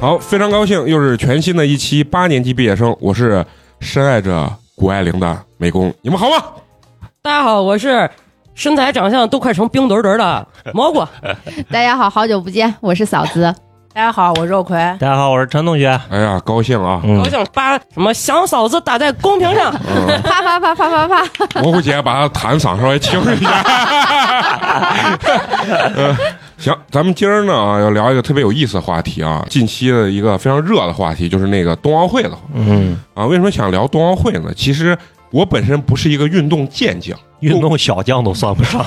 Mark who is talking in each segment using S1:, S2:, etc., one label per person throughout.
S1: 好，非常高兴，又是全新的一期八年级毕业生，我是深爱着谷爱凌的美工，你们好吗？
S2: 大家好，我是身材长相都快成冰墩墩 的蘑菇。
S3: 大家好，好久不见，我是嫂子。
S4: 大家好，我是肉葵。
S5: 大家好，我是陈同学。
S1: 哎呀，高兴啊！
S5: 嗯
S2: 我，想把什么想嫂子打在公屏上，
S1: 嗯，
S3: 啪啪啪 啪啪啪！
S1: 蘑菇姐把她弹嗓稍微轻一 下。嗯，行，咱们今儿呢啊要聊一个特别有意思的话题啊，近期的一个非常热的话题，就是那个冬奥会的话
S5: 嗯，
S1: 啊。为什么想聊冬奥会呢？其实我本身不是一个运动健将，
S5: 运动小将都算不 上。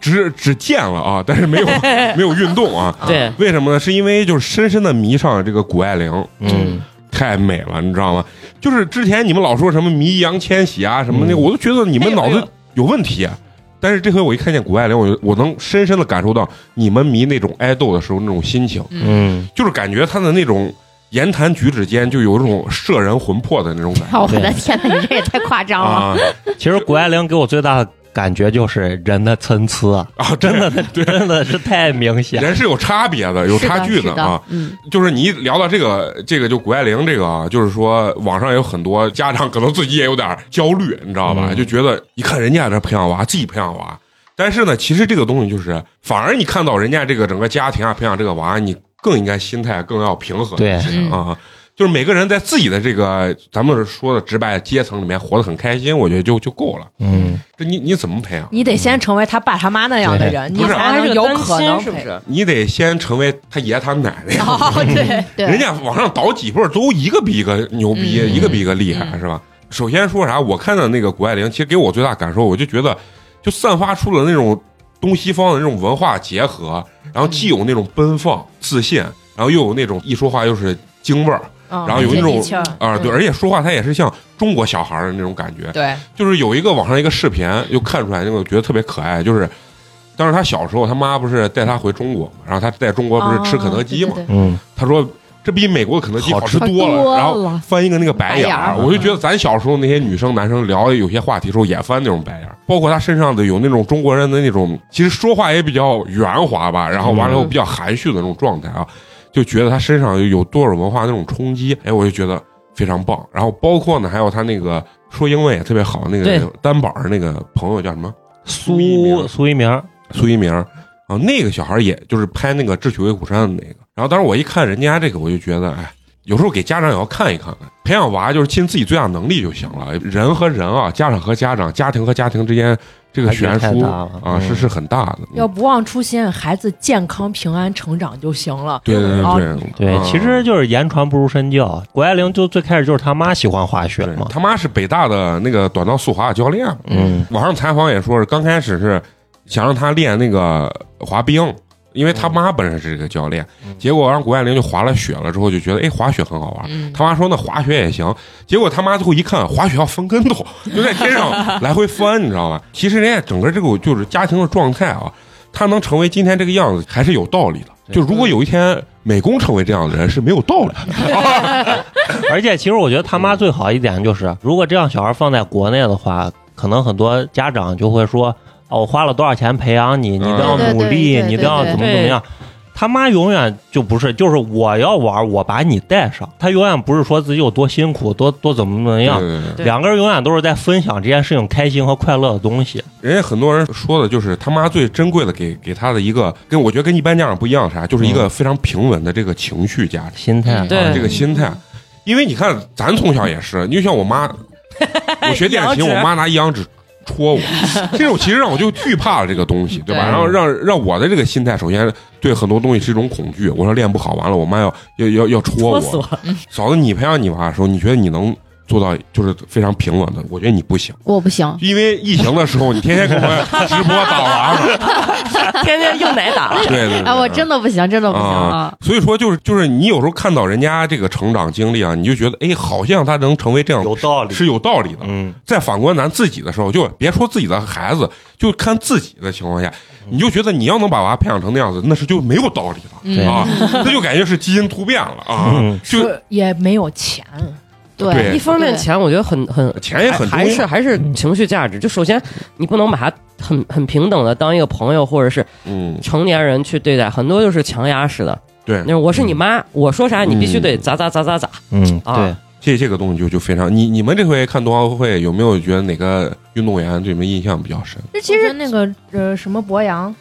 S1: 只只健了啊，但是没 有没有运动啊。
S2: 对，
S1: 为什么呢？是因为就是深深的迷上了这个谷爱凌，
S5: 嗯，
S1: 太美了，你知道吗？就是之前你们老说什么迷易烊千玺啊什么那个，
S5: 嗯
S1: 我都觉得你们脑
S2: 哎呦哎
S1: 子
S2: 呦
S1: 有问题。啊但是这回我一看见谷爱凌，我就我能深深的感受到你们迷那种爱豆的时候那种心情，
S5: 嗯，
S1: 就是感觉他的那种言谈举止间就有一种摄人魂魄的那种感觉
S3: 我的天哪，你这也太夸张了！
S1: 啊
S5: 其实谷爱凌给我最大的感觉就是人的参差，
S1: 啊！
S5: 真
S1: 真的，
S5: 的，真的是太明显。
S1: 人是有差别的，有
S3: 是的
S1: 差距
S3: 是的
S1: 啊。
S3: 嗯，
S1: 就是你一聊到这个，这个就谷爱凌这个啊，就是说网上有很多家长可能自己也有点焦虑，你知道吧？
S5: 嗯
S1: 就觉得一看人家这培养娃，自己培养娃，但是呢，其实这个东西就是，反而你看到人家这个整个家庭啊培养这个娃，你更应该心态更要平衡
S5: 对，
S3: 嗯
S1: 啊。就是每个人在自己的这个咱们说的直白阶层里面活得很开心，我觉得就就够了。
S5: 嗯，
S1: 这你你怎么培养？
S4: 你得先成为他爸他妈那样的人，
S1: 对
S4: 你
S1: 不是
S4: 才
S2: 还
S4: 能
S2: 是
S4: 有可能
S2: 是不
S4: 配
S2: 是？
S1: 你得先成为他爷他奶奶。
S4: 哦，对，
S3: 对，
S1: 人家往上倒几辈儿都一个比一个牛逼，
S3: 嗯
S1: 一个比一个厉害，是吧？首先说啥，我看到那个谷爱凌，其实给我最大感受，我就觉得就散发出了那种东西方的那种文化结合，然后既有那种奔放、自信，然后又有那种一说话又是京味儿
S4: 然
S1: 然后有一种啊、对，
S3: 嗯
S1: 而且说话他也是像中国小孩儿的那种感觉，
S4: 对，
S1: 就是有一个网上一个视频，就看出来那个我觉得特别可爱，就是当时他小时候，他妈不是带他回中国嘛，然后他在中国不是吃肯德基嘛，
S3: 哦对对对
S5: 嗯，
S1: 他说这比美国的肯德基
S5: 好
S1: 好吃
S5: 吃
S1: 多
S3: 好多了
S1: 然后翻一个那个白眼
S3: 白眼
S1: 儿，
S3: 儿
S1: 我就觉得咱小时候那些女生男生聊有些话题的时候也翻那种白眼儿，包括他身上的有那种中国人的那种，其实说话也比较圆滑吧，然后完
S3: 嗯
S1: 了以后比较含蓄的那种状态啊，就觉得他身上有多少文化那种冲击，哎，我就觉得非常棒。然后包括呢，还有他那个说英文也特别好那
S2: 对
S1: 个单板儿那个朋友叫什么苏一
S5: 苏
S1: 鸣
S5: 苏一鸣，
S1: 苏一鸣儿啊，那个小孩儿也就是拍那个《智取威虎山》的那个。然后当时我一看人家这个，我就觉得，哎，有时候给家长也要看一看，培养娃就是尽自己最大能力就行了。人和人啊，家长和家长，家庭和家庭之间这个悬
S5: 差距
S1: 殊
S5: 太大了
S1: 啊，是
S5: 嗯
S1: 是很大的。
S4: 要不忘初心，孩子健康平安成长就行了。
S1: 对对
S4: 哦
S1: 对
S5: 对，
S1: 嗯
S5: 其实就是言传不如身教。谷爱凌就最开始就是他妈喜欢滑雪
S1: 对
S5: 嘛，
S1: 他妈是北大的那个短道速滑教练，
S5: 嗯，
S1: 网上采访也说是刚开始是想让他练那个滑冰，因为他妈本身是这个教练，
S5: 嗯
S1: 结果让谷爱凌就滑了雪了之后就觉得，哎，滑雪很好玩。
S4: 嗯，
S1: 他妈说那滑雪也行，结果他妈最后一看滑雪要翻跟 头，就在天上来回翻，你知道吧？其实人家整个这个就是家庭的状态啊，他能成为今天这个样子还是有道理的。
S5: 对
S1: 就如果有一天美工成为这样的人是没有道理的，
S5: 而且其实我觉得他妈最好一点就是，如果这样小孩放在国内的话，可能很多家长就会说，哦，我花了多少钱培养你，你一定要
S3: 对对对
S5: 努力，
S3: 对对
S5: 你一定要
S3: 对
S5: 怎么怎么样。他妈永远就不是，就是我要玩，我把你带上。他永远不是说自己有多辛苦，多多怎么怎么样。
S1: 对对对
S2: 对
S5: 两个人永远都是在分享这件事情开心和快乐的东西。
S1: 人家很多人说的就是他妈最珍贵的给给他的一个跟我觉得跟一般家长不一样啥，就是一个非常平稳的这个情绪价值。
S5: 心态，
S2: 嗯对
S1: 啊，这个心态。因为你看，咱从小也是，你就像我 妈，我学电子琴，
S2: 羊脂
S1: 我妈拿一阳指 戳我，这种其实让我就惧怕了这个东西，对吧？
S5: 对
S1: 然后让让我的这个心态，首先对很多东西是一种恐惧。我说练不好，完了我妈要要要要戳
S2: 戳死
S1: 我。
S2: 我！嗯
S1: 嫂子，你培养你娃的时候，你觉得你能做到就是非常平稳的？我觉得你不行，
S3: 我不行，
S1: 因为疫情的时候，你天天跟 我直播打娃呢。
S2: 天天用奶打，
S1: 对对对
S3: 哎，我真的不行，真的不行啊！
S1: 所以说，就是就是你有时候看到人家这个成长经历啊，你就觉得，哎，好像他能成为这样
S5: 有道理。
S1: 是有道理的。
S5: 嗯，
S1: 再反观咱自己的时候，就别说自己的孩子，就看自己的情况下，
S5: 嗯
S1: 你就觉得你要能把娃培养成那样子，那是就没有道理了
S5: 对
S1: 啊，那就感觉是基因突变了啊
S5: 嗯，
S1: 就
S4: 也没有钱，
S1: 对
S2: 一方面
S3: 对
S2: 钱我觉得很很
S1: 钱
S5: 哎
S1: 也很重
S2: 还是
S1: 要。
S2: 还是情绪价值。就首先你不能把他很很平等的当一个朋友或者是
S1: 嗯，
S2: 成年人去对待，很多就是强压式的。
S1: 对
S2: 那，种我是你妈，我说啥你必须得咋咋咋咋咋。
S5: 嗯，
S2: 啊
S5: 对，
S1: 这这个东西就就非常，你你们这回看冬奥会有没有觉得哪个运动员对你们印象比较深？
S3: 这其实
S4: 那个呃什么博洋，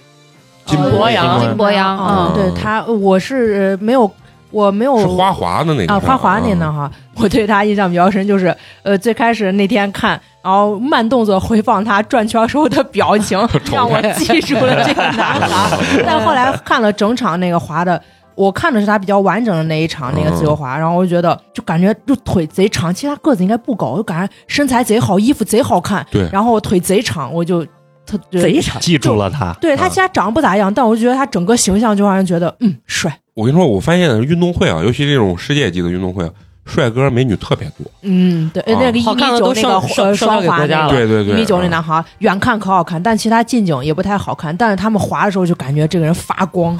S1: 金
S4: 呃
S2: 博洋
S3: 金博洋
S4: 啊
S1: 嗯
S4: 对他我是呃没有我没有
S1: 是花滑的那个
S4: 哦
S1: 嗯
S4: 啊
S1: 是吧，
S4: 花滑那呢？哈，我对他印象比较深，就是呃最开始那天看，然后慢动作回放他转圈时候的表情
S1: 丑
S4: 让我记住了这个男孩。 但后来看了整场那个滑的。我看的是他比较完整的那一场
S1: 嗯
S4: 那个自由滑，然后我就觉得就感觉就腿贼长，其实他个子应该不高，我就感觉身材贼好，衣服贼好看，
S1: 对
S4: 然后腿贼长，我就特
S5: 嗯
S2: 贼 长，
S5: 记住了他。
S4: 对
S1: 啊
S4: 他其实长得不咋样，但我就觉得他整个形象就让人觉得嗯帅，
S1: 我跟你说，我发现运动会啊，尤其这种世界级的运动会啊，帅哥美女特别多。
S4: 嗯对，
S1: 啊
S4: 那个一
S2: 好
S4: 米
S2: 看的
S4: 九
S2: 都
S4: 那
S2: 上
S4: 个
S2: 上上
S4: 呃双
S2: 交给
S4: 滑
S2: 国家
S4: 那
S2: 了
S4: 个。
S1: 对对
S4: 一
S1: 对，
S4: 米九那
S1: 啊
S4: 男孩远看可好看，但其他近景也不太好看。但是他们滑的时候就感觉这个人发光，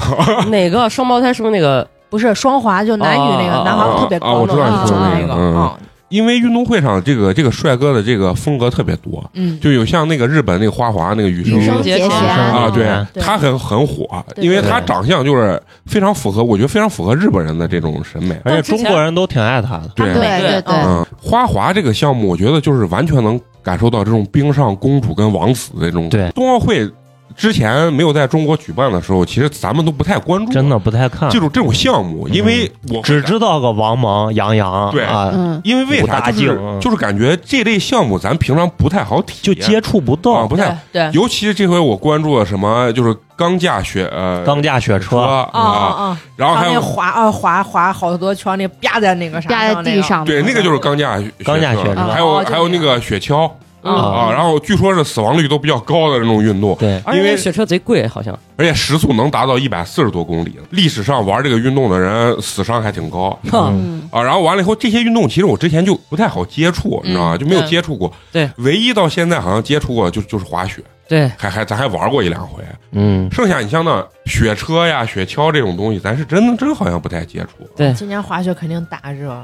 S2: 哪个双胞胎是不是那个？
S4: 不是双滑就男女那
S2: 哦哦
S4: 个
S2: 哦
S4: 男孩特别
S1: 啊
S4: 高
S1: 我知道
S3: 你说的
S4: 冷
S3: 那
S4: 那
S1: 个
S4: 个
S1: 嗯
S4: 啊
S1: 因为运动会上这个这个帅哥的这个风格特别多，
S4: 嗯
S1: 就有像那个日本那个花滑那个羽生
S3: 羽生
S2: 结
S3: 结
S2: 弦
S3: 弦
S1: 啊，
S4: 嗯
S1: 对
S4: 对
S1: 他很很火，
S4: 对
S1: 因为他长相就是非常符合，我觉得非常符合日本人的这种审美。
S5: 而且
S2: 但之前
S5: 中国人都挺爱他的，
S3: 对对对，
S1: 嗯，花滑这个项目，我觉得就是完全能感受到这种冰上公主跟王子的这种。
S5: 对
S1: 冬奥会之前没有在中国举办的时候，其实咱们都不太关注，
S5: 真的不嗯太看
S1: 记，住这种项目，因为我
S5: 只知道个王蒙、杨洋
S1: 对
S5: 啊，
S3: 嗯，
S1: 因为为啥就
S5: 武
S1: 是
S5: 大靖嗯
S1: 就是感觉这类项目咱平常不太好体
S5: 就
S1: 验，
S5: 接触不
S1: 啊
S5: 到
S1: 不太，
S4: 对
S1: 尤其是这回我关注了什么，就是钢架雪呃
S5: 钢架
S1: 车
S5: 雪车，
S4: 啊啊
S1: 哦
S4: 啊！
S1: 然后
S4: 他
S1: 还
S4: 那
S1: 有
S4: 滑啊滑滑好多圈，那啪在那个啥
S3: 压在
S4: 上那
S3: 地
S4: 个，
S3: 上，
S1: 对那个就是钢架
S5: 钢架雪车
S1: 还有
S4: 哦就
S1: 还有那个雪橇
S2: 嗯，
S1: 啊，然后据说是死亡率都比较高的那种运动，
S5: 对，
S2: 而且那雪车贼贵，好像
S1: 而且时速能达到一百四十多公里。历史上玩这个运动的人死伤还挺高
S2: 哼
S3: 嗯，
S1: 啊。然后完了以后，这些运动其实我之前就不太好接触，你知道吗？就没有接触过。
S2: 嗯对，
S1: 唯一到现在好像接触过就就是滑雪，
S2: 对，
S1: 还还咱还玩过一两回。
S5: 嗯，
S1: 剩下你像那雪车呀、雪橇这种东西，咱是真的真好像不太接触。
S4: 今年滑雪肯定打热，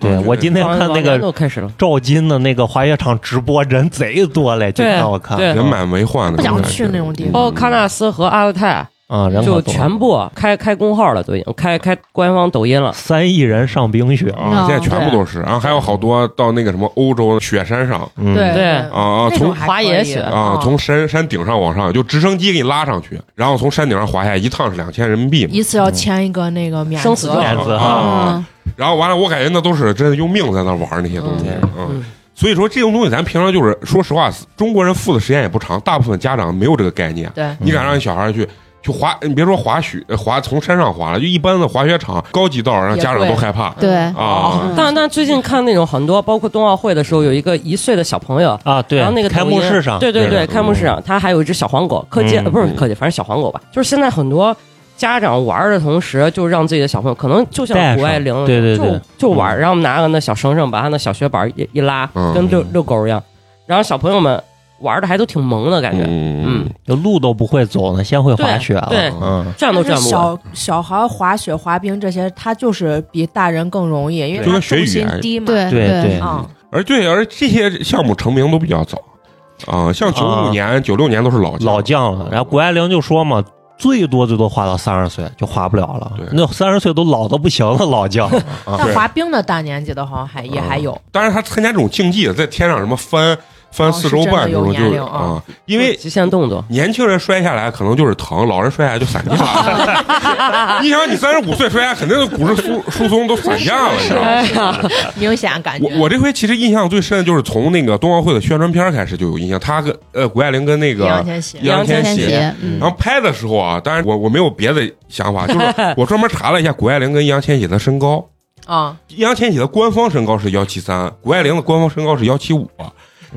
S5: 对我今天看那个
S2: 都开始了，
S5: 赵今的那个滑雪场直播，人贼多嘞，今
S2: 对
S5: 天我看嗯
S2: 对
S1: 人满为患的，
S4: 不想
S1: 感觉
S4: 去那种地方
S2: 包括喀哦纳斯和阿勒泰
S5: 啊，人
S2: 就
S5: 可多
S2: 全部开开公号了，都已经开开官方抖音了。
S5: 三亿人上冰雪，
S1: 啊，现在
S3: 嗯
S4: 哦
S1: 全部都是，然后还有好多到那个什么欧洲雪山上
S5: 嗯，
S2: 对
S1: 啊啊，
S4: 那
S1: 从
S4: 种还哦
S2: 滑野
S4: 可以
S2: 雪
S1: 啊从山山顶上往上，就直升机给你拉上去，然后从山顶上滑下，一趟是两千人民币嘛。
S4: 一次要签一个那个免
S2: 生死
S4: 责
S2: 状
S5: 面子
S1: 啊，然后完了，我感觉那都是真的用命在那玩儿那些东西
S5: 嗯，
S1: 嗯。所以说这种东西，咱平常就是说实话，中国人付的时间也不长，大部分家长没有这个概念。
S4: 对，
S1: 你敢让你小孩去去滑？你别说滑雪，呃滑从山上滑了，就一般的滑雪场高级道儿，让
S4: 也
S1: 家长都
S4: 贵
S1: 害怕
S4: 嗯
S3: 对，
S1: 啊。
S2: 但但最近看那种很多，包括冬奥会的时候，有一个一岁的小朋友。
S5: 啊，对，
S2: 然后那个抖
S5: 开幕
S2: 音
S5: 式上，
S2: 对对
S1: 对
S2: 对，开幕式上，他还有一只小黄狗，柯基
S5: 嗯
S2: 呃不是
S1: 嗯
S2: 柯基，反正小黄狗吧。就是现在很多家长玩儿的同时，就让自己的小朋友，可能就
S5: 带
S2: 像
S5: 上
S2: 谷爱凌，
S5: 对对对嗯
S2: 就就玩儿，然后拿个那小绳绳把他那小雪板一一拉，
S1: 嗯
S2: 跟遛遛狗一样。然后小朋友们玩的还都挺萌的感觉，
S1: 嗯，
S5: 就路都不会走呢，先会滑雪了，
S2: 对
S5: 嗯，
S2: 站都
S4: 但
S2: 站不
S4: 是
S2: 稳。
S4: 小小孩滑雪、滑冰这些，他就是比大人更容易，因为
S1: 就
S4: 他
S1: 跟学
S4: 重
S1: 语
S4: 心
S1: 言
S4: 低嘛。
S3: 对
S5: 对对
S4: 啊，
S1: 而对，而这些项目成名都比较早啊，像九五
S5: 啊
S1: 年、九六年都是老
S5: 老
S1: 将
S5: 将了。然后谷爱凌就说嘛。最多最多滑到三十岁就滑不了了
S1: 对，
S5: 那三十岁都老的不行了，老将啊
S1: 哦对
S4: 但滑冰的大年纪的好像还也
S1: 嗯
S4: 还有，
S1: 当然，他参加这种竞技，在天上什么翻翻
S4: 哦
S1: 四周半
S4: 是真的
S1: 这种
S4: 有年
S1: 就
S4: 龄啊
S1: 啊，因为
S2: 极限 动作，
S1: 年轻人摔下来可能就是疼，老人摔下来就散架了。 你想，你三十五岁摔下来，肯定就骨质疏疏松都散架了，你知道吗？
S2: 哎呀，
S4: 明显感觉
S1: 我我这回其实印象最深的就是从那个冬奥会的宣传片开始就有印象，他跟呃谷爱凌跟那
S4: 易烊
S1: 个。
S4: 千玺
S1: 易烊千
S3: 千
S1: 玺
S3: 玺，
S1: 然后拍的时候啊，当然我我没有别的想 法，就是我专门查了一下谷爱凌跟易烊千玺的身高，
S4: 啊，
S1: 易烊千玺的官方身高是幺七三，谷爱凌的官方身高是幺七五，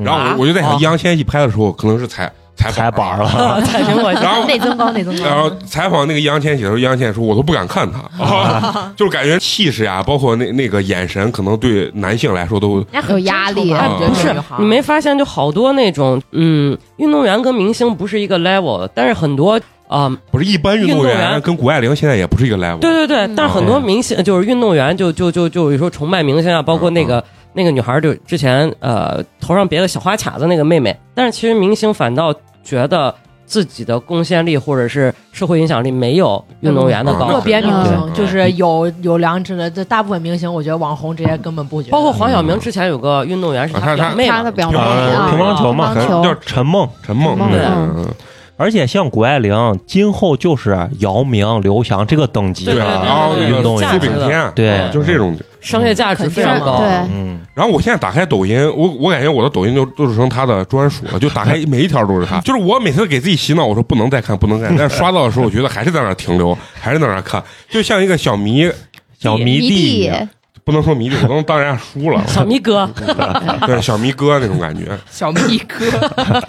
S1: 然后
S2: 啊
S1: 我我就在想，
S2: 啊
S1: 易烊千玺拍的时候可能是踩踩
S5: 踩板
S1: 板
S5: 儿，了，
S2: 太苹果
S4: 啊
S1: 然后
S3: 内增高内增
S1: 然后
S3: 高，
S1: 采访那个易烊千玺的时候，易烊千玺说：“我都不敢看他，啊、就是感觉气势呀，包括那那个眼神，可能对男性来说都
S4: 人家很
S3: 有压力
S4: 真
S1: 啊
S4: 诚嘛
S1: 哎
S4: 我
S2: 不是
S4: 觉得这嗯 个女孩，
S2: 你没发现就好多那种嗯，运动员跟明星不是一个 level 的，但是很多啊、
S1: 不是一般运动
S2: 运动员
S1: 跟谷爱凌现在也不是一个 level。
S2: 对对对，
S4: 嗯
S2: 但是很多明星就是运动员就，就就就有时候崇拜明星啊，包括那个、那个女孩，就之前呃头上别的小花卡子那个妹妹，但是其实明星反倒觉得。自己的贡献力或者是社会影响力没有运动员的高
S1: 嗯。
S4: 个别明星
S1: 嗯
S4: 就是有有良知的，这大部分明星我觉得网红这些根本不觉得。
S2: 包括黄晓明之前有个运动员是
S1: 啊他
S2: 表妹
S3: 他
S2: 嘛
S3: 的，表啊妹
S5: 呃，乒乓球嘛，
S3: 乒乓球
S5: 叫陈梦。
S1: 陈梦，
S3: 陈梦
S1: 嗯嗯嗯
S5: 而且像谷爱凌，今后就是姚明、刘翔这个等级
S2: 对
S1: 啊，
S5: 了。
S2: 对
S1: 然后
S5: 对
S1: 那个
S5: 运动员
S1: 苏炳添，
S5: 对
S1: 嗯就是这种。
S2: 商业价值非常高。
S3: 对
S5: 嗯，
S1: 然后我现在打开抖音，我我感觉我的抖音就都是成他的专属了，就打开每一条都是他。就是我每次给自己洗脑，我说不能再看，不能再看，但是刷到的时候，我觉得还是在那儿停留，还是在那儿看，就像一个小迷，
S5: 小迷
S3: 迷
S5: 弟一啊样，
S1: 不能说迷弟，我能当人家输了，
S2: 小迷哥，
S1: 对小迷哥那种感觉。
S4: 小蜜哥，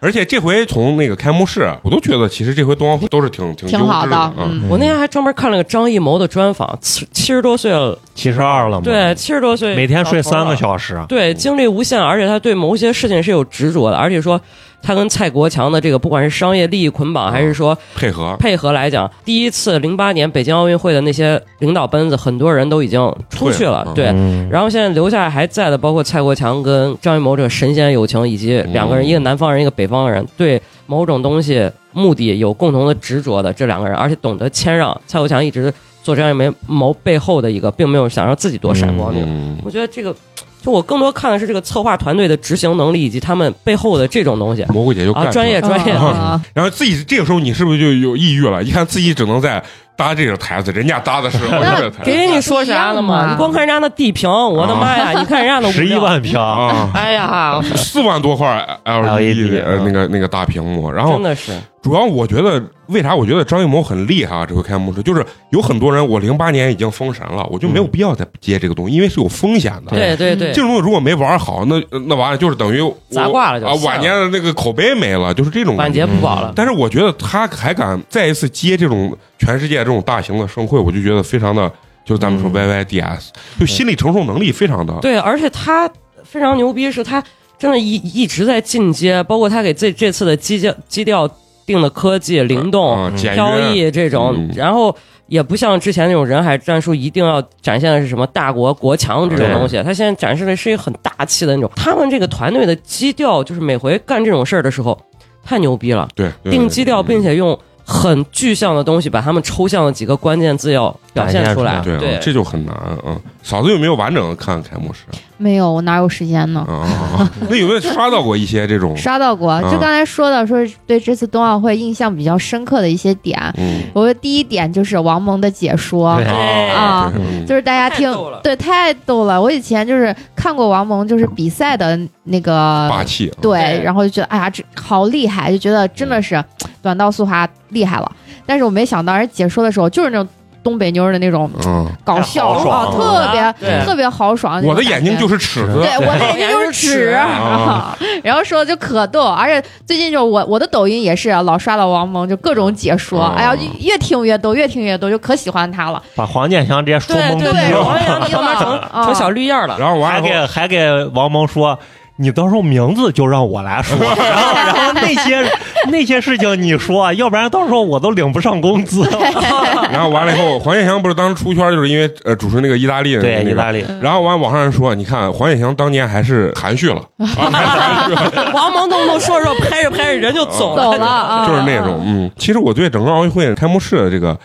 S1: 而且这回从那个开幕式，啊我都觉得其实这回冬奥会都是挺挺
S3: 挺好
S1: 优质
S3: 的
S5: 啊
S1: 的，，啊
S3: 嗯，
S2: 我那天还专门看了个张艺谋的专访，七七十多岁了，
S5: 七十二了嘛，
S2: 对，，七十多岁，
S5: 每天睡三个
S2: 时，
S5: 小时，
S2: 啊对，精力无限，而且他对某些事情是有执着的，而且说他跟蔡国强的这个，不管是商业利益捆绑，还是说
S5: 啊
S1: 配合
S2: 配合来讲，第一次零八年北京奥运会的那些领导班子，很多人都已经出去了，
S1: 退
S2: 对。
S5: 嗯
S2: 然后现在留下来还在的，包括蔡国强跟张艺谋这个神仙友情，以及两个人，
S1: 嗯
S2: 一个南方人，一个北方人，对某种东西目的有共同的执着的这两个人，而且懂得谦让。蔡国强一直做张艺谋谋背后的一个，并没有想让自己多闪光那种。
S1: 嗯，
S2: 我觉得这个，就我更多看的是这个策划团队的执行能力，以及他们背后的这种东西
S1: 蘑菇姐就干
S2: 啊，
S1: 出来嗯
S2: 专业专业。
S3: 啊
S1: 然后自己这个时候你是不是就有抑郁了？一看自己只能在搭这个台子，人家搭的 是我这个台子
S2: 给你说啥了
S3: 不一样
S2: 吗？
S3: 嘛
S2: 你光看人家那地平，我的妈呀！你看人家 的
S5: 十一万平，
S1: 啊，
S2: 哎呀，
S1: 四万多块 LED 的呃
S5: 嗯
S1: 那个那个大屏幕。然后
S2: 真的是
S1: 主要我觉得为啥我觉得张艺谋很厉害啊？这回开幕式就是有很多人，我零八年已经封神了，我就没有必要再接这个东西，因为是有风险的。
S2: 嗯对对对
S1: 这，种东西如果没玩好，那那完了就是等于我
S2: 砸挂了就
S1: 啊，
S2: 散了
S1: 晚年的那个口碑没了，就是这种感
S2: 晚
S1: 觉。
S2: 节不保了。
S1: 但是我觉得他还敢再一次接这种全世界这种大型的盛会，我就觉得非常的，就是咱们
S2: 嗯
S1: 说 YYDS，、就心理承受能力非常的。
S2: 对，而且他非常牛逼，是他真的一一直在进阶，包括他给这这次的基调基调定的科技灵动、
S1: 啊，简
S2: 哦飘
S1: 约
S2: 逸这种，
S1: 嗯
S2: 然后也不像之前那种人海战术，一定要展现的是什么大国国强这种东西。他现在展示的是一个很大气的那种。他们这个团队的基调，就是每回干这种事儿的时候，太牛逼了，
S1: 对嗯对
S2: 定基调，并且用。很具象的东西，把他们抽象的几个关键字要表现出来。
S5: 展
S1: 对
S2: 对，
S1: 啊，这就很难啊。嗯嫂子有没有完整的看开 幕式
S3: 没有，我哪有时间
S5: 嗯
S3: 呢？
S1: 啊啊？啊那有没有刷到过一些这种？
S3: 刷到过，就
S1: 嗯
S3: 刚才说的，说是对这次冬奥会印象比较深刻的一些点。
S1: 嗯
S3: 我的第一点就是王蒙的解说
S5: 对，
S1: 啊
S3: 啊，
S1: 嗯
S3: 就是大家听
S2: 太逗了，
S3: 对，太逗了。我以前就是看过王蒙就是比赛的那个
S1: 霸气，
S3: 对
S2: 对，
S3: 然后就觉得哎呀，这好厉害，就觉得真的
S5: 嗯
S3: 是短道速滑厉害了。但是我没想到人解说的时候就是那种东北妞儿的那种
S1: 嗯，
S3: 搞笑
S5: 哎太豪
S3: 啊，
S5: 爽了
S3: 特别
S2: 对
S3: 特别豪爽。。
S1: 我的眼睛就是是尺子
S3: 对，我的眼睛就是
S2: 对
S3: 尺，
S1: 啊
S3: 然后说的就可逗，而且最近就是我我的抖音也是啊老刷到王蒙，就各种解说，
S1: 哦
S3: 哎呀，越听越逗，越听越逗，就可喜欢他了。
S5: 把黄健翔直接说
S2: 对
S5: 懵
S2: 对
S5: 逼
S1: 哦
S3: 对嗯
S5: 了，
S2: 王阳
S3: 逼
S2: 他妈成
S5: 哦
S3: 了
S2: 成小绿叶儿了。
S1: 然后完
S5: 还
S1: 了以后，
S5: 给还给王蒙说。你到时候名字就让我来 说，然后然后那些那些事情你说，要不然到时候我都领不上工资。
S1: 然后完了以后，黄健翔不是当时出圈就是因为呃主持那个意大利的
S5: 对，
S1: 那
S5: 意
S1: 个
S5: 大利
S1: 然后完，网上人说，你看黄健翔当年还是含蓄了，
S2: 王蒙动不动说着说拍着拍着人就走了，
S3: 走
S5: 哦
S3: 了啊，
S1: 就是那种，嗯，其实我对整个奥运会开幕式的这个，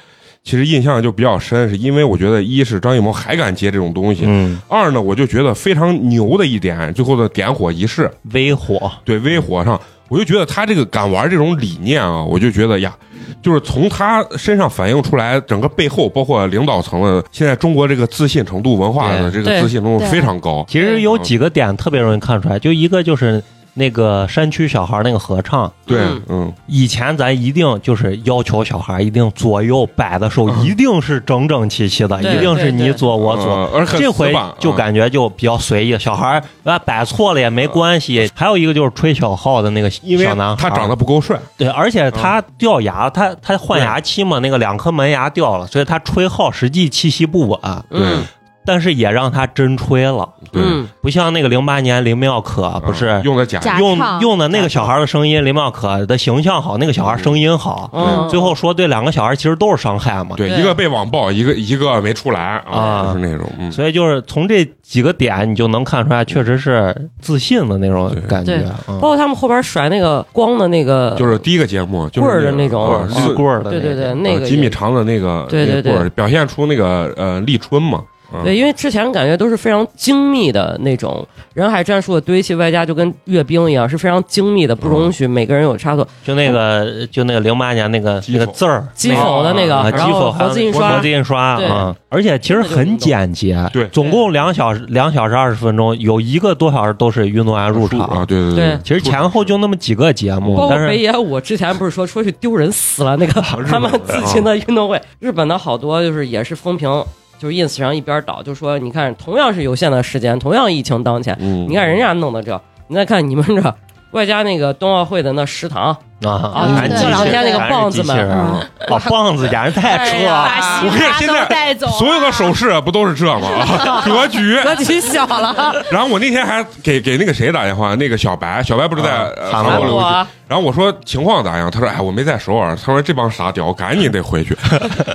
S1: 其实印象就比较深，是因为我觉得一是张艺谋还敢接这种东西，
S5: 嗯，
S1: 二呢，我就觉得非常牛的一点，最后的点火仪式，
S5: 微火，
S1: 对微火上，我就觉得他这个敢玩这种理念啊，我就觉得呀，就是从他身上反映出来，整个背后包括领导层的，现在中国这个自信程度、文化的这个
S2: 对
S1: 自信程度
S3: 对
S1: 非常高，
S5: 其实有几个点特别容易看出来，就一个就是那个山区小孩那个合唱，
S1: 对
S2: 嗯，
S1: 嗯，
S5: 以前咱一定就是要求小孩一定左右摆的时候
S1: 嗯
S5: 一定是整整齐齐的，
S2: 对
S5: 一定是你左我左。
S1: 呃，而很
S5: 这回
S1: 死板
S5: 就
S1: 啊
S5: 感觉就比较随意，小孩儿啊摆错了也没关系。还有一个就是吹小号的那个
S1: 嗯因为
S5: 小男孩，
S1: 他长得嗯不够帅，
S5: 对，而且他掉牙，他他换牙期嘛，那个两颗门牙掉了，所以他吹号实际气息不稳。
S1: 对
S2: 嗯，
S5: 但是也让他真吹了，
S1: 对，
S2: 嗯，
S5: 不像那个零八年林妙可不
S1: 啊
S5: 是
S1: 用的假
S3: 假
S5: 用
S3: 唱
S5: 用的那个小孩的声音，林妙可的形象好，那个小孩声音好，
S2: 嗯
S5: 最后说对两个小孩其实都是伤害嘛。
S1: 对，
S2: 对
S1: 一个被网暴，一个一个没出来啊，
S5: 啊
S1: 就是那种，嗯，
S5: 所以就是从这几个点，你就能看出来，确实是自信的那种感觉
S2: 对，包
S5: 嗯
S2: 括他们后边甩那个光的那个，
S1: 就是第一个节目就
S2: 棍儿
S1: 是
S2: 的那种
S1: 个
S5: 是棍儿的，
S2: 对对对，，那个
S1: 呃几米
S2: 也
S1: 长的那个
S2: 对对
S1: 那个棍儿表现出那个呃立春嘛，嗯
S2: 对，因为之前感觉都是非常精密的那种人海战术的堆砌，外加就跟阅兵一样，是非常精密的，不容许每个人有差错。
S5: 就那个就那个零八年那个
S1: 击
S5: 那
S1: 否
S5: 个字儿，
S2: 击否的那个，
S5: 啊，
S2: 然
S5: 击
S2: 后
S5: 否还
S2: 活
S5: 有
S2: 字印
S5: 活
S2: 刷
S5: 字，印刷
S2: 对
S5: 啊，而且其实很简洁，
S1: 对
S5: 总共两小时两小时二十分钟，有一个多小时都是运动员入
S1: 啊，
S5: 场。
S1: 对对
S2: 对
S5: 其实前后就那么几个节目
S2: 包，括
S5: 但
S2: 北
S5: 是
S2: 野，我之前不是说出去丢人死了那 个
S1: 日本
S2: 他们自己的运动会，日本的好多就是也是风评。就是 ins 上一边倒，就说你看，同样是有限的时间，同样疫情当前，
S1: 嗯，
S2: 你看人家弄的这，你再看你们这，外加那个冬奥会的那食堂，
S5: 啊，
S3: 对
S5: 全
S3: 这
S5: 机
S3: 两
S5: 器
S3: 天那
S5: 人
S2: 个棒子们
S5: 全是机器人啊，啊棒子简直太啊
S3: 哎
S5: 扯
S3: 呀
S5: 了。
S3: 把
S1: 啊我跟你说现在
S3: 都带
S4: 啊
S3: 走
S1: 所有的手势不都是这吗？啊格局。
S2: 格 局小了，
S1: 然后我那天还给给那个谁打电话，那个小白，小白不是在
S5: 啊
S1: 呃
S5: 韩
S1: 国
S5: 国
S1: 留学
S2: 我
S1: 然后我说情况咋样？他说哎，我没在首尔。他说这帮傻屌，赶紧得回去。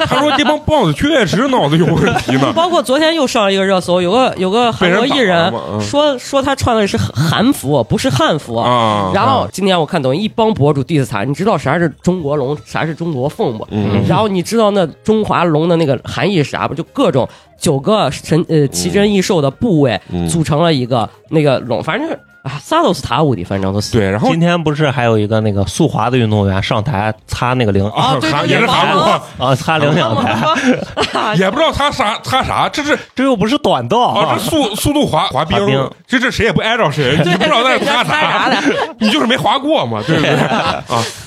S1: 他说这帮棒子确实脑子有问题 呢。
S2: 包括昨天又上了一个热搜，有个有个韩国艺
S1: 被人打了
S2: 人
S1: 嘛嗯
S2: 说说他穿的是韩服，不是汉服。
S1: 啊，
S2: 然后今天我看抖音一帮博主 diss 他，你知道啥是中国龙，啥是中国凤不？
S1: 嗯
S2: 然后你知道那中华龙的那个含义是啥不？就各种九个神呃奇珍异兽的部位
S1: 嗯
S2: 组成了一个那个龙，反正就是啊啥都是他屋的，反正都是。
S1: 对，然后
S5: 今天不是还有一个那个速滑的运动员上台擦那个零
S2: 啊对对
S1: 韩
S2: 对
S1: 也是韩
S2: 王
S1: 国，
S5: 啊，擦零两台，
S1: 也不知道他啥他啥，这是
S5: 这又不是短道
S1: 啊，
S5: 啊
S1: 这速速度滑滑
S5: 滑
S1: 冰
S5: 冰，
S1: 这这谁也不挨着谁，你不知道 在擦啥， 你就是没滑过嘛，对不对？啊，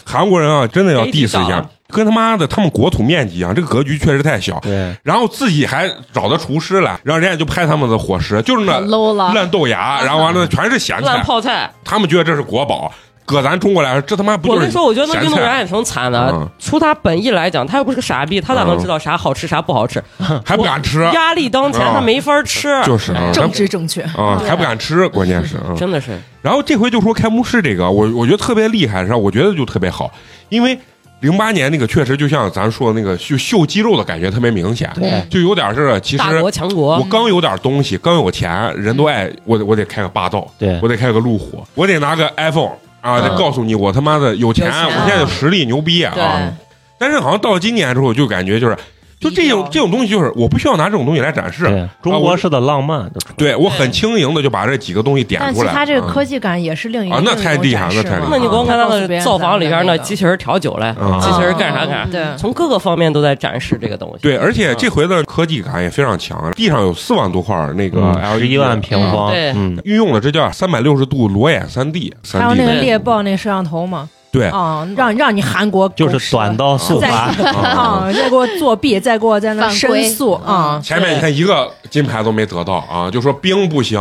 S1: 韩国人啊，真的要
S2: 谁提
S1: diss 一
S2: 到
S1: 下
S2: 啊，
S1: 跟他妈的他们国土面积一啊样，这个格局确实太小。
S5: 对，
S1: 然后自己还找的厨师来，然后人家就拍他们的伙食，就是那
S3: 可 low 了
S1: 烂豆芽，然后完了全是咸
S2: 烂
S1: 菜，
S2: 泡菜。
S1: 他们觉得这是国宝，搁咱中国来说，这他妈不
S2: 我
S1: 就是
S2: 跟你说，我觉得那
S1: 咸
S2: 运动
S1: 菜
S2: 员也挺惨
S1: 嗯
S2: 的。除他本意来讲，他又不是个傻逼，他咋能知道啥好吃啥不好吃？
S1: 还不敢吃，
S2: 压力当前，
S1: 嗯
S2: 他没法吃。
S1: 就是啊，
S4: 政治正确。
S1: 啊，还不敢吃，关键是啊。
S2: 真的是，
S1: 然后这回就说开幕式这个，我我觉得特别厉害，是吧？我觉得就特别好，因为零八年那个确实就像咱说的那个秀秀肌肉的感觉特别明显，
S5: 对
S1: 就有点是其实
S2: 大国强
S1: 我
S2: 国，
S1: 刚有点东西，刚有钱，人都爱我得，我得开个霸道，
S5: 对
S1: 我得开个路虎，我得拿个 iPhone 啊，得告诉你我他妈的有钱，
S2: 有钱
S1: 我现在有实力，牛逼
S2: 对
S1: 啊！但是好像到了今年之后，就感觉就是。就这种
S4: 低
S1: 这种东西，就是我不需要拿这种东西来展示，
S5: 对，中国式的浪漫就出来了
S1: 对我很轻盈的就把这几个东西点
S4: 但
S1: 出
S4: 其实
S1: 来。
S4: 它这
S1: 嗯
S4: 个科技感也是另一
S1: 啊
S4: 另一
S1: 那
S4: 种
S1: 太厉害
S4: 展
S1: 那
S4: 示
S1: 太厉
S4: 嘛
S1: 害
S2: 那你光看他的造访里边那
S4: 嗯
S2: 机器人调酒嘞，
S1: 嗯
S2: 机器人干啥干啥，
S4: 哦对，
S2: 从各个方面都在展示这个东西。
S1: 对，而
S5: 嗯
S1: 且这回的科技感也非常强，啊地上有四万多块儿那个
S5: 嗯十
S1: LED，
S5: 一万平方，
S2: 对
S5: 嗯，
S1: 运用了这叫三百六十度裸眼三 D，
S4: 还
S1: 三
S4: 有那
S1: D
S4: 个猎豹那摄像头嘛，
S1: 对，
S4: 啊，让让你韩国
S5: 就是短
S4: 的
S5: 道速 滑，
S1: 啊
S4: 啊，再给我作弊，再给我在那
S3: 犯规嗯
S4: 申诉啊，
S1: 前面你看一个金牌都没得到啊，就说冰不行，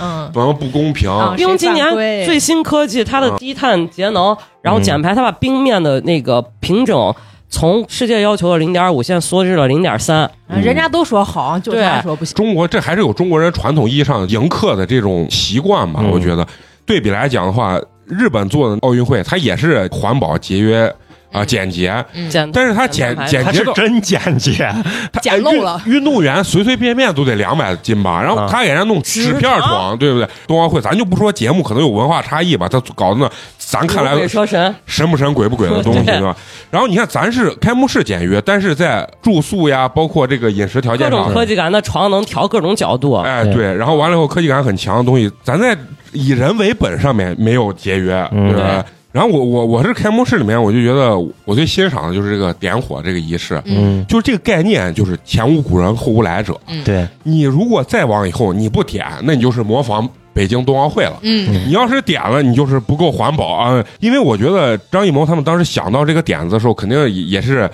S4: 嗯，
S1: 怎么不公平？
S4: 啊
S2: 冰今
S4: 谁犯规
S2: 年最新科技，它
S1: 嗯
S2: 的低碳节能，然后减排，它把冰面的那个平整从世界要求的零点五，现在缩至了零点三。
S1: 嗯
S4: 人家都说好，就
S2: 对
S4: 他说不行。
S1: 中国这还是有中国人传统意义上迎客的这种习惯吧？
S5: 嗯
S1: 我觉得对比来讲的话，日本做的奥运会，它也是环保节约啊、
S4: 嗯
S1: 简洁，
S2: 减，
S1: 但是它减
S2: 减
S1: 减
S2: 排
S5: 它
S1: 节
S5: 是
S1: 到
S5: 真简洁，
S1: 它
S4: 捡漏了
S1: 哎运运动员随随便便都得两百斤吧，然后
S5: 啊
S1: 他给人家弄纸片
S2: 纸
S1: 床，对不对？冬奥会咱就不说节目可能有文化差异吧，他搞的那咱看来
S2: 鬼车神，
S1: 神不神鬼不鬼的东西，
S2: 对
S1: 对吧？然后你看，咱是开幕式简约，但是在住宿呀，包括这个饮食条
S2: 各
S1: 件
S2: 种科
S1: 上，
S2: 技感，那床能调各种角度。
S1: 哎，
S5: 对
S1: 对，然后完了以后科技感很强的东西，咱在以人为本上面没有节约，
S5: 嗯
S1: 对吧？然后我我我是开幕式里面，我就觉得我最欣赏的就是这个点火这个仪式，
S5: 嗯，
S1: 就是这个概念，就是前无古人后无来者。
S5: 对，
S1: 你如果再往以后你不点，那你就是模仿北京冬奥会了。
S3: 嗯，
S1: 你要是点了，你就是不够环保啊！因为我觉得张艺谋他们当时想到这个点子的时候，肯定也也是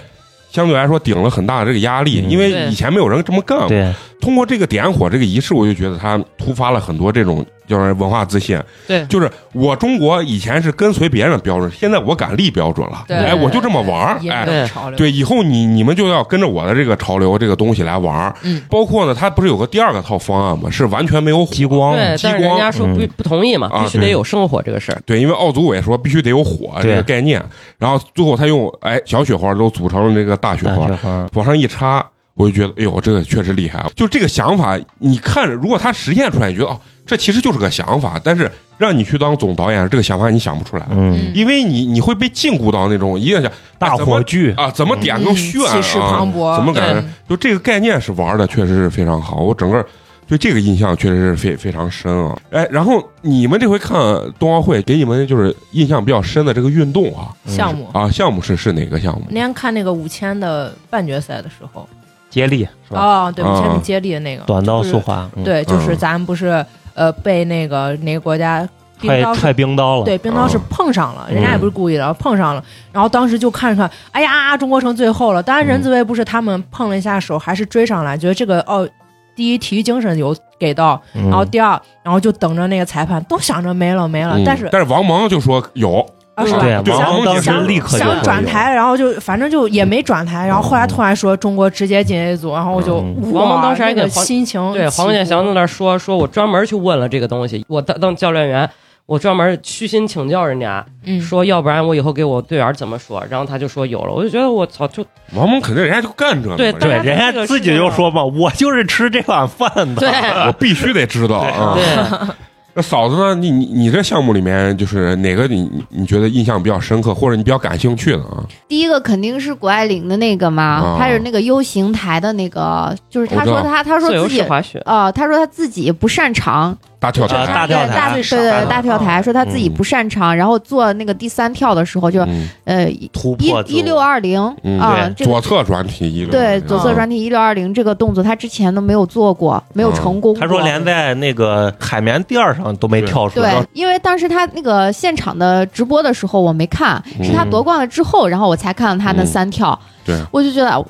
S1: 相对来说顶了很大的这个压力，
S5: 嗯
S1: 因为
S2: 对
S1: 以前没有人这么干过。
S5: 对，
S1: 通过这个点火这个仪式，我就觉得他突发了很多这种就是文化自信。
S2: 对
S1: 就是我中国以前是跟随别人的标准，现在我敢立标准了。
S2: 对
S1: 哎，我就这么玩儿，
S4: 引
S1: 哎。
S4: 领潮流，
S1: 对，以后你你们就要跟着我的这个潮流这个东西来玩儿，
S4: 嗯
S1: 包括呢，它不是有个第二个套方案吗？是完全没有火
S5: 激光，
S2: 对，但是人家说不
S5: 嗯
S2: 不同意嘛，
S1: 啊
S2: 必须得
S1: 对
S2: 有生活这个事儿。
S1: 对，因为奥组委说必须得有火这
S5: 对
S1: 个概念，然后最后他用哎小雪花都组成了这个大雪
S5: 大
S1: 花
S5: 雪，花，
S1: 往上一插，我就觉得哎呦这个确实厉害啊！就这个想法，你看着如果他实现出来，你觉得哦这其实就是个想法，但是让你去当总导演，这个想法你想不出来。
S5: 嗯，
S1: 因为你你会被禁锢到那种一个想
S5: 大火炬，
S1: 啊，怎么点更
S4: 嗯
S1: 炫
S4: 气势
S1: 啊
S4: 磅？礴，
S1: 怎么感觉
S4: 嗯？
S1: 就这个概念是玩的，确实是非常好。我整个对这个印象确实是非非常深啊。哎，然后你们这回看冬奥会，给你们就是印象比较深的这个运动啊
S4: 项目？
S1: 啊项目是是哪个项目
S4: 那天看那个五千的半决赛的时候，
S5: 接力是吧？
S4: 哦，对，
S1: 啊
S4: 五千米接力的那个，
S5: 短道速滑，嗯，
S4: 对，就是
S1: 嗯
S4: 咱们不是呃被那个哪个国家冰
S5: 踹
S4: 刀是
S5: 踹冰刀了，
S4: 对，冰刀是
S1: 嗯
S4: 碰上了，人家也
S5: 嗯
S4: 不是故意的，然后碰上了，然后当时就看着看，哎呀，中国成最后了。当然，
S5: 嗯
S4: 任子威不是他们碰了一下手，还是追上来，觉得这个哦，第一体育精神有给到，
S5: 嗯，
S4: 然后第二，然后就等着那个裁判，都想着没了没了
S1: 嗯，
S4: 但是
S1: 但是王蒙就说有，
S4: 啊是吧
S5: 对，
S1: 对
S5: 王蒙当时
S4: 想
S5: 立刻就
S4: 想
S5: 说
S4: 转
S5: 有
S4: 台，然后就反正就也没转台，然后后来突然说中国直接进 A 组，然后我就
S5: 嗯
S4: 哇
S2: 王蒙当时还
S4: 那个
S2: 给黄
S4: 心
S3: 哦
S4: 情
S2: 对，黄健
S4: 起伏
S2: 翔在那儿说说，我专门去问了这个东西，我当当教练员，我专门虚心请教人家，
S4: 嗯
S2: 说要不然我以后给我队员怎么说，然后他就说有了，我就觉得我操，就
S1: 王蒙肯定人家就干这个，
S2: 对
S5: 对，
S2: 大家
S5: 人
S2: 这
S5: 家
S2: 个
S5: 自己
S2: 是
S5: 就说嘛，我就是吃这碗饭的，
S1: 我必须得知道啊。
S2: 对，
S1: 那嫂子呢？你你你这项目里面就是哪个你你你觉得印象比较深刻，或者你比较感兴趣的啊？
S3: 第一个肯定是谷爱凌的那个
S1: 啊
S3: 嘛，她是那个 U 型台的那个，就是
S1: 我
S3: 她
S1: 知道
S3: 说她她说
S2: 自由
S3: 自己
S2: 式滑雪，
S3: 呃，她说她自己不擅长，
S1: 大跳台，
S5: 啊大
S3: 对
S5: 跳
S3: 大
S5: 台
S3: 对
S4: 最
S3: 对
S4: 少
S3: 对大跳
S1: 哦
S3: 台，说她自己不擅长，然后做那个第三跳的时候就
S1: 嗯
S3: 呃一
S5: 突
S3: 一
S5: 破自我
S3: 一六二零
S1: 嗯
S3: 啊，
S5: 对
S3: 这个
S1: 左侧嗯转体一流，
S3: 对左侧转体一六二零这个动作，她之前都没有做过，没有
S1: 嗯
S3: 成功过。
S5: 他说连在那个海绵垫儿上都没跳出来
S3: 啊对，，因为当时他那个现场的直播的时候我没看，
S1: 嗯
S3: 是他夺冠了之后，然后我才看了他那
S1: 嗯
S3: 三跳，
S1: 对
S3: 我就觉得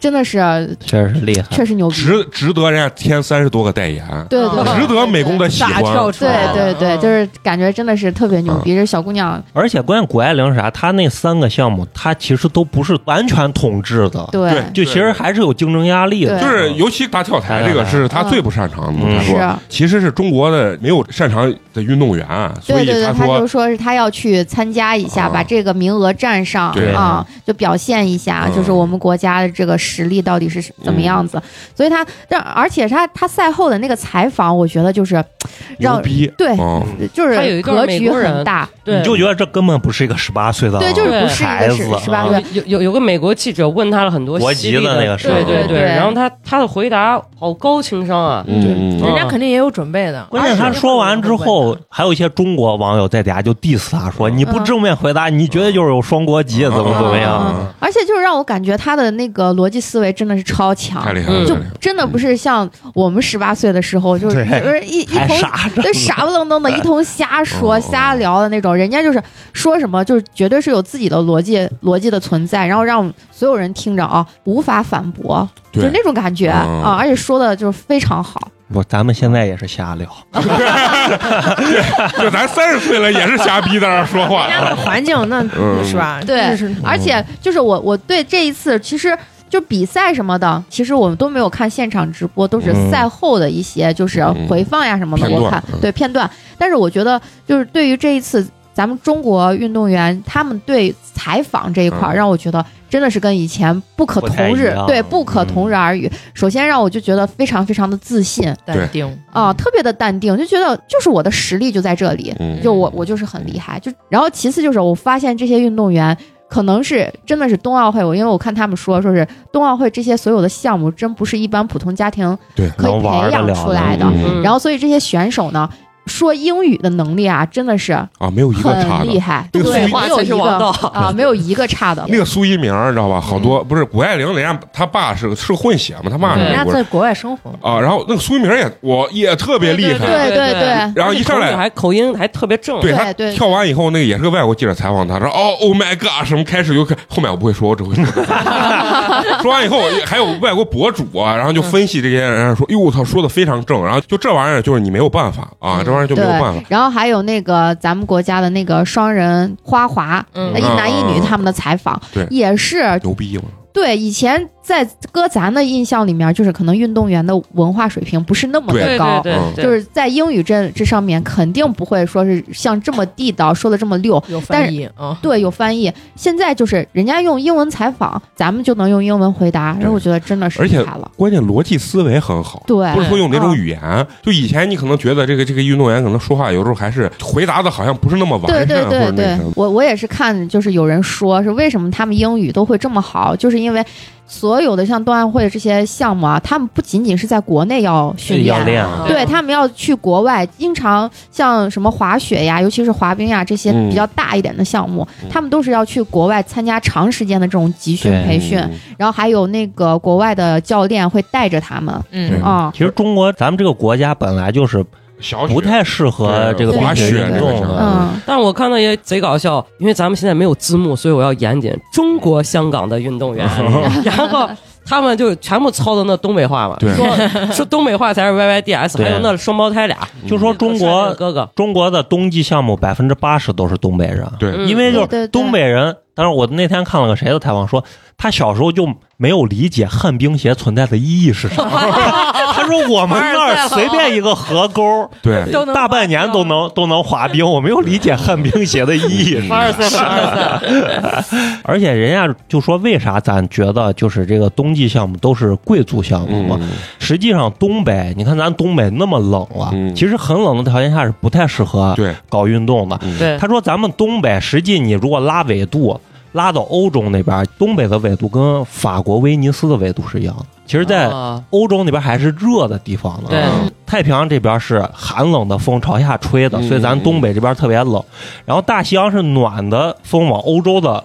S3: 真的是
S5: 确实是厉害。
S3: 确实牛逼，
S1: 值值得人家添三十多个代言，
S3: 对对对
S1: 值得美工的喜
S4: 大跳
S1: 欢。嗯
S4: 出
S3: 对
S4: 来了，
S3: 对对，
S4: 嗯
S3: 就是感觉真的是特别牛逼，这小姑娘，
S5: 而且关键谷爱凌是啥，她那三个项目，她其实都不是完全统治的，
S3: 对
S1: 对
S5: 就其实还是有竞争压力的。
S3: 对
S1: 就是尤其大跳台这个是他最不擅长的，
S5: 嗯
S1: 他
S3: 是
S1: 说，其实是中国的没有擅长的运动员，啊所
S3: 对
S1: 以
S3: 对对，
S1: 他
S3: 她
S1: 说
S3: 就说是她要去参加一下，
S1: 啊
S3: 把这个名额占上
S1: 对
S3: 啊，就表现一下，
S1: 嗯
S3: 就是我们国家的这个实力到底是怎么样子。所以她，但而且她她赛后的那个采访，我觉得就是
S1: 牛
S3: 让哎
S1: 逼，啊
S3: 对，
S1: 嗯，
S3: 就
S2: 她有一
S3: 是
S2: 段
S3: 格
S2: 美
S3: 局
S2: 国
S3: 很
S2: 人
S3: 大，
S2: 对，
S5: 你就觉得这根本不是一个十八岁的
S3: 对，就是
S2: 对
S3: 不是一
S5: 孩
S3: 个
S5: 子
S3: 是是吧？
S5: 啊
S3: 对吧
S2: 有有有个美国记者问他了很多
S5: 国
S2: 犀
S5: 籍
S2: 利
S5: 的
S2: 的
S5: 那个是
S2: 对对
S3: 对
S2: 然后他他的回答好高情商啊，
S1: 嗯，嗯
S4: 人家肯定也有准备的。
S5: 关键他说完之后，还有一些中国网友在底下就 diss 他，说
S3: 嗯
S5: 你不正面回答，你绝对就是有双国籍，怎么怎么样？
S1: 嗯
S3: 而且就是让我感觉他的那个逻辑思维真的是超强
S1: 太，厉害了，
S2: 嗯
S1: 太
S3: 就
S1: 厉害了
S3: 真的不是像我们十八岁的时候，就是
S5: 对
S3: 就是一一
S5: 还
S3: 通
S5: 傻 着
S3: 对傻不愣登的一通瞎说
S1: 嗯
S3: 瞎聊的那种，人家就是说什么就是绝对是有自己的逻辑逻辑的存在，然后让所有人听着啊无法反驳，就
S1: 对
S3: 是那种感觉
S1: 嗯
S3: 啊，而且说的就是非常好，
S5: 不，咱们现在也是瞎聊，
S1: 就咱三十岁了也是瞎逼在那儿说话
S4: 人，家的环境那
S1: 嗯
S4: 是吧？
S3: 对
S4: 真的是
S3: 而
S5: 嗯
S3: 且就是我我对这一次其实。就比赛什么的，其实我们都没有看现场直播，都是
S5: 嗯
S3: 赛后的一些就是回放呀什么的，
S1: 片段
S3: 我看
S1: 嗯
S3: 对片段。但是我觉得，就是对于这一次咱们中国运动员他们对采访这一块儿，
S1: 嗯
S3: 让我觉得真的是跟以前不可
S5: 不太
S3: 同
S5: 一
S3: 日
S5: 样，嗯
S3: 对不可同日而语。首先让我就觉得非常非常的自信
S4: 淡定
S3: 啊、
S5: 嗯
S3: 特别的淡定，就觉得就是我的实力就在这里，
S1: 嗯
S3: 就我我就是很厉害。就然后其次就是我发现这些运动员可能是真的是冬奥会，我因为我看他们说说是冬奥会这些所有的项目真不是一般普通家庭
S1: 对
S3: 可以
S5: 能玩
S3: 培
S5: 得
S3: 养
S5: 了
S3: 出来的。
S1: 嗯
S2: 嗯
S3: 然后所以这些选手呢。说英语的能力啊，真的是
S1: 啊，没有一个差
S3: 很厉
S1: 的。
S3: 害，
S1: 那
S3: 对，
S1: 个
S2: 对
S1: 苏一
S2: 话
S3: 没有
S2: 才
S3: 一
S2: 是王
S3: 个
S2: 道。
S3: 啊，没有一个差的。
S1: 那个苏一鸣儿，你知道吧？好
S3: 嗯
S1: 多不是谷爱凌，人家他爸是是混血嘛，他妈是
S2: 对
S1: 美
S4: 人家
S1: 国人
S4: 在国外生活，
S1: 啊。然后那个苏一鸣儿也，我也特别厉害。啊
S3: 对对
S2: 对
S1: 然后一上
S2: 而且口语
S1: 来，
S2: 还口音还特别 正，
S1: 对他
S3: 对对
S1: 跳完以后，那个也是个外国记者采访他，说哦，Oh my God，什么开始就开，后面我不会说，我只会说。 说完以后，还有外国博主啊，然后
S3: 嗯
S1: 就分析这些人说，哟，我操，说的非常正。然后就这玩意儿，就是你没有办法啊，这玩意儿就没
S3: 嗯对
S1: 有办法。，
S3: 然后还有那个咱们国家的那个双人花滑，呃
S2: 嗯
S3: 一男一女
S1: 嗯
S3: 他们的采访，
S1: 对
S3: 也是
S1: 牛逼嘛！
S3: 对以前在搁咱的印象里面，就是可能运动员的文化水平不是那么
S1: 对
S3: 的
S2: 对
S3: 高
S2: 对，对
S1: 嗯
S2: 对，
S3: 就是在英语这这上面肯定不会说是像这么地道，说的这么溜。
S4: 有翻译啊，
S3: 对，有翻译。现在就是人家用英文采访，咱们就能用英文回答，然后我觉得真的是
S1: 而
S3: 厉
S1: 且
S3: 害了。
S1: 关键逻辑思维很好，
S3: 对
S1: 不是说用哪种
S3: 嗯
S1: 语言。就以前你可能觉得这个这个运动员可能说话有时候还是回答的好像不是那么
S3: 对
S1: 完
S3: 对
S1: 善，或
S3: 对
S1: 者那
S3: 对
S1: 什么，。
S3: 我我也是看，就是有人说是为什么他们英语都会这么好，就是因为所有的像冬奥会这些项目啊，他们不仅仅是在国内要训
S5: 要
S3: 练，
S5: 练
S4: 啊
S3: 对他们要去国外，经常像什么滑雪呀，尤其是滑冰呀这些
S1: 嗯
S3: 比较大一点的项目，
S1: 嗯
S3: 他们都是要去国外参加长时间的这种集训
S5: 对
S3: 培训，
S1: 嗯
S3: 然后还有那个国外的教练会带着他们
S1: 对
S4: 嗯，
S3: 啊、
S5: 其实中国咱们这个国家本来就是
S1: 小雪
S5: 不太适合这个
S3: 对
S5: 冰
S3: 滑
S5: 雪
S1: 雪
S5: 运
S1: 这个
S5: 动
S1: 项目
S5: 的。
S3: 嗯，
S2: 但是我看到也贼搞笑，因为咱们现在没有字幕，所以我要严谨。中国香港的运动 员，然后他们就全部操的那东北话嘛，
S1: 对
S2: 说说东北话才是 Y Y D S，
S5: 对
S2: 还有那双胞胎俩，
S1: 嗯
S5: 就说中
S2: 我
S5: 国
S2: 哥哥，
S5: 中国的冬季项目百分之八十都是东北人，
S1: 对
S2: 嗯
S5: 因为就
S3: 对对
S5: 是
S3: 对
S5: 东北人。但是我那天看了个谁的采访说，他小时候就没有理解旱冰鞋存在的意义是啥。他说我们那儿随便一个河沟，
S1: 对
S4: 都能
S5: 大半年都能都能滑冰，我没有理解旱冰鞋的意义是啥。
S1: 嗯
S2: 凡尔赛，凡尔赛，
S5: 而且人家就说，为啥咱觉得就是这个冬季项目都是贵族项目嘛？
S1: 嗯
S5: 实际上，东北，你看咱东北那么冷了，
S1: 嗯
S5: 其实很冷的条件下是不太适合
S1: 对
S5: 搞运动的。
S1: 嗯
S2: 对
S5: 他说，咱们东北实际你如果拉纬度，拉到欧洲那边，东北的纬度跟法国威尼斯的纬度是一样的。其实，在
S1: 哦
S2: 啊
S5: 欧洲那边还是热的地方呢。
S2: 对
S5: 太平洋这边是寒冷的风朝下吹的，
S1: 嗯
S5: 所以咱东北这边特别冷。然后大西洋是暖的风往欧洲的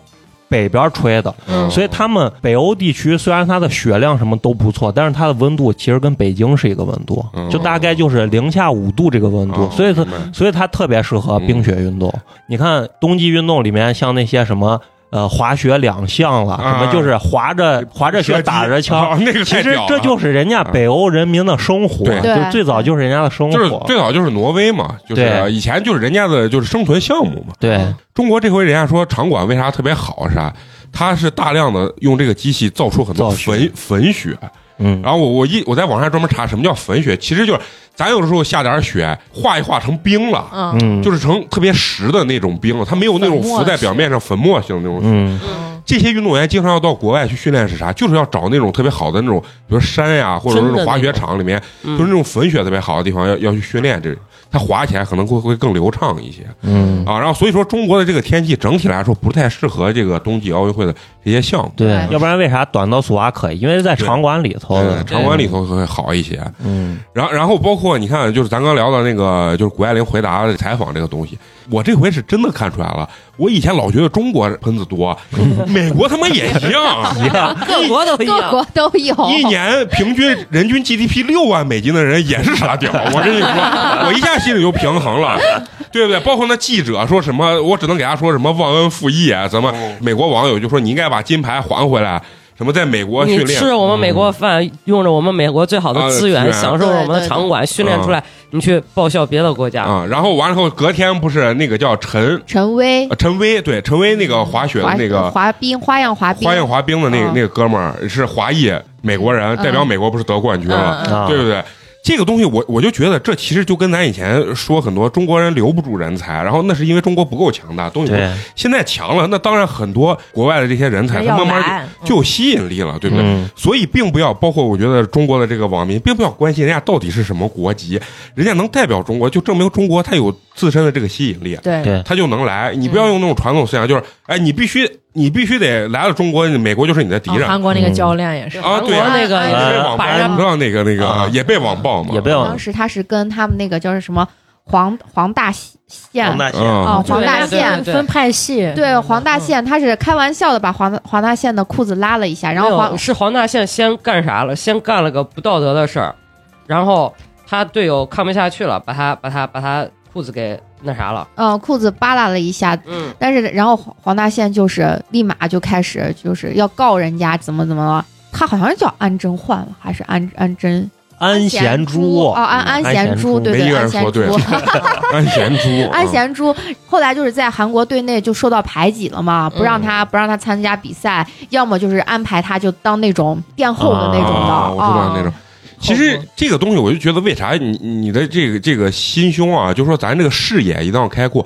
S5: 北边吹的，
S1: 嗯
S5: 所以他们北欧地区虽然它的雪量什么都不错，但是它的温度其实跟北京是一个温度
S1: 嗯，
S5: 就大概就是零下五度这个温度，
S1: 哦
S5: 所以它
S1: 明白
S5: 所以它特别适
S1: 嗯
S5: 合冰雪运动。你看冬季运动里面像那些什么呃滑雪两项了，
S1: 啊
S5: 什么就是滑着滑呃着雪 打着枪，
S1: 啊那个
S5: 其
S1: 太
S5: 实
S1: 屌了
S5: 这就是人家北欧人民的生活，
S1: 对
S5: 就最早就是人家的生
S1: 就是
S5: 活，
S1: 最早就是挪威嘛，就是呃
S5: 对
S1: 以前就是人家的就是生存项目嘛。
S5: 对
S1: 中国这回人家说场馆为啥特别好是啥？它是大量的用这个机器造出很多
S5: 造血
S1: 粉粉雪，
S5: 嗯，
S1: 然后我我一我在网上专门查什么叫粉雪，其实就是咱有的时候下点雪化一化成冰了，
S4: 嗯
S5: 嗯，
S1: 就是成特别实的那种冰了，它没有那种
S4: 粉末
S1: 浮在
S4: 式
S1: 表面上粉末性的那种
S5: 嗯
S1: 这些运动员经常要到国外去训练是啥？就是要找那种特别好的那种，比如山呀、或者说那种滑雪场里面，
S2: 嗯
S1: 就是那种粉雪特别好的地方，要要去训练这，他滑起来可能会会更流畅一些
S5: 嗯，
S1: 啊。然后所以说，中国的这个天气整体来说不太适合这个冬季奥运会的这些项目，
S5: 对
S3: 对，
S5: 要不然为啥短道速滑可以？因为在场馆里头
S1: 呃
S5: 的，
S1: 场馆里头会好一些。
S5: 嗯，
S1: 然后然后包括你看，就是咱刚聊到那个，就是谷爱凌回答采访这个东西，我这回是真的看出来了。我以前老觉得中国喷子多，美国他妈也一 样。啊
S5: 一样，
S2: 各国都一
S3: 各
S2: 样。
S3: 国都有。
S1: 一 年平均人均 GDP 六万美金的人也是傻屌，我跟你说，我一下心里就平衡了，对不对？包括那记者说什么，我只能给他说什么忘恩负义啊，咱们美国网友就说你应该把金牌还回来，什么在美国
S2: 你
S1: 训练
S2: 吃，着我们美国饭，用着我们美国最好的资
S1: 啊资
S2: 源，
S1: 源
S2: 享受着我们的场馆，训练出
S5: 嗯
S2: 来，你去报效别的国家。
S1: 啊、然后完了后隔天不是那个叫陈
S3: 陈薇
S1: 呃陈威，对陈威那个滑雪的
S3: 滑
S1: 那个
S3: 滑冰花样滑冰，
S1: 花样滑冰的那个
S3: 嗯
S1: 那个哥们儿是华裔美国人，代表美国不是得冠军了。
S4: 嗯
S5: 啊
S1: 对不对？这个东西我，我就觉得这其实就跟咱以前说很多中国人留不住人才，然后那是因为中国不够强大，东西不
S5: 对，
S1: 现在强了，那当然很多国外的这些人才，
S4: 人
S1: 他
S4: 要
S1: 慢慢
S4: 来嗯
S1: 就就有吸引力了，对不对？
S5: 嗯
S1: 所以并不要包括我觉得中国的这个网民，并不要关心人家到底是什么国籍，人家能代表中国，就证明中国他有自身的这个吸引力。
S4: 对
S5: 对
S1: 他就能来，你不要用那种传统思想，就是，哎，你必须，你必须得来了中国，美国就是你的敌人
S4: 啊韩国那个教练也是，
S1: 啊！对
S2: 韩
S1: 啊
S2: 国
S3: 哎
S1: 也
S2: 那
S1: 被
S2: 个
S1: 网
S2: 把
S1: 暴，
S2: 人
S1: 你
S2: 家
S1: 知道那个那个
S5: 啊
S1: 也被网暴嘛，
S5: 也被网
S3: 当时他是跟他们那个叫什么黄黄大宪
S5: 那
S1: 嗯
S3: 啊，
S4: 就
S3: 黄大
S4: 人家
S3: 宪。
S2: 对
S4: 分派系，
S3: 对黄
S4: 嗯
S3: 大宪，他是开玩笑的把黄黄大宪的裤子拉了一下，然后
S2: 没有
S3: 黄
S2: 是黄大宪先干啥了？先干了个不道德的事儿，然后他队友看不下去了，把他把他把他裤子给那啥了。
S3: 嗯裤子扒拉了一下，
S2: 嗯，
S3: 但是然后黄黄大宪就是立马就开始就是要告人家怎么怎么了，他好像叫安贞焕吧，还是安安贞
S5: 安贤
S3: 珠
S5: 珠
S3: 哦，安安
S5: 贤
S3: 贤珠，对
S1: 没一
S3: 对
S1: 个
S3: 安
S1: 人
S3: 贤
S1: 说对
S3: 珠，
S1: 安贤珠，
S3: 安
S1: 嗯
S3: 贤洙后来就是在韩国队内就受到排挤了嘛，
S1: 嗯
S3: 不让他不让他参加比赛，要么就是安排他就当那种殿后的那种的
S1: 啊，我知道
S3: 啊
S1: 那种。其实这个东西，我就觉得为啥你你的这个这个心胸啊，就说咱这个视野一定要开阔。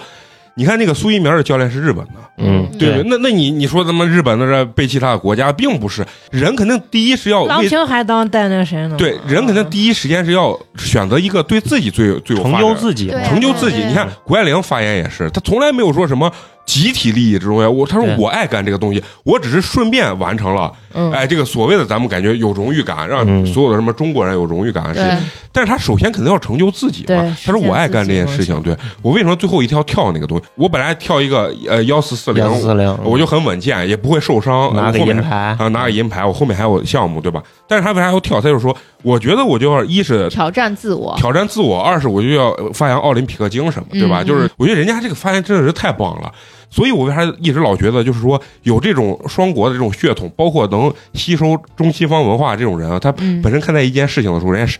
S1: 你看那个苏一鸣的教练是日本的，
S5: 嗯，
S1: 对不对，那那你你说他妈日本的这背弃他的国家，并不是人肯定第一是要
S4: 郎
S1: 为
S4: 平还当带那谁呢？
S1: 哦
S4: 嗯
S1: 对人肯
S3: 嗯
S1: 定第一时间是要选择一个对自己最最有
S5: 成
S1: 发
S5: 就
S1: 展
S5: 自己嘛，
S3: 对
S1: 成就自己。
S3: 对
S1: 你看谷爱凌发言也是，她从来没有说什么集体利益之中呀，我她说
S5: 对
S1: 我爱干这个东西，我只是顺便完成了。
S4: 嗯
S1: 哎，这个所谓的咱们感觉有荣誉感，让
S5: 嗯
S1: 所有的什么中国人有荣誉感是，
S3: 对，
S1: 但是她首先肯定要成就自己
S4: 对
S1: 嘛。她说我爱干这件事情，对我为什么最后一定要跳那个东西？我本来跳一个呃幺四四零，
S5: 幺四零，
S1: 我就很稳健，也不会受伤，
S5: 拿个
S1: 我后面
S5: 银牌
S1: 啊，拿个银牌，我后面还有项目，对吧？但是他为啥要跳？他就说，我觉得我就要一是
S3: 挑战 自我，
S1: 挑战自我，二是我就要发扬奥林匹克精神嘛，对吧？
S3: 嗯
S1: 就是我觉得人家这个发言真的是太棒了，所以我为啥一直老觉得，就是说有这种双国的这种血统，包括能吸收中西方文化这种人啊，他
S3: 嗯
S1: 本身看待一件事情的时候，人家是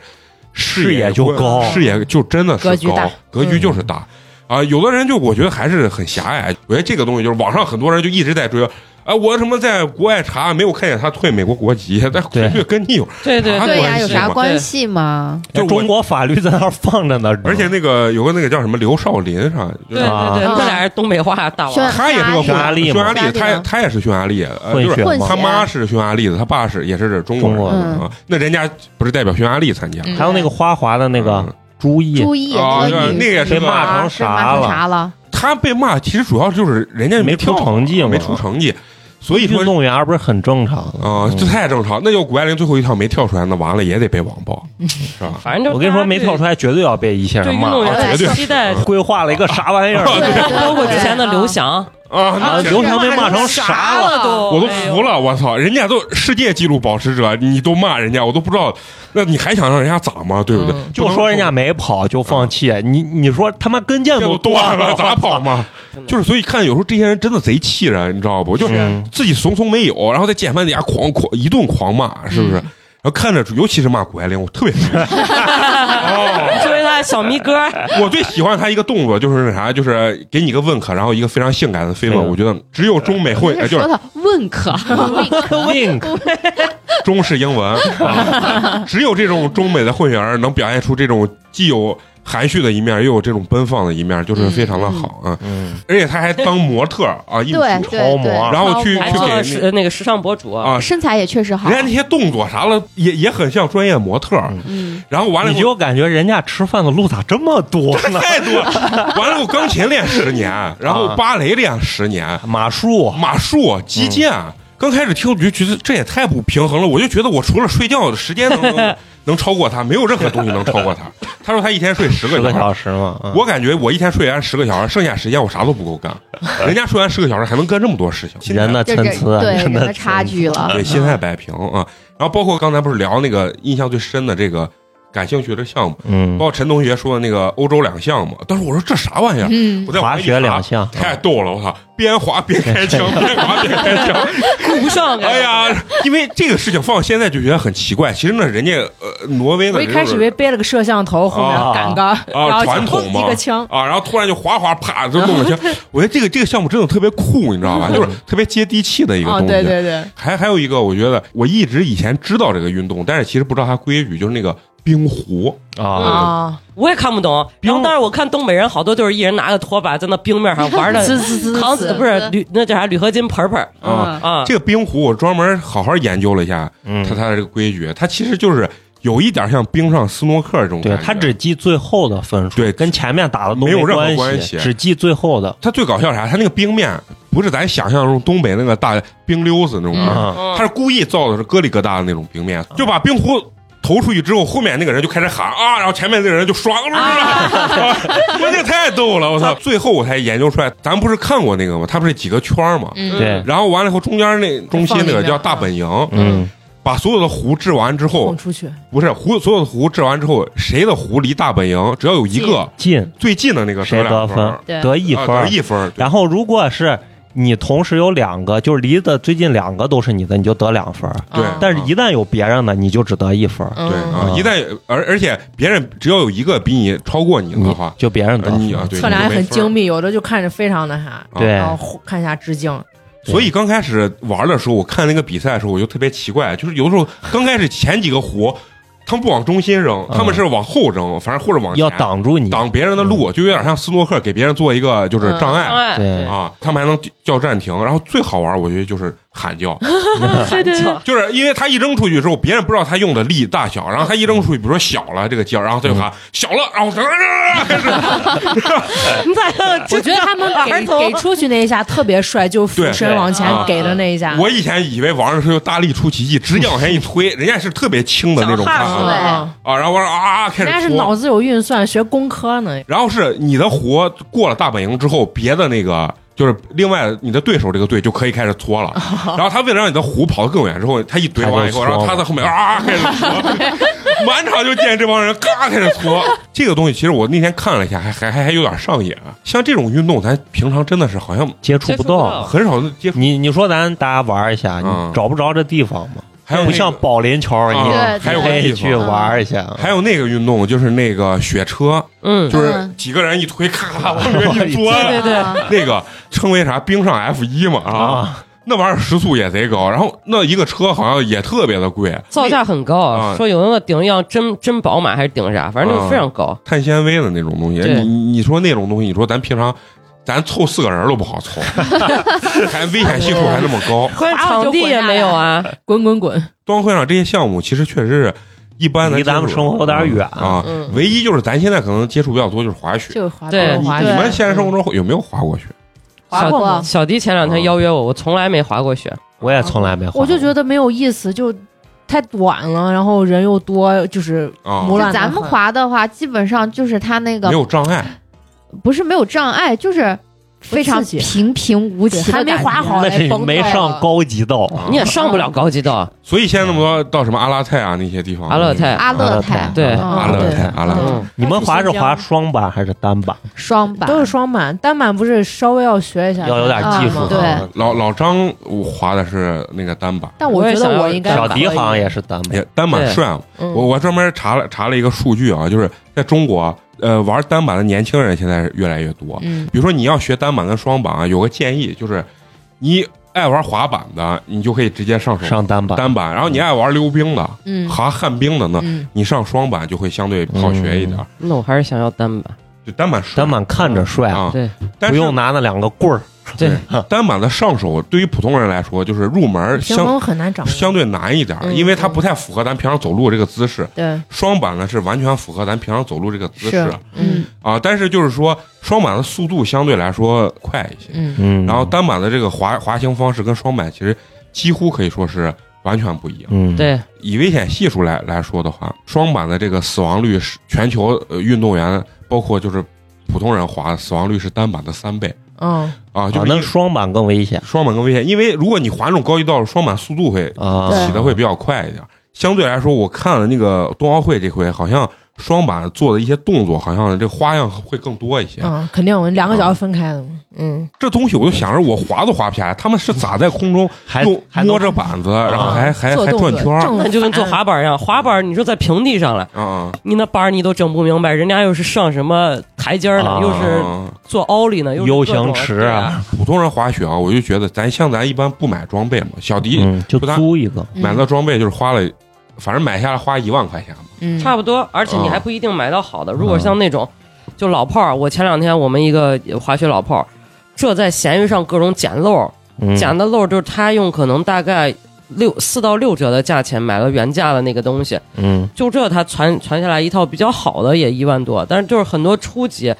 S1: 视
S5: 视野
S1: 就
S5: 就
S1: 会
S5: 高
S1: 视野就真的是
S4: 格局
S1: 高
S4: 大
S1: 格局就是大。啊，有的人就我觉得还是很狭隘，我觉得这个东西就是网上很多人就一直在追，啊，我什么在国外查没有看见他退美国国籍，但
S5: 对
S1: 这跟你有，
S2: 对对
S1: 啥
S3: 对
S1: 关
S3: 呀，
S1: 系
S3: 有啥
S1: 嘛
S3: 关系吗？
S1: 就我
S5: 中国法律在那儿放着呢，
S1: 而且那个有个那个叫什么刘少林啥，就
S2: 对
S1: 是
S2: 对对，
S5: 啊
S2: 他们俩是东北话大
S3: 宣
S2: 王。
S1: 他也是个
S5: 匈牙利
S1: 匈
S5: 嘛
S1: 牙利，他
S3: 啊匈牙利啊
S1: 也
S3: 嘛
S1: 他也是匈牙利，呃，
S5: 混
S1: 就
S5: 血
S1: 是
S3: 混
S5: 嘛
S1: 他
S3: 血啊
S1: 妈是匈牙利的，他爸是也是这中国
S5: 中
S1: 人
S5: 国
S3: 人
S1: 啊。那人家不是代表匈牙利参加
S3: 嗯
S5: 还有那个花滑的那个
S1: 嗯
S5: 朱毅，
S3: 朱毅
S1: 啊
S3: 那个
S1: 对
S3: 女
S1: 那个也是
S3: 是
S1: 被
S5: 骂成
S3: 啊是骂
S5: 啥
S3: 成
S5: 了
S3: 啥了？
S1: 他被骂，其实主要就是人家
S5: 没
S1: 跳
S5: 出成绩嘛
S1: 没出成绩，所以说
S5: 运动员不是很正常
S1: 啊，这太正常。那要谷爱凌最后一跳没跳出来，那完了也得被网暴，是吧？
S2: 反正就
S5: 我跟你说，没跳出
S2: 来，
S5: 来绝对要被一些
S2: 对
S5: 人
S2: 运
S5: 骂。
S2: 动
S1: 啊绝
S2: 员
S1: 对
S2: 的期待，
S5: 规划了一个 啥玩意儿？
S3: 对对对嗯
S2: 包括之前的刘翔
S1: 啊，
S5: 啊
S1: 那
S5: 刘翔被骂成
S2: 啥
S5: 啥了？
S2: 都，
S1: 我都
S2: 哎呦
S1: 服。了，我操！人家都世界纪录保持者，你都骂人家，我都不知道，那你还想让人家咋嘛？对不对？
S2: 嗯
S5: 就说人家没跑就放弃，你你说他妈 跟腱
S1: 这
S5: 都
S1: 都断
S5: 断
S1: 了，咋跑？嘛？
S2: 真的
S1: 就是所以看有时候这些人真的贼气人，你知道不？就是
S5: 嗯
S1: 自己怂怂没有，然后在键盘底下狂狂一顿狂骂，是不是？然后看着，尤其是骂谷爱凌，我特别喜欢。
S4: 哎
S1: 哦，
S2: 作为他的小迷哥，
S1: 我最喜欢他一个动作就是那啥，就是给你一个问可，然后一个非常性感的飞吻。
S5: 哎呦
S1: 我觉得只有中美 混，
S3: 是
S1: 呃就
S3: 说
S1: 是
S3: 的 问可，
S5: Wink，
S1: 中式英文，啊只有这种中美的混血儿能表现出这种既有含蓄的一面，又有这种奔放的一面，就是非常的好啊！
S5: 嗯，
S1: 而且他还当模特儿啊，一米
S3: 对
S1: 出
S3: 对
S5: 超模
S3: 对，
S1: 然后去
S3: 超模
S2: 还
S3: 哎
S1: 去
S2: 做
S1: 给
S2: 了
S1: 那
S2: 时那个时尚博主，
S1: 啊，
S3: 身材也确实好
S1: 人，家那些动作啥了，也也很像专业模特儿。
S3: 嗯，
S1: 然后完了以
S5: 你
S1: 后，
S5: 就感觉人家吃饭的路咋这么多呢？
S1: 太多了。完了，我钢琴练十年，然后芭蕾练十年，
S5: 啊马术，嗯
S1: 马术、击剑。刚开始听，我就觉得这也太不平衡了。我就觉得我除了睡觉的时间能能 能超过他，没有任何东西能超过他。他说他一天睡十
S5: 十
S1: 个
S5: 个
S1: 小时。
S5: 小时嘛，嗯
S1: 我感觉我一天睡完十个小时，剩下时间我啥都不够干。人家睡完十个小时还能干这么多事情，
S5: 人的
S3: 就
S5: 参
S3: 这
S5: 差，
S3: 对人的
S5: 的
S3: 差距了，
S1: 对，心态摆平啊。然后包括刚才不是聊那个印象最深的这个感兴趣的项目，包
S5: 嗯，
S1: 括陈同学说的那个欧洲两项嘛。当时我说这啥玩意儿？
S3: 嗯
S1: 我在网
S5: 滑
S1: 上一
S5: 雪
S1: 查
S5: 两项，
S1: 太逗了，我操！边滑边开枪， 边滑边开枪。
S2: 顾上
S4: 啊
S1: 哎，呀，因为这个事情放现在就觉得很奇怪。其实呢，人家呃，挪威
S4: 我
S1: 的
S4: 一
S1: 人
S4: 开始以为背了个摄像头，后面杆杆，然
S1: 啊，
S4: 后就
S1: 传统嘛，
S4: 一个枪，
S1: 啊，然后突然就哗哗啪就弄个 枪。我觉得这个这个项目真的特别酷，你知道吧？就是特别接地气的一个
S4: 啊，
S1: 东西。
S4: 对对对，
S1: 还还有一个，我觉得我一直以前知道这个运动，但是其实不知道它规矩，就是那个冰壶。
S5: 啊，
S4: 啊，
S2: 我也看不懂。然后，但是我看东北人好多就是一人拿个拖把在那冰面上玩的，
S4: 滋滋滋
S2: 扛
S4: 滋，
S2: 不是铝那叫啥铝合金盆盆儿
S1: 啊
S2: 啊，
S1: 这个冰壶我专门好好研究了一下，
S5: 嗯
S1: 它，它的这个规矩，它其实就是有一点像冰上斯诺克这种
S5: 对
S1: 感觉。
S5: 他只记最后的分数，
S1: 对
S5: 跟前面打的都
S1: 没有任何
S5: 关
S1: 关系
S5: 只记最后的
S1: 它最搞笑是啥？它那个冰面不是咱想象中东北那个大冰溜子那种冰面，
S5: 啊。
S2: 嗯
S1: 它是故意造的是疙里疙瘩的那种冰面，就把冰壶。投出去之后，后面那个人就开始喊啊，然后前面那个人就刷，啊啊关键太逗了，我操！最后我才研究出来，咱不是看过那个吗？它不是几个圈儿吗？
S3: 嗯
S5: 对，
S1: 然后完了以后，中间那中心那个叫大本营，
S5: 嗯，
S1: 把所有的湖治完之后
S4: 捅，出去，
S1: 不是湖所有的湖治完之后，谁的湖离大本营只要有一个
S5: 进
S1: 最近的那个
S5: 谁
S1: 两
S5: 得
S1: 分儿
S3: 对
S5: 分，得一分
S1: 啊
S5: 儿
S1: 得，一分儿，对
S5: 然后如果是你同时有两个，就是离的最近两个都是你的，你就得两分儿。
S4: 嗯
S1: 对
S3: 啊
S5: 但是一旦有别人的，你就只得一分儿，
S1: 对
S3: 嗯
S1: 啊，
S5: 嗯
S1: 一旦而而且别人只要有一个比你超过你的
S5: 你
S1: 话，
S5: 就别人得
S1: 呃你啊
S5: 分。
S1: 对
S4: 测量也很
S1: 你
S4: 精。
S1: 就没分儿
S4: 密，有的就看着非常那啥，
S1: 啊
S5: 对
S4: 然后看一下直径，
S1: 所以刚开始玩的时候，我看那个比赛的时候，我就特别奇怪，就是有的时候刚开始前几个湖，他们不往中心扔，他们是往后扔，反正或者往前
S5: 嗯要挡嗯住你，
S1: 挡别人的路，就有点像斯诺克给别人做一个就是障
S2: 障
S1: 碍。
S2: 碍
S5: 对
S4: 嗯
S1: 啊，他们还能叫暂停，然后最好玩，我觉得就是喊叫，
S3: 对对 对，
S1: 就是因为他一扔出去之后，别人不知道他用的力大小，然后他一扔出去，比如说小了这个劲儿，然后他就喊小了，然后开始
S2: 你咋样？
S4: 我觉得他们
S2: 儿
S4: 给
S2: 童
S4: 给出去那一下特别帅，就俯
S1: 对
S4: 身往前
S5: 啊
S4: 给的那一下，
S1: 我以前以为网上是用大力出奇迹，直接往前一推，人家是特别轻的那种
S2: 小
S1: 看
S2: 哈
S1: 啊
S2: 似的
S4: 嗯
S1: 啊，然后我说啊，开
S4: 人家
S1: 始
S4: 是
S1: 搓
S4: 脑子有运算，学工科 呢。
S1: 然后是你的活过了大本营之后，别的那个就是另外你的对手这个队就可以开始搓了。然后他为了让你的湖跑得更远之后，他一怼完以后，
S5: 他就搓了
S1: 然后他在后面啊开始搓，满场就见这帮人嘎开始搓。这个东西其实我那天看了一下，还还还还有点上瘾。啊像这种运动，咱平常真的是好像
S5: 接触
S2: 接触
S5: 不
S2: 不
S5: 到。
S2: 到
S1: 很少接触，
S5: 你你说咱大家玩一下，
S1: 嗯
S5: 你找不着这地方吗？
S1: 还有那
S5: 不
S1: 个
S5: 像保龄球儿，
S1: 啊
S5: 你
S3: 对
S1: 还有嗯
S5: 可
S1: 个
S5: 以
S1: 地
S5: 去
S1: 方。
S5: 玩一下。
S1: 还有那个运动就是那个雪车，
S2: 嗯，
S1: 就是
S3: 嗯
S1: 几个人一推，咔往里面一钻，
S2: 对对
S3: 啊
S1: 那个称为啥冰上 F 一嘛啊，
S5: 啊，
S1: 那玩意儿时速也贼高，然后那一个车好像也特别的贵，
S2: 造价很高
S1: 啊
S2: 啊，
S5: 嗯
S2: 说有那个顶一样真真宝马还是顶啥，反正就是非常高。
S1: 碳纤维的那种东西。
S2: 对
S1: 你你说那种东西，你说咱平常咱凑四个人都不好 凑，还危险系数还那么高。
S2: 关键场地也没有啊，
S4: 滚滚滚！
S1: 冬奥会上这些项目其实确实是一般
S5: 离咱们
S1: 接触
S5: 生活有点远
S1: 啊。
S2: 嗯，
S1: 唯一就是咱现在可能接触比较多就是滑雪，
S4: 就滑
S2: 对嗯
S1: 你
S4: 滑嗯
S1: 你
S4: 雪
S1: 们现实生活中有没有滑过雪？
S3: 滑过
S5: 嗯
S2: 小小迪前两天邀约我，我从来没滑过雪。
S5: 我也从来没滑过。
S4: 我就觉得没有意思，就太短了，然后人又多，就是
S1: 啊
S4: 磨烂
S3: 就咱们滑的话，基本上就是它那个
S1: 没有障碍，
S3: 不是没有障碍，就是非常
S4: 不刺激
S3: 平平无奇的
S4: 还没
S3: 感觉
S4: 滑好
S5: 那
S4: 嘞，
S5: 是你
S4: 崩
S5: 没
S4: 溃
S5: 上
S4: 了
S5: 高级道，
S2: 你也上不了高级道，啊
S1: 所以现在那么多到什么阿拉泰啊那些地
S5: 嗯
S1: 方，
S2: 嗯阿勒泰
S3: 阿勒泰
S2: 对
S4: 嗯
S1: 阿勒泰
S5: 啊对
S1: 阿勒泰
S2: 嗯，
S5: 你们滑是滑
S4: 那去新疆
S5: 双板还是单板？
S3: 双板，
S4: 都是双板，单板不是稍微要学一下，
S5: 要有点技术
S3: 啊
S5: 啊。
S3: 对
S1: 老老张我滑的是那个单板，
S4: 但我觉得我应该
S5: 小
S4: 可以
S5: 迪好像也是单板
S1: 也单板啊
S2: 对
S1: 帅嘛。
S4: 嗯
S1: 我我还专门查了查了一个数据啊，就是在中国，呃，玩单板的年轻人现在是越来越多。
S4: 嗯
S1: 比如说你要学单板跟双板啊，有个建议就是，你爱玩滑板的，你就可以直接上手
S5: 上单板，
S1: 单板；然后你爱玩溜冰的、
S4: 嗯
S1: 滑旱冰的呢，
S4: 嗯，
S1: 你上双板就会相对好学一点。
S2: 那我还是想要单板。
S1: 就单板帅
S5: 嗯单板看着帅，
S1: 啊，
S2: 对，
S1: 但
S5: 不
S1: 是
S5: 用拿那两个棍 儿。
S2: 对，
S1: 单板的上手对于普通人来说，就是入门
S4: 平
S1: 相
S4: 衡很难掌握，
S1: 相对难一点，
S4: 嗯
S1: 因为它不太符合咱平常走路这个姿势。
S4: 对
S1: 双板呢是完全符合咱平常走路这个姿势
S4: 是嗯
S1: 啊，但是就是说双板的速度相对来说快一些，
S4: 嗯
S5: 嗯，
S1: 然后单板的这个滑滑行方式跟双板其实几乎可以说是完全不一样。
S5: 嗯，
S2: 对，
S1: 以危险系数来来说的话，双板的这个死亡率是全球呃运动员包括就是普通人滑的死亡率是单板的三倍
S4: 嗯，
S1: 啊，
S5: 啊
S1: 就，是
S5: 那
S1: 因为
S5: 双板更危险
S1: 双板更危险，因为如果你滑那种高级道路，双板速度会
S5: 啊，
S1: 起的会比较快一点。相对来说，我看了那个冬奥会这回，好像双板做的一些动作，好像这个花样会更多一些。
S4: 嗯，肯定两个脚分开的嘛，嗯，
S1: 这东西我就想着，我滑都滑不下来，他们是咋在空中
S5: 还
S1: 用
S5: 还能啊
S1: 摸着板子，然后还还
S4: 啊做
S1: 还
S4: 动作
S1: 转圈儿
S4: 正
S2: 那就跟坐滑板一样，滑板你说在平地上了，
S1: 啊啊！
S2: 你那板儿你都整不明白，人家又是上什么台阶儿呢，
S5: 啊
S2: 又是
S1: 嗯
S2: 做奥利呢，又是
S5: U
S2: 各种
S5: 型池啊，
S1: 普通人滑雪啊，我就觉得咱像咱一般不买装备嘛，小迪
S5: 嗯，就租一个，
S1: 买的装备就是花了，反正买下来花一万块钱嘛。
S4: 嗯
S2: 啊差不多，而且你
S1: 嗯
S2: 还不一定买到好的。如
S5: 嗯
S2: 果像那种就老炮儿，我前两天我们一个滑雪老炮儿，这在闲鱼上各种捡漏儿，
S5: 嗯
S2: 捡的漏儿就是他用可能大概六四到六折的价钱买了原价的那个东西，
S5: 嗯，
S2: 就这他传传下来一套比较好的也一万多，但是就是很多初级，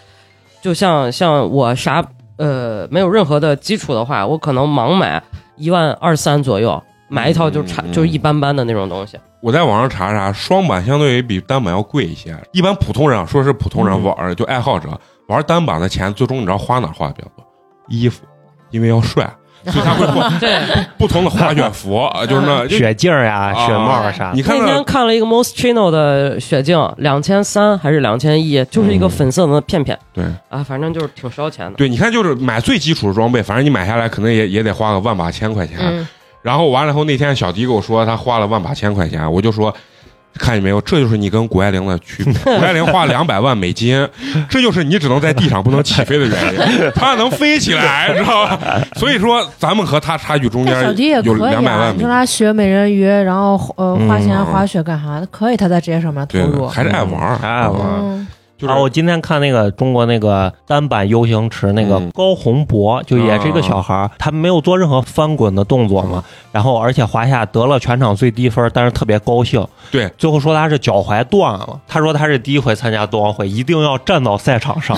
S2: 就像像我啥呃没有任何的基础的话，我可能盲买一万二三左右，买一套就差
S1: 嗯嗯嗯
S2: 就是一般般的那种东西。
S1: 我在网上查查，双板相对于比单板要贵一些。一般普通人啊，说是普通人玩儿、就爱好者玩单板的钱，最终你知道花哪儿花的比较多？衣服，因为要帅，所以他 会换不同的滑雪服，啊就是那就
S5: 雪镜儿呀、
S1: 啊
S5: 雪帽儿啥的。
S1: 你看
S2: 那天
S1: 到
S2: 看了一个 Moschino 的雪镜，两千三还是两千一，就是一个粉色的片片
S1: 嗯对
S2: 啊，反正就是挺烧钱的。
S1: 对，你看就是买最基础的装备，反正你买下来可能也也得花个万把千块钱。
S3: 嗯，
S1: 然后完了以后，那天小迪跟我说他花了万把千块钱，我就说。看见没有，这就是你跟谷爱凌的区别。谷爱凌花两百万美金，这就是你只能在地上不能起飞的原因。她能飞起来，知道吧？所以说，咱们和她差距中
S4: 但小
S1: 间
S4: 迪也
S1: 有
S4: 可以
S1: 两百
S4: 啊，
S1: 万
S4: 你
S1: 美
S4: 说
S1: 金。
S4: 他学美人鱼，然后呃
S5: 嗯
S4: 花钱滑雪干啥的，可以他在职业上面投
S1: 对，
S4: 入。
S1: 还是爱玩儿，
S5: 还爱玩
S1: 嗯
S4: 嗯，
S1: 就是
S5: 啊，我今天看那个中国那个单板 U 型池那个
S1: 嗯啊
S5: 高洪博，就也是一个小孩儿，他没有做任何翻滚的动作
S1: 嗯
S5: 嘛，然后而且华夏得了全场最低分，但是特别高兴。
S1: 对，
S5: 最后说他是脚踝断了，他说他是第一回参加冬奥会，一定要站到赛场上，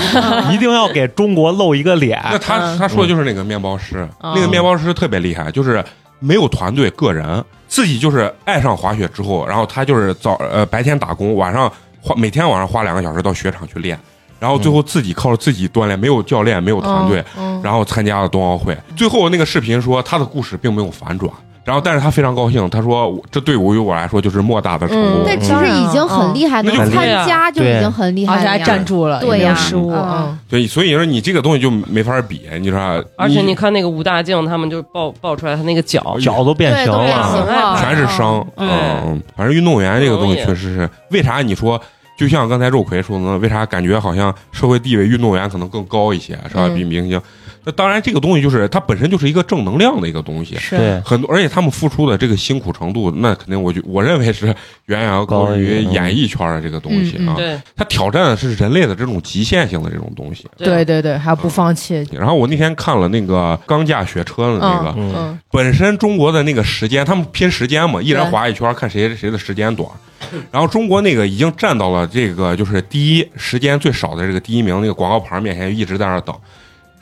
S5: 一定要给中国露一个脸。
S1: 那他
S4: 嗯
S1: 他说的就是那个面包师，
S4: 嗯
S1: 那个面包师特别厉害，就是没有团队，个人自己就是爱上滑雪之后，然后他就是早呃白天打工，晚上花每天晚上花两个小时到雪场去练，然后最后自己靠着自己锻炼，没有教练，没有团队，
S4: 嗯，
S1: 然后参加了冬奥会。最后那个视频说他的故事并没有反转。然后，但是他非常高兴，他说我：“这对我于我来说就是莫大的成功。
S4: 嗯
S3: 但其实已经很厉害，
S1: 嗯那
S3: 能
S1: 就
S3: 参加就已经很厉害
S4: 而
S3: 了
S4: 且
S3: 呀，
S4: 哦还站住了，
S3: 对
S4: 也没
S3: 呀
S4: 有失误。嗯，
S1: 对，所以说你这个东西就没法比，你知道吧？
S2: 而且你看那个武大靖，他们就爆爆出来他那个脚，
S1: 哦
S5: 脚都变
S3: 对，
S5: 形
S3: 都变
S5: 了
S3: 形，了，
S4: 啊
S1: 全是伤。
S2: 对
S1: 嗯，反正运动员这个东西确实是，为啥你说就像刚才肉葵说的呢，为啥感觉好像社会地位运动员可能更高一些，是吧？
S4: 嗯
S1: 比明星。那当然，这个东西就是它本身就是一个正能量的一个东西。
S4: 是，
S5: 对，
S1: 很多，而且他们付出的这个辛苦程度，那肯定我就 我认为是远远要高于
S5: 高于
S1: 演艺圈的这个东西
S4: 嗯
S1: 啊
S4: 嗯。
S2: 对
S1: 它挑战的是人类的这种极限性的这种东西。
S4: 对对对，还有不放弃。
S1: 然后我那天看了那个钢架雪车的那个，
S5: 嗯
S4: 嗯，
S1: 本身中国的那个时间，他们拼时间嘛，一人
S4: 对
S1: 划一圈，看谁谁的时间 短。然后中国那个已经站到了这个就是第一时间最少的这个第一名那个广告牌面前，一直在那儿等。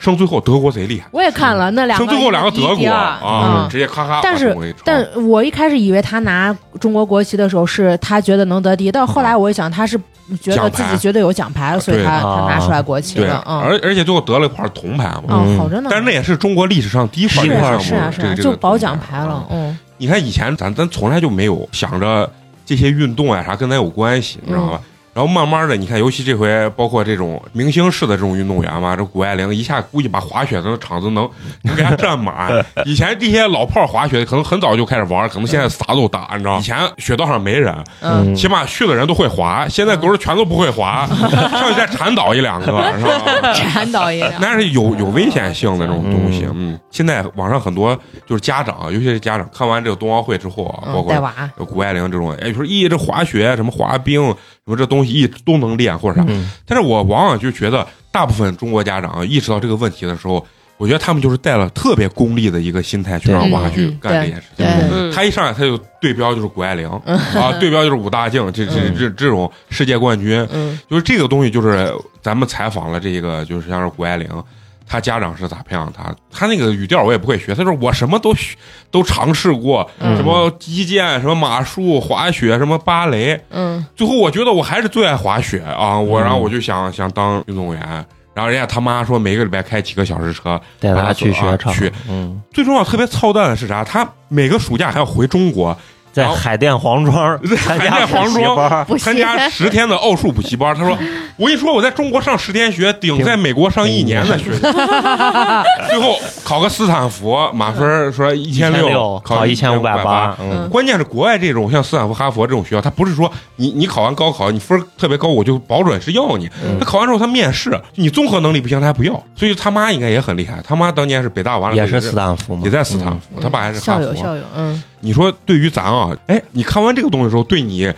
S1: 剩最后德国贼厉害，
S4: 我也看了那两
S1: 剩
S4: 个，
S1: 最后两个德
S4: 一第
S1: 国
S4: 二
S1: 啊，
S4: 嗯
S1: 直接咔咔把
S4: 但是
S1: 中国给超。
S4: 但我一开始以为他拿中国国旗的时候是他觉得能得第一，但后来我一想，他是觉得自
S1: 奖牌
S4: 己觉得有奖牌了，所以
S1: 对
S4: 他
S5: 啊
S4: 他拿出来国旗
S1: 对，
S4: 了。嗯，
S1: 而而且最后得了一块铜牌嘛。
S4: 嗯，
S5: 嗯
S4: 好着呢。
S1: 但是那也是中国历史上第一块
S4: 是
S1: 这个项
S4: 啊
S1: 目
S4: 是啊是
S1: 这个
S4: 啊，
S1: 这个
S4: 就保
S1: 铜
S4: 奖牌了。嗯，
S1: 你看以前咱咱从来就没有想着这些运动啊啥跟咱有关系，你知道吧？然后慢慢的，你看，尤其这回包括这种明星式的这种运动员嘛，这谷爱凌一下估计把滑雪的场子能能给他占满。以前这些老炮儿滑雪可能很早就开始玩，可能现在啥都打，你知道吗？以前雪道上没人，
S4: 嗯，
S1: 起码去的人都会滑，现在狗是全都不会滑，上去再铲倒一两个，是吧？
S4: 铲倒一辆。
S1: 那是有有危险性的这种东西，嗯。现在网上很多就是家长，尤其是家长看完这个冬奥会之后啊，包
S4: 嗯，
S1: 括
S4: 带娃，
S1: 有谷爱凌这种，哎，说咦，这滑雪什么滑冰什么这东西一都能练或者啥，
S5: 嗯
S1: 但是我往往就觉得大部分中国家长意识到这个问题的时候，我觉得他们就是带了特别功利的一个心态去让娃去
S4: 嗯嗯
S1: 干这件事情
S3: 对。
S2: 嗯
S1: 他一上来他就对标就是谷爱凌
S4: 嗯
S1: 啊，对标就是武大靖，这这这这种世界冠军，
S4: 嗯，
S1: 就是这个东西，就是咱们采访了这个，就是像是谷爱凌，她家长是咋培养她？她那个语调我也不会学，她说我什么都学都尝试过，
S4: 嗯
S1: 什么击剑、什么马术、滑雪、什么芭蕾，
S4: 嗯，
S1: 最后我觉得我还是最爱滑雪啊！我然后我就想想当运动员。然后人家他妈说每个礼拜开几个小时车，
S5: 带
S1: 啊
S5: 他去
S1: 走啊
S5: 雪场，
S1: 去
S5: 嗯，
S1: 最重要特别操蛋的是啥？他每个暑假还要回中国
S5: 在海淀黄庄参
S1: 海
S5: 加
S1: 淀黄
S5: 补习
S1: 庄
S5: 班儿
S3: 不
S1: 参
S3: 行，
S1: 加十天的奥数补习班。他说：“ 我跟你说，我在中国上十天学，顶在美国上一年的
S5: 嗯
S1: 学。最后考个斯坦福，满分说一千
S5: 六
S1: 考
S5: 考一千五百
S1: 八。，
S5: 嗯，
S1: 关键是国外这种像斯坦福、哈佛这种学校，他不是说你你考完高考你分儿特别高，我就保准是要你。
S5: 嗯
S1: 他考完之后他面试，你综合能力不行，他还不要。所以他妈应该也很厉害，他妈当年是北大
S3: 嗯
S1: 完了
S5: 也是斯坦福嗯嘛，
S1: 也在斯坦福，他爸还是哈
S4: 校
S1: 佛。
S4: 友校友，嗯，
S1: 你说对于咱啊，哎，你看完这个东西的时候，对你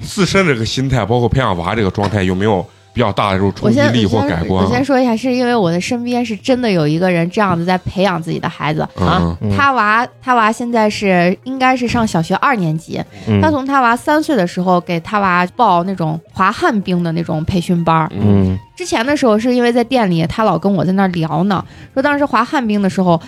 S1: 自身这个心态，包括培养娃这个状态，有没有比较大的这种
S3: 我
S1: 冲击
S3: 先
S1: 力
S3: 我
S1: 或
S3: 先
S1: 改观啊
S3: 我？先说一下，是因为我的身边是真的有一个人这样子在培养自己的孩子。
S1: 嗯，
S5: 嗯
S3: 他娃他娃现在是应该是上小学二年级，
S5: 嗯
S3: 他从他娃三岁的时候给他娃报那种滑旱冰的那种培训班儿。
S1: 嗯
S5: 嗯
S3: 之前的时候是因为在店里，他老跟我在那儿聊呢，说当时滑旱冰的时候。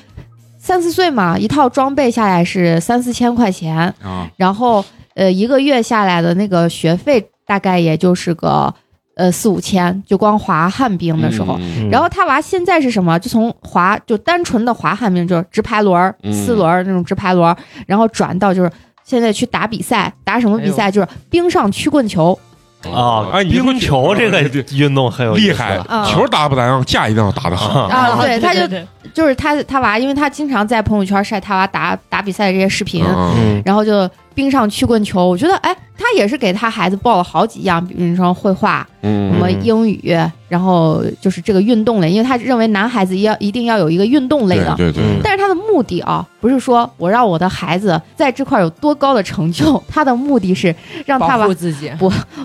S3: 三四岁嘛，一套装备下来是三四千块钱，
S1: 啊，
S3: 然后呃一个月下来的那个学费大概也就是个呃四五千，就光滑旱冰的时候。
S1: 嗯
S3: 然后他娃现在是什么？就从滑就单纯的滑旱冰，就是直排轮儿、
S1: 嗯
S3: 四轮儿那种直排轮儿，然后转到就是现在去打比赛，打什么比赛？就是冰上曲棍球。
S5: 啊，
S1: 哎，你说
S5: 冰球这个
S1: 对
S5: 运动很有意
S1: 厉
S5: 思
S1: 害
S3: 啊，
S1: 球打不咋样，架一定要打得好。
S5: 啊，
S3: 啊对他就
S4: 对对
S3: 就是他他娃，因为他经常在朋友圈晒他娃打打比赛的这些视频，
S1: 嗯
S5: 嗯
S3: 然后就冰上曲棍球。我觉得哎，他也是给他孩子报了好几样，比如说绘画、什
S1: 嗯
S3: 么英语，然后就是这个运动类，因为他认为男孩子要一定要有一个运动类
S1: 对
S3: 的。
S1: 对对，
S5: 嗯
S1: 对
S3: 但是他的目的啊，不是说我让我的孩子在这块有多高的成就，他的目的是让他
S4: 保
S3: 娃
S4: 护自己，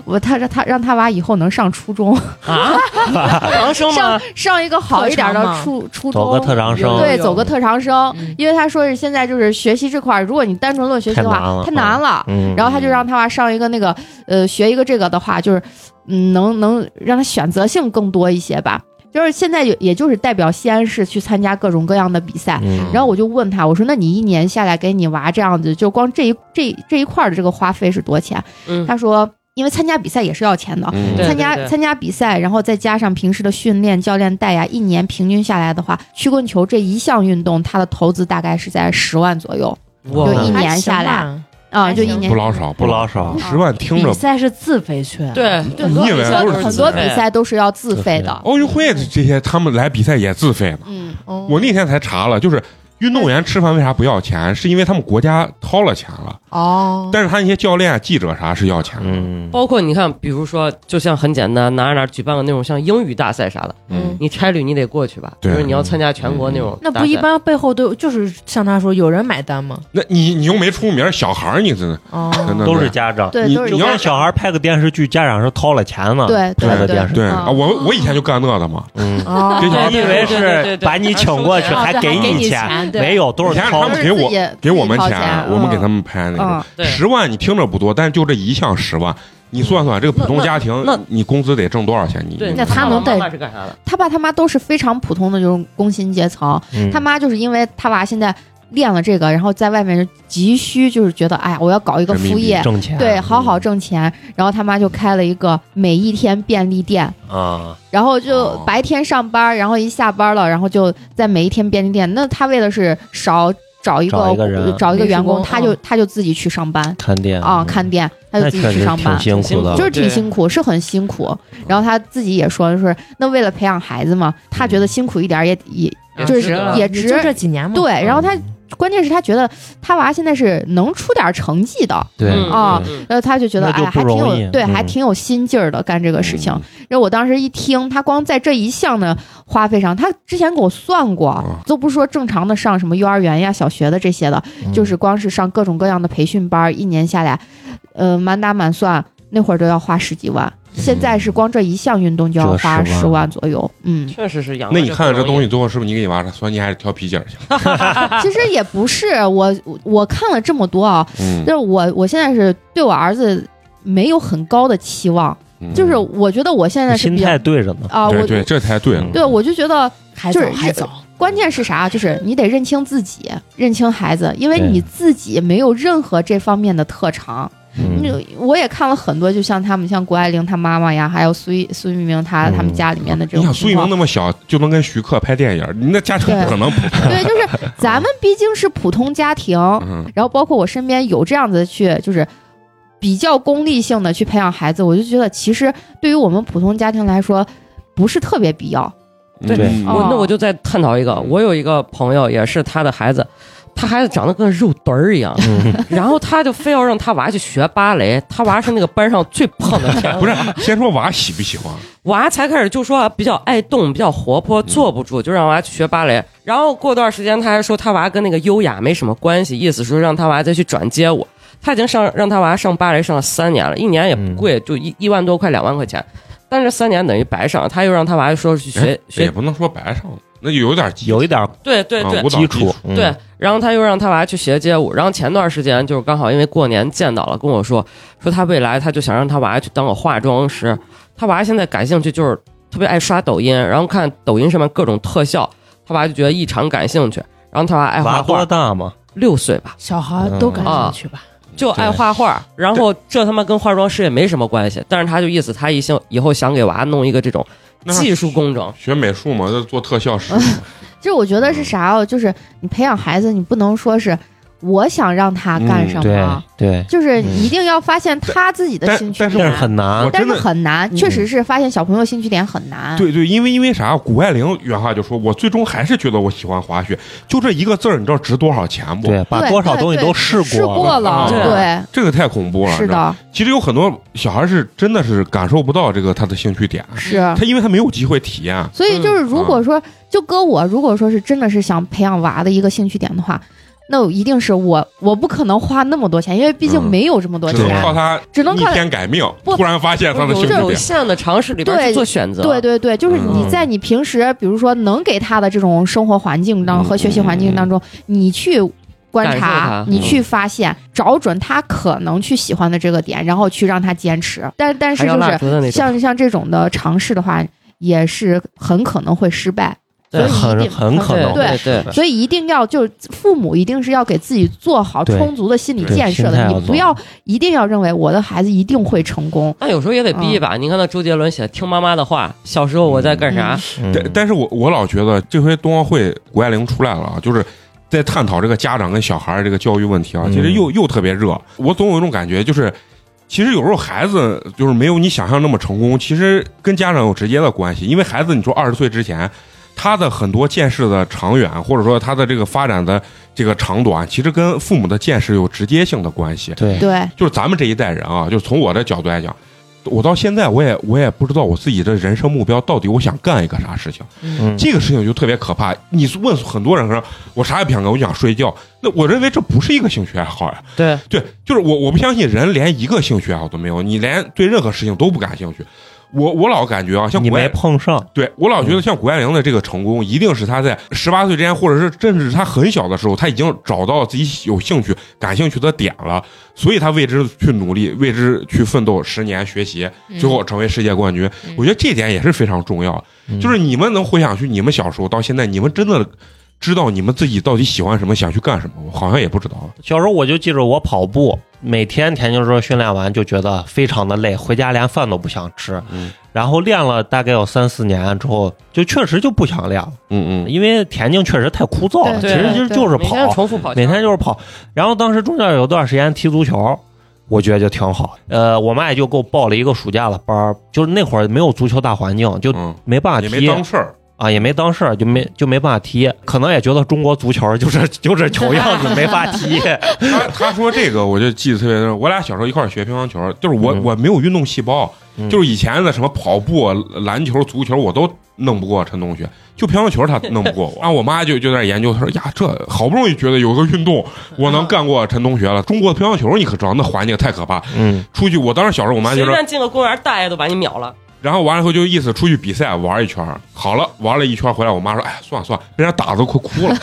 S3: 我他让他让他娃以后能上初中，
S2: 啊，唐生吗
S3: 上？上一个好一点
S4: 特
S3: 的
S4: 长嘛
S3: 初初
S5: 走个
S3: 中，
S5: 特长生，
S3: 对，走个特长生。
S4: 嗯
S3: 因为他说是现在就是学习这块儿，如果你单纯论学习的
S5: 太难
S3: 话
S5: 了
S3: 太难了，
S5: 嗯，
S3: 然后他就让他娃上一个那个呃学一个这个的话，就是嗯能能让他选择性更多一些吧。就是现在也也就是代表西安市去参加各种各样的比赛，
S5: 嗯
S3: 然后我就问他，我说：“那你一年下来给你娃这样子，就光这一这这一块儿的这个花费是多少钱？”
S2: 嗯，
S3: 他说：“因为参加比赛也是要钱的，
S1: 嗯
S2: 对
S3: 参加
S2: 对
S3: 参加比赛，然后再加上平时的训练、教练带呀，一年平均下来的话，曲棍球这一项运动，它的投资大概是在十万左右
S2: 我
S3: 就一
S4: 还
S3: 年下
S4: 行吧，
S3: 啊、
S4: 还
S3: 就一
S4: 行
S3: 年
S1: 不老少，
S5: 不老少，
S1: 十万听
S4: 比
S1: 着，
S4: 赛是自费去，，
S2: 对
S3: 对
S1: 你以为
S3: 很
S1: 都
S3: 多
S1: 是
S3: 很
S1: 自
S3: 多
S1: 费
S3: 比赛哦都是要自费的，
S1: 奥运会这些他们来比赛也自费呢。
S3: 嗯，
S4: 哦
S1: 我那天才查了，就是运动员吃饭为啥不要钱，是因为他们国家掏了钱了，
S4: 哦，
S1: 但是他那些教练、啊记者啥是要钱的。
S5: 嗯，
S2: 包括你看，比如说，就像很简单，哪儿哪儿举办个那种像英语大赛啥的，
S1: 嗯，
S2: 你差旅你得过去吧，
S1: 对嗯
S2: 就是你要参加全国那种
S4: 那
S2: 大
S4: 不
S2: 赛
S4: 一般背后都有就是像他说有人买单吗？
S1: 那你你又没出名，小孩儿你真的
S4: 哦，
S1: 真的
S5: 都是家长，
S3: 对，
S1: 你
S3: 都是
S5: 就
S1: 要
S5: 跟小孩拍个电视剧，家长是掏了钱呢，
S3: 对
S5: 拍
S3: 对
S5: 个电视
S3: 对
S1: 对
S5: 剧，
S3: 啊
S1: 啊，我我以前就干那的嘛，
S5: 嗯，
S4: 哦
S1: 给小孩
S5: 就因为是把你请过去，
S2: 对对对对
S3: 哦
S4: 对
S5: 给
S4: 哦还给你
S5: 钱
S4: 钱，对
S5: 没有都是掏
S1: 他
S5: 的
S1: 们给我给我们钱，啊我们给他
S3: 们
S1: 们拍那
S3: 嗯
S1: 个。
S2: 对
S1: 十万你听着不多，但是就这一项十万，你算算这个普通家庭，
S2: 那那
S1: 你工资得挣多少钱？你
S2: 对，
S1: 你
S3: 那他
S2: 爸
S3: 能
S2: 爸
S3: 带
S2: 妈妈是干啥的？
S3: 他爸他妈都是非常普通的这种工薪阶层，
S5: 嗯
S3: 他妈就是因为他娃现在练了这个，然后在外面就急需，就是觉得哎呀，我要搞一个副业，
S5: 挣钱，嗯
S3: 对，好好挣钱。然后他妈就开了一个每一天便利店，
S5: 啊，
S3: 然后就
S1: 哦
S3: 白天上班，然后一下班了，然后就在每一天便利店。那他为的是少找一
S5: 找
S3: 个
S5: 一个人
S3: 找一个员工，
S4: 临时
S3: 他
S4: 工
S3: 就
S4: 嗯
S3: 他就自己去上班
S5: 看店
S3: 啊，看店，他就
S5: 那
S3: 自
S5: 确
S3: 己去
S5: 实
S3: 上班
S5: 挺。辛苦的，
S3: 就是挺
S2: 对
S3: 辛苦，是很辛苦。然后他自己也说，就是那为了培养孩子嘛，他
S5: 嗯
S3: 觉得辛苦一点儿也也
S2: 也
S3: 就是
S2: 值得
S3: 也
S4: 你
S3: 值
S4: 就这几年嘛，
S3: 对。然后他
S5: 嗯
S3: 关键是他觉得他娃现在是能出点儿成绩的，
S5: 对
S2: 嗯
S5: 哦
S3: 啊，
S2: 嗯
S3: 然后他就觉得
S5: 那
S3: 哎
S5: 就
S3: 呀，还
S5: 不
S3: 挺
S5: 容
S3: 有
S5: 易
S3: 对，还
S5: 嗯
S3: 挺有心劲儿的干这个事情
S1: 嗯。
S3: 然后我当时一听，他光在这一项的花费上，他之前给我算过
S5: 嗯
S1: 啊，
S3: 都不说正常的上什么幼儿园呀、小学的这些的，
S5: 嗯
S3: 就是光是上各种各样的培训班儿，一年下来，呃，满打满算那会儿都要花十几万。
S5: 嗯
S3: 现在是光这一项运动就要
S5: 这
S3: 花
S5: 10万
S3: 十万左右，嗯，
S2: 确实是养。
S1: 那你看看这东西，最后是不是你给你娃算你还是挑皮筋儿去？
S3: 其实也不是我我我看了这么多啊，
S1: 嗯
S3: 就是我我现在是对我儿子没有很高的期望，
S1: 嗯
S3: 就是我觉得我现在是
S5: 心
S3: 比较
S5: 态对着呢，
S3: 啊，我
S1: 对对，这才对了。
S3: 对，我就觉得
S4: 还
S3: 就
S4: 早
S3: 是
S4: 还早，
S3: 关键是啥？就是你得认清自己，认清孩子，因为
S5: 对
S3: 你自己没有任何这方面的特长。
S5: 嗯
S3: 那我也看了很多，就像他们，像谷爱凌她妈妈呀，还有苏一苏一鸣她
S5: 嗯
S3: 他们家里面的这
S1: 你
S3: 种
S1: 想苏一
S3: 情
S1: 鸣
S3: 况。
S1: 那么小就能跟徐克拍电影，你那家庭不可能不。
S3: 对，就是咱们毕竟是普通家庭，
S1: 嗯
S3: 然后包括我身边有这样子去，就是比较功利性的去培养孩子，我就觉得其实对于我们普通家庭来说，不是特别必要。
S2: 对
S1: 嗯，
S2: 我
S3: 哦
S2: 那我就再探讨一个，我有一个朋友也是他的孩子，他孩子长得跟肉墩儿一样，然后他就非要让他娃去学芭蕾，他娃是那个班上最胖的天
S1: 不是，先说娃喜不喜欢？
S2: 娃才开始就说比较爱动，比较活
S1: 嗯
S2: 泼，坐不住，就让娃去学芭蕾。然后过段时间，他还说他娃跟那个优雅没什么关系，意思说让他娃再去转街舞。他已经上让他娃上芭蕾上了三年了，一年也
S1: 嗯
S2: 不贵，就一一万多块两万块钱，但是这三年等于白上了。他又让他娃说去学
S1: 哎也
S2: 学，
S1: 不能说白上了，那就有点基
S5: 有一点
S2: 对对
S1: 啊
S2: 对
S1: 舞蹈
S5: 基础，
S3: 嗯
S2: 对，然后他又让他娃去学街舞。然后前段时间就是刚好因为过年见到了，跟我说说他未来他就想让他娃去当个化妆师。他娃现在感兴趣就是特别爱刷抖音，然后看抖音上面各种特效，他娃就觉得异常感兴趣。然后他娃爱
S5: 娃
S2: 画
S5: 多
S2: 画，
S5: 大嘛？
S2: 六岁吧，
S4: 小孩都
S5: 嗯
S4: 感兴趣吧？
S2: 就爱画画。然后这他妈跟化妆师也没什么关系，但是他就意思他一想以后想给娃弄一个这种
S1: 那
S2: 技术工整，
S1: 学美术嘛，就做特效
S3: 嗯
S1: 师，
S3: 就是我觉得是啥哦，就是你培养孩子，你不能说是我想让他干什
S5: 嗯对
S3: 么，
S5: 对，
S3: 就是你一定要发现他自己的
S1: 但
S3: 兴趣
S1: 但是
S5: 这是
S3: 点。
S5: 很难
S1: 我。
S3: 但
S1: 真
S3: 是
S1: 的
S3: 很难，确实是发现小朋友兴趣点很难。
S1: 对对，因为因为啥？谷爱凌原话就说：“我最终还是觉得我喜欢滑雪，就这一个字儿，你知道值多少钱不？
S5: 对，把
S3: 对
S5: 多少
S3: 对
S5: 东西
S3: 对
S5: 都试
S3: 试过了，
S1: 对
S5: 啊
S3: 对，
S1: 这个太恐怖了。”
S3: 是，的，
S1: 其实有很多小孩是真的是感受不到这个他的兴趣点，
S3: 是。
S1: 他因为他没有机会体验。
S3: 所
S2: 嗯
S3: 以就是，如果说就搁我，如果说是真的是想培养娃的一个兴趣点的话，那一定是我，我不可能花那么多钱，因为毕竟
S1: 嗯
S3: 没有这么多
S1: 只能
S3: 钱。
S1: 靠他
S3: 只能
S1: 逆
S3: 靠
S1: 天改命，
S3: 不
S1: 突然发现他的兴
S2: 有
S1: 趣
S2: 有
S1: 点。
S2: 限的尝试里边
S3: 对
S2: 去做选择。
S3: 对对对，就是
S2: 嗯
S3: 你在你平时，比如说能给他的这种生活环境当
S1: 嗯
S3: 和学习环境当中，你去观
S2: 感受
S3: 察
S2: 他，嗯
S3: 你去发现，找准他可能去喜欢的这个点，然后去让他坚持。但但是
S2: 还要
S3: 就
S2: 蜡烛的那种
S3: 是像像这种的尝试的话，也是很可能会失败，所
S2: 对
S3: 以一
S5: 很
S3: 定
S5: 很可能
S3: 对
S5: 会
S2: 对
S5: 是的
S3: 所以一定要就是父母一定是要给自己做好
S5: 对
S3: 充足的心理
S5: 对
S3: 建设
S5: 心态
S3: 的，
S5: 要
S3: 你不
S5: 做
S3: 要一定要认为我的孩子一定会成功。
S2: 那有时候也得逼一把。你看那周杰伦写的《听妈妈的话》，小时候我在干啥？
S5: 嗯
S1: 但但是我我老觉得这回冬奥会谷爱凌出来了啊，就是在探讨这个家长跟小孩儿这个教育问题啊，
S5: 嗯
S1: 其实又又特别热。我总有一种感觉，就是其实有时候孩子就是没有你想象那么成功，其实跟家长有直接的关系，因为孩子你说二十岁之前。他的很多见识的长远，或者说他的这个发展的这个长短，其实跟父母的见识有直接性的关系。
S5: 对
S3: 对，
S1: 就是咱们这一代人啊，就是从我的角度来讲，我到现在我也我也不知道我自己的人生目标到底我想干一个啥事情。
S5: 嗯
S1: 这个事情就特别可怕。你问很多人说，我啥也不想干，我就想睡觉。那我认为这不是一个兴趣爱好呀。
S2: 对，
S1: 对，就是我我不相信人连一个兴趣爱好都没有，你连对任何事情都不感兴趣。我我老感觉啊，像
S5: 你
S1: 谷
S5: 没
S1: 爱，
S5: 碰上，
S1: 对我老觉得像谷爱凌的这个成功，一定是她在十八岁之前，或者是甚至是她很小的时候，她已经找到自己有兴趣、感兴趣的点了，所以她为之去努力，为之去奋斗十年学习，
S4: 嗯
S1: 最
S5: 嗯
S1: 后成为世界冠军。我觉得这点也是非常重要。就是你们能回想去你们小时候到现在，你们真的知道你们自己到底喜欢什么，想去干什么？我好像也不知道。啊
S5: 小时候我就记着我跑步，每天田径时候训练完就觉得非常的累，回家连饭都不想吃。
S1: 嗯
S5: 然后练了大概有三四年之后，就确实就不想练了，
S1: 嗯嗯
S5: 因为田径确实太枯燥了，其
S3: 对
S5: 实就
S3: 对
S5: 就是
S2: 每天
S5: 跑，啊
S2: 重复跑，
S5: 每天就是跑。然后当时中间有段时间踢足球，我觉得就挺好。呃，我妈也就给我报了一个暑假的班儿，就是那会儿没有足球大环境，就
S1: 嗯，
S5: 没办法
S1: 也没
S5: 踢，
S1: 当事儿。
S5: 啊，也没当事儿，就没就没办法踢，可能也觉得中国足球就这 就这穷样子，没法踢。
S1: 他他说这个，我就记得特别清。我俩小时候一块儿学乒乓球，就是我、
S5: 嗯
S1: 我没有运动细胞，
S5: 嗯
S1: 就是以前的什么跑步、啊篮球、足球，我都弄不过陈同学，就乒乓球他弄不过我。然后我妈就就在那研究，她说呀，这好不容易觉得有个运动我能干过陈同学了。中国的乒乓球你可知道，那环境太可怕。
S5: 嗯，
S1: 出去我当时小时候，我妈就
S2: 随
S1: 说
S2: 便进个公园，大爷都把你秒了。
S1: 然后完了以后就意思出去比赛玩一圈儿，好了，玩了一圈儿回来，我妈说：“哎，算了算了，被人家打的都快哭了。”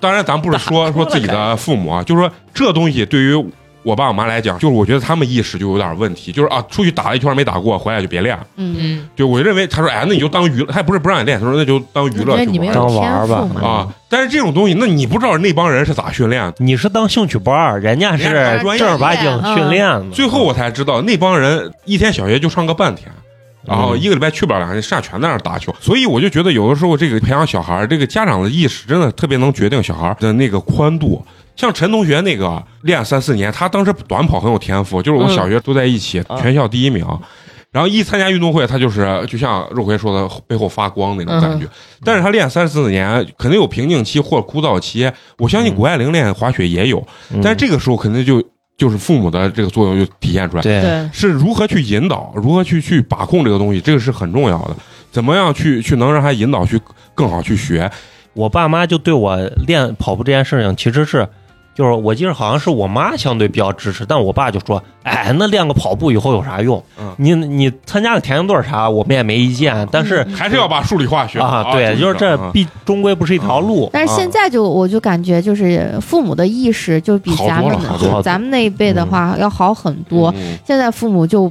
S1: 当然，咱不是说说自己的父母啊，就是说这东西对于我爸我妈来讲，就是我觉得他们意识就有点问题，就是啊，出去打了一圈儿没打过，回来就别练了。
S3: 嗯，
S4: 嗯，
S1: 对我认为，他说：“哎，那你就当娱乐，他不是不让你练，他说那就当娱乐
S4: 因为你
S1: 去
S4: 没
S1: 玩
S4: 有
S1: 儿
S5: 当玩
S4: 天
S5: 儿吧
S4: 赋嘛。
S1: 啊。”但是这种东西，那你不知道那帮人是咋训练的。
S5: 你是当兴趣班儿，人家是
S1: 人家专业
S5: 正儿八经训练的。
S1: 最后我才知道，那帮人一天小学就上个半天，然后一个礼拜去不了两天，剩下全在那儿打球。所以我就觉得，有的时候这个培养小孩儿，这个家长的意识真的特别能决定小孩儿的那个宽度。像陈同学那个练三四年，他当时短跑很有天赋，就是我们
S2: 嗯
S1: 小学都在一起，
S2: 啊
S1: 全校第一名。然后一参加运动会，他就是就像肉葵说的，背后发光那种感觉。但是他练三四年，肯定有瓶颈期或者枯燥期。我相信谷爱凌练滑雪也有，
S5: 嗯，
S1: 但是这个时候肯定就就是父母的这个作用就体现出来，
S5: 对
S4: 对，
S1: 是如何去引导，如何去去把控这个东西，这个是很重要的。怎么样去去能让他引导去更好去学？
S5: 我爸妈就对我练跑步这件事情，其实是就是我记得好像是我妈相对比较支持，但我爸就说：“哎，那练个跑步以后有啥用？
S1: 嗯
S5: 你你参加个田径队儿啥，我们也没意见，但
S3: 嗯
S5: 是。
S2: 嗯
S4: 嗯
S1: 还是要把数理化学
S5: 啊，对，就是这
S1: 啊
S5: 必终归不是一条路。
S3: 但是现在就我就感觉就是父母的意识就比
S1: 好
S3: 咱
S1: 多
S3: 们
S1: 了好
S5: 多了嗯
S3: 咱们那一辈的话要好很多。
S1: 嗯
S3: 现在父母就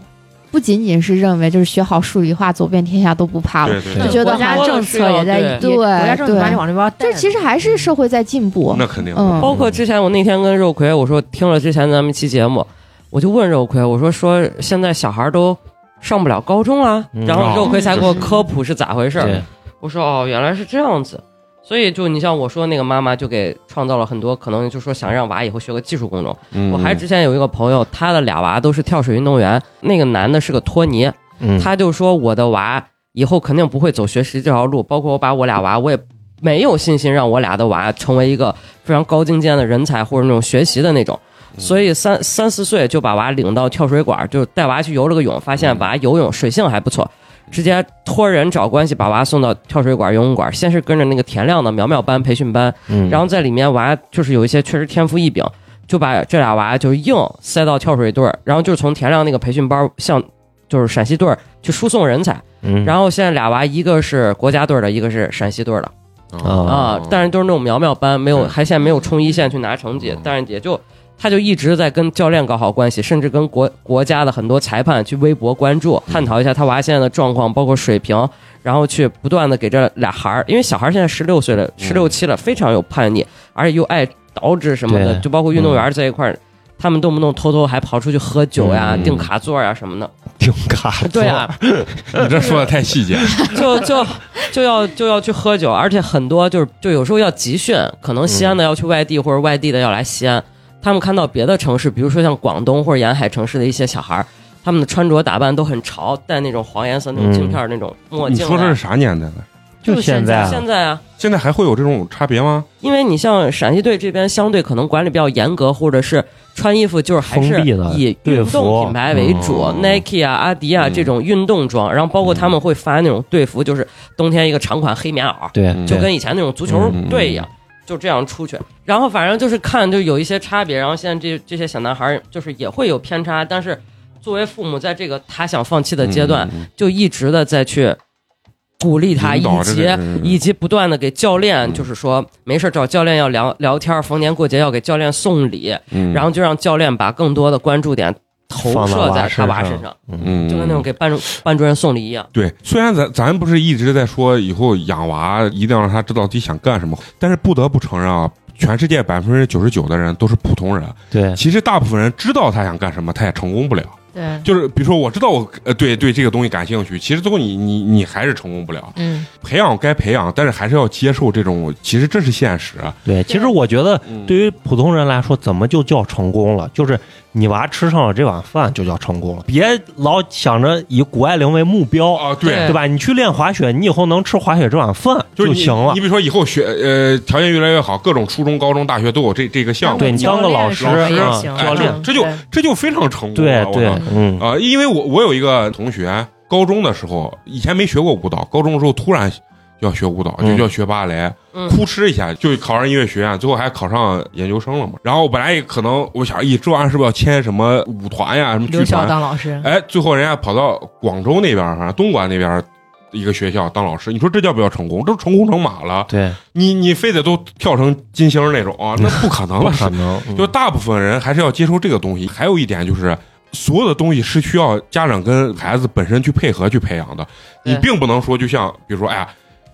S3: 不仅仅是认为就是学好数理化走遍天下都不怕了，
S1: 对对
S3: 就
S1: 对，
S3: 觉得
S4: 国家
S3: 好
S4: 政策也在
S3: 对
S4: 也国家政策把你往这边带嗯
S3: 这其实还是社会在进步。
S1: 那肯定的。
S3: 嗯
S2: 包括之前我那天跟肉葵我说，听了之前咱们一期节目，我就问肉葵我说说现在小孩都上不了高中啊，
S5: 嗯
S2: 然后肉葵才给我
S1: 嗯
S2: 科普是咋回事儿。
S5: 对，
S2: 我说哦，原来是这样子。所以就你像我说那个妈妈就给创造了很多可能，就说想让娃以后学个技术工种。
S1: 嗯
S2: 我还之前有一个朋友，他的俩娃都是跳水运动员，那个男的是个托尼，
S5: 嗯，
S2: 他就说我的娃以后肯定不会走学习这条路，包括我把我俩娃，我也没有信心让我俩的娃成为一个非常高精尖的人才或者那种学习的那种。所以三三四岁就把娃领到跳水馆，就带娃去游了个泳，发现娃游泳水性还不错，直接托人找关系把娃送到跳水馆、游泳馆。先是跟着那个田亮的苗苗班培训班，
S5: 嗯
S2: 然后在里面娃就是有一些确实天赋异禀，就把这俩娃就是硬塞到跳水队儿，然后就是从田亮那个培训班儿向就是陕西队儿去输送人才。
S5: 嗯
S2: 然后现在俩娃一个是国家队儿的，一个是陕西队儿的啊，但是都是那种苗苗班，没有
S1: 哦嗯
S2: 还现在没有冲一线去拿成绩
S1: 嗯，
S2: 但是也就。他就一直在跟教练搞好关系，甚至跟国国家的很多裁判去微博关注，探讨一下他娃现在的状况，包括水平，然后去不断的给这俩孩儿，因为小孩儿现在十六岁
S1: 嗯
S2: 了，十六七了，非常有叛逆，而且又爱捯饬什么的，
S1: 嗯
S5: 对
S2: 就包括运动员这一块儿，他们动不动偷偷还跑出去喝酒呀、
S5: 嗯
S2: 订卡座呀什么的。
S5: 挺卡，
S2: 对啊呀、，
S1: 你这说的太细 节了，
S2: 就就就要就要去喝酒，而且很多就是就有时候要集训，可能西安
S5: 嗯
S2: 的要去外地，或者外地的要来西安。他们看到别的城市，比如说像广东或者沿海城市的一些小孩儿，他们的穿着打扮都很潮，戴那种黄颜色那种
S5: 嗯
S2: 镜片儿那种墨
S1: 你
S2: 镜啊、
S1: 说这是啥年代的？
S5: 就现在啊
S2: 现在啊，
S1: 现在还会有这种差别吗？
S2: 因为你像陕西队这边相对可能管理比较严格，或者是穿衣服就是还是
S5: 封闭的
S2: 以
S5: 队
S2: 运
S5: 服哦
S2: 动品牌为主、
S1: 嗯
S2: n i k e 啊、阿迪啊、
S1: 嗯
S2: 这种运动装，然后包括他
S5: 嗯
S2: 们会发那种队服，就是冬天一个长款黑棉袄，
S5: 对，
S1: 嗯
S2: 就
S5: 对嗯
S2: 跟以前那种足球队一样，就这样出去。然后反正就是看，就有一些差别。然后现在这这些小男孩儿就是也会有偏差，但是作为父母，在这个他想放弃的阶段，
S1: 嗯，
S2: 就一直的在去鼓励他，
S1: 引
S2: 以
S1: 导着
S2: 及
S1: 这个人
S2: 以及不断的给教练，
S1: 嗯
S2: 就是说没事儿找教练要聊聊天儿，逢年过节要给教练送礼，
S1: 嗯
S2: 然后就让教练把更多的关注点投
S5: 放到
S2: 射
S5: 娃
S2: 在他娃
S5: 身
S2: 身
S5: 上
S2: 上，
S1: 嗯，
S2: 就跟那种给班主班主任送礼一样。
S1: 对，虽然咱咱不是一直在说以后养娃一定要让他知道自己想干什么，但是不得不承认啊，全世界百分之九十九的人都是普通人。
S5: 对，
S1: 其实大部分人知道他想干什么，他也成功不了。
S4: 对，嗯
S1: 就是比如说，我知道我呃对对这个东西感兴趣，其实最后你你你还是成功不了。
S4: 嗯，
S1: 培养该培养，但是还是要接受这种，其实这是现实。啊
S5: 对，其实我觉得
S1: 嗯
S5: 对于普通人来说，怎么就叫成功了？就是你娃吃上了这碗饭就叫成功了，别老想着以谷爱凌为目标，
S1: 啊，对
S2: 对。
S5: 哦对吧？你去练滑雪，你以后能吃滑雪这碗饭
S1: 就是你
S5: 行了
S1: 你。比如说以后学呃条件越来越好，各种初中、高中、大学都有这这个项目，
S5: 对你当个老师啊
S4: 教练
S1: 老
S4: 也
S1: 师
S4: 行嗯
S1: 哎
S5: 教练
S1: 这就这就非常成功
S5: 对
S1: 了。
S5: 对
S1: 我操，
S5: 嗯，
S1: 啊、因为我我有一个同学，高中的时候以前没学过舞蹈，高中的时候突然要学舞蹈，就
S5: 嗯
S1: 要学芭蕾，
S2: 嗯
S1: 哭哧一下就考上音乐学院，最后还考上研究生了嘛。然后本来也可能我想，咦，哎这玩意儿是不是要签什么舞团呀、什么
S4: 留
S1: 剧
S4: 校
S1: 团？
S4: 当老师，
S1: 哎，最后人家跑到广州那边儿，反正东莞那边儿一个学校当老师，你说这叫不叫成功？都成功成马了，
S5: 对，
S1: 你你非得都跳成金星那种啊，那不可能
S5: 不
S1: 了，
S5: 可能，嗯
S1: 就大部分人还是要接受这个东西。还有一点就是，所有的东西是需要家长跟孩子本身去配合去培养的。
S2: 对
S1: 你并不能说，就像比如说，哎呀，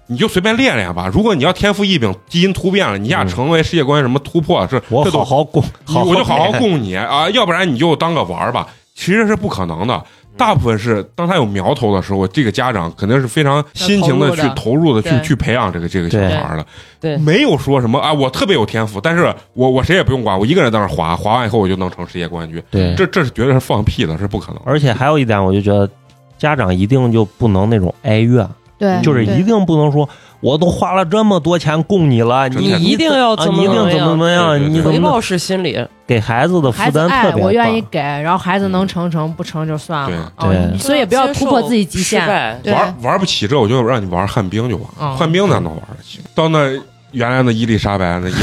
S1: 你就随便练练吧。如果你要天赋异禀、基因突变了，你一下
S5: 嗯
S1: 成为世界冠军什么突破，这
S5: 我
S1: 这
S5: 好
S1: 都
S5: 好供，好
S1: 我就好好
S5: 练，
S1: 供你啊，要不然你就当个玩儿吧。其实是不可能
S5: 嗯
S1: 的。大部分是当他有苗头的时候，这个家长肯定是非常辛勤的
S4: 投入的
S1: 去投入的去
S4: 对
S1: 去培养这个这个小
S5: 对
S1: 孩儿的。
S2: 对，
S1: 没有说什么啊，我特别有天赋，但是我我谁也不用管，我一个人在那儿滑，滑完以后我就能成世界冠军，
S5: 对，
S1: 这这是绝对是放屁的，是不可能。
S5: 而且还有一点，我就觉得家长一定就不能那种哀怨，
S3: 对，
S5: 就是
S3: 对
S5: 一定不能说我都花了这么多钱供你了，
S1: 这
S5: 你
S1: 太
S2: 你一定要
S5: 啊
S2: 怎
S5: 你
S2: 么
S5: 一定
S2: 么
S5: 怎么怎
S2: 样，
S5: 么
S1: 对对
S5: 样，你
S1: 对
S5: 怎
S2: 回
S5: 么
S2: 报式心理。
S5: 给孩子的
S4: 孩
S5: 负
S4: 子
S5: 担特
S4: 爱
S5: 别大？
S4: 我愿意给，然后孩子能成成，不成就算了，
S5: 对
S4: 啊
S5: 对
S4: 所以不要突破自己极
S2: 失
S4: 限，
S2: 败
S3: 对
S1: 玩玩不起这，我就让你玩旱冰就完了，
S4: 嗯
S1: 旱冰咱能玩得起，到那原来的伊丽莎白那夜，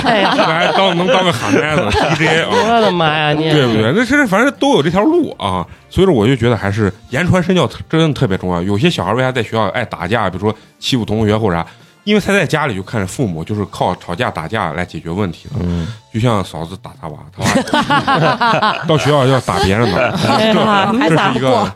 S1: 还当能当个喊麦的 DJ 啊。
S2: 我的妈呀，你
S1: 对不对？那其实反正都有这条路啊，所以说我就觉得还是言传身教特真的特别重要。有些小孩为啥在学校爱打架，比如说欺负同学或者啥，因为他在家里就看着父母就是靠吵架打架来解决问题的，
S5: 嗯，
S1: 就像嫂子打他娃，他娃 到学校要打别人 的，
S2: 哎呀
S1: 这这是一个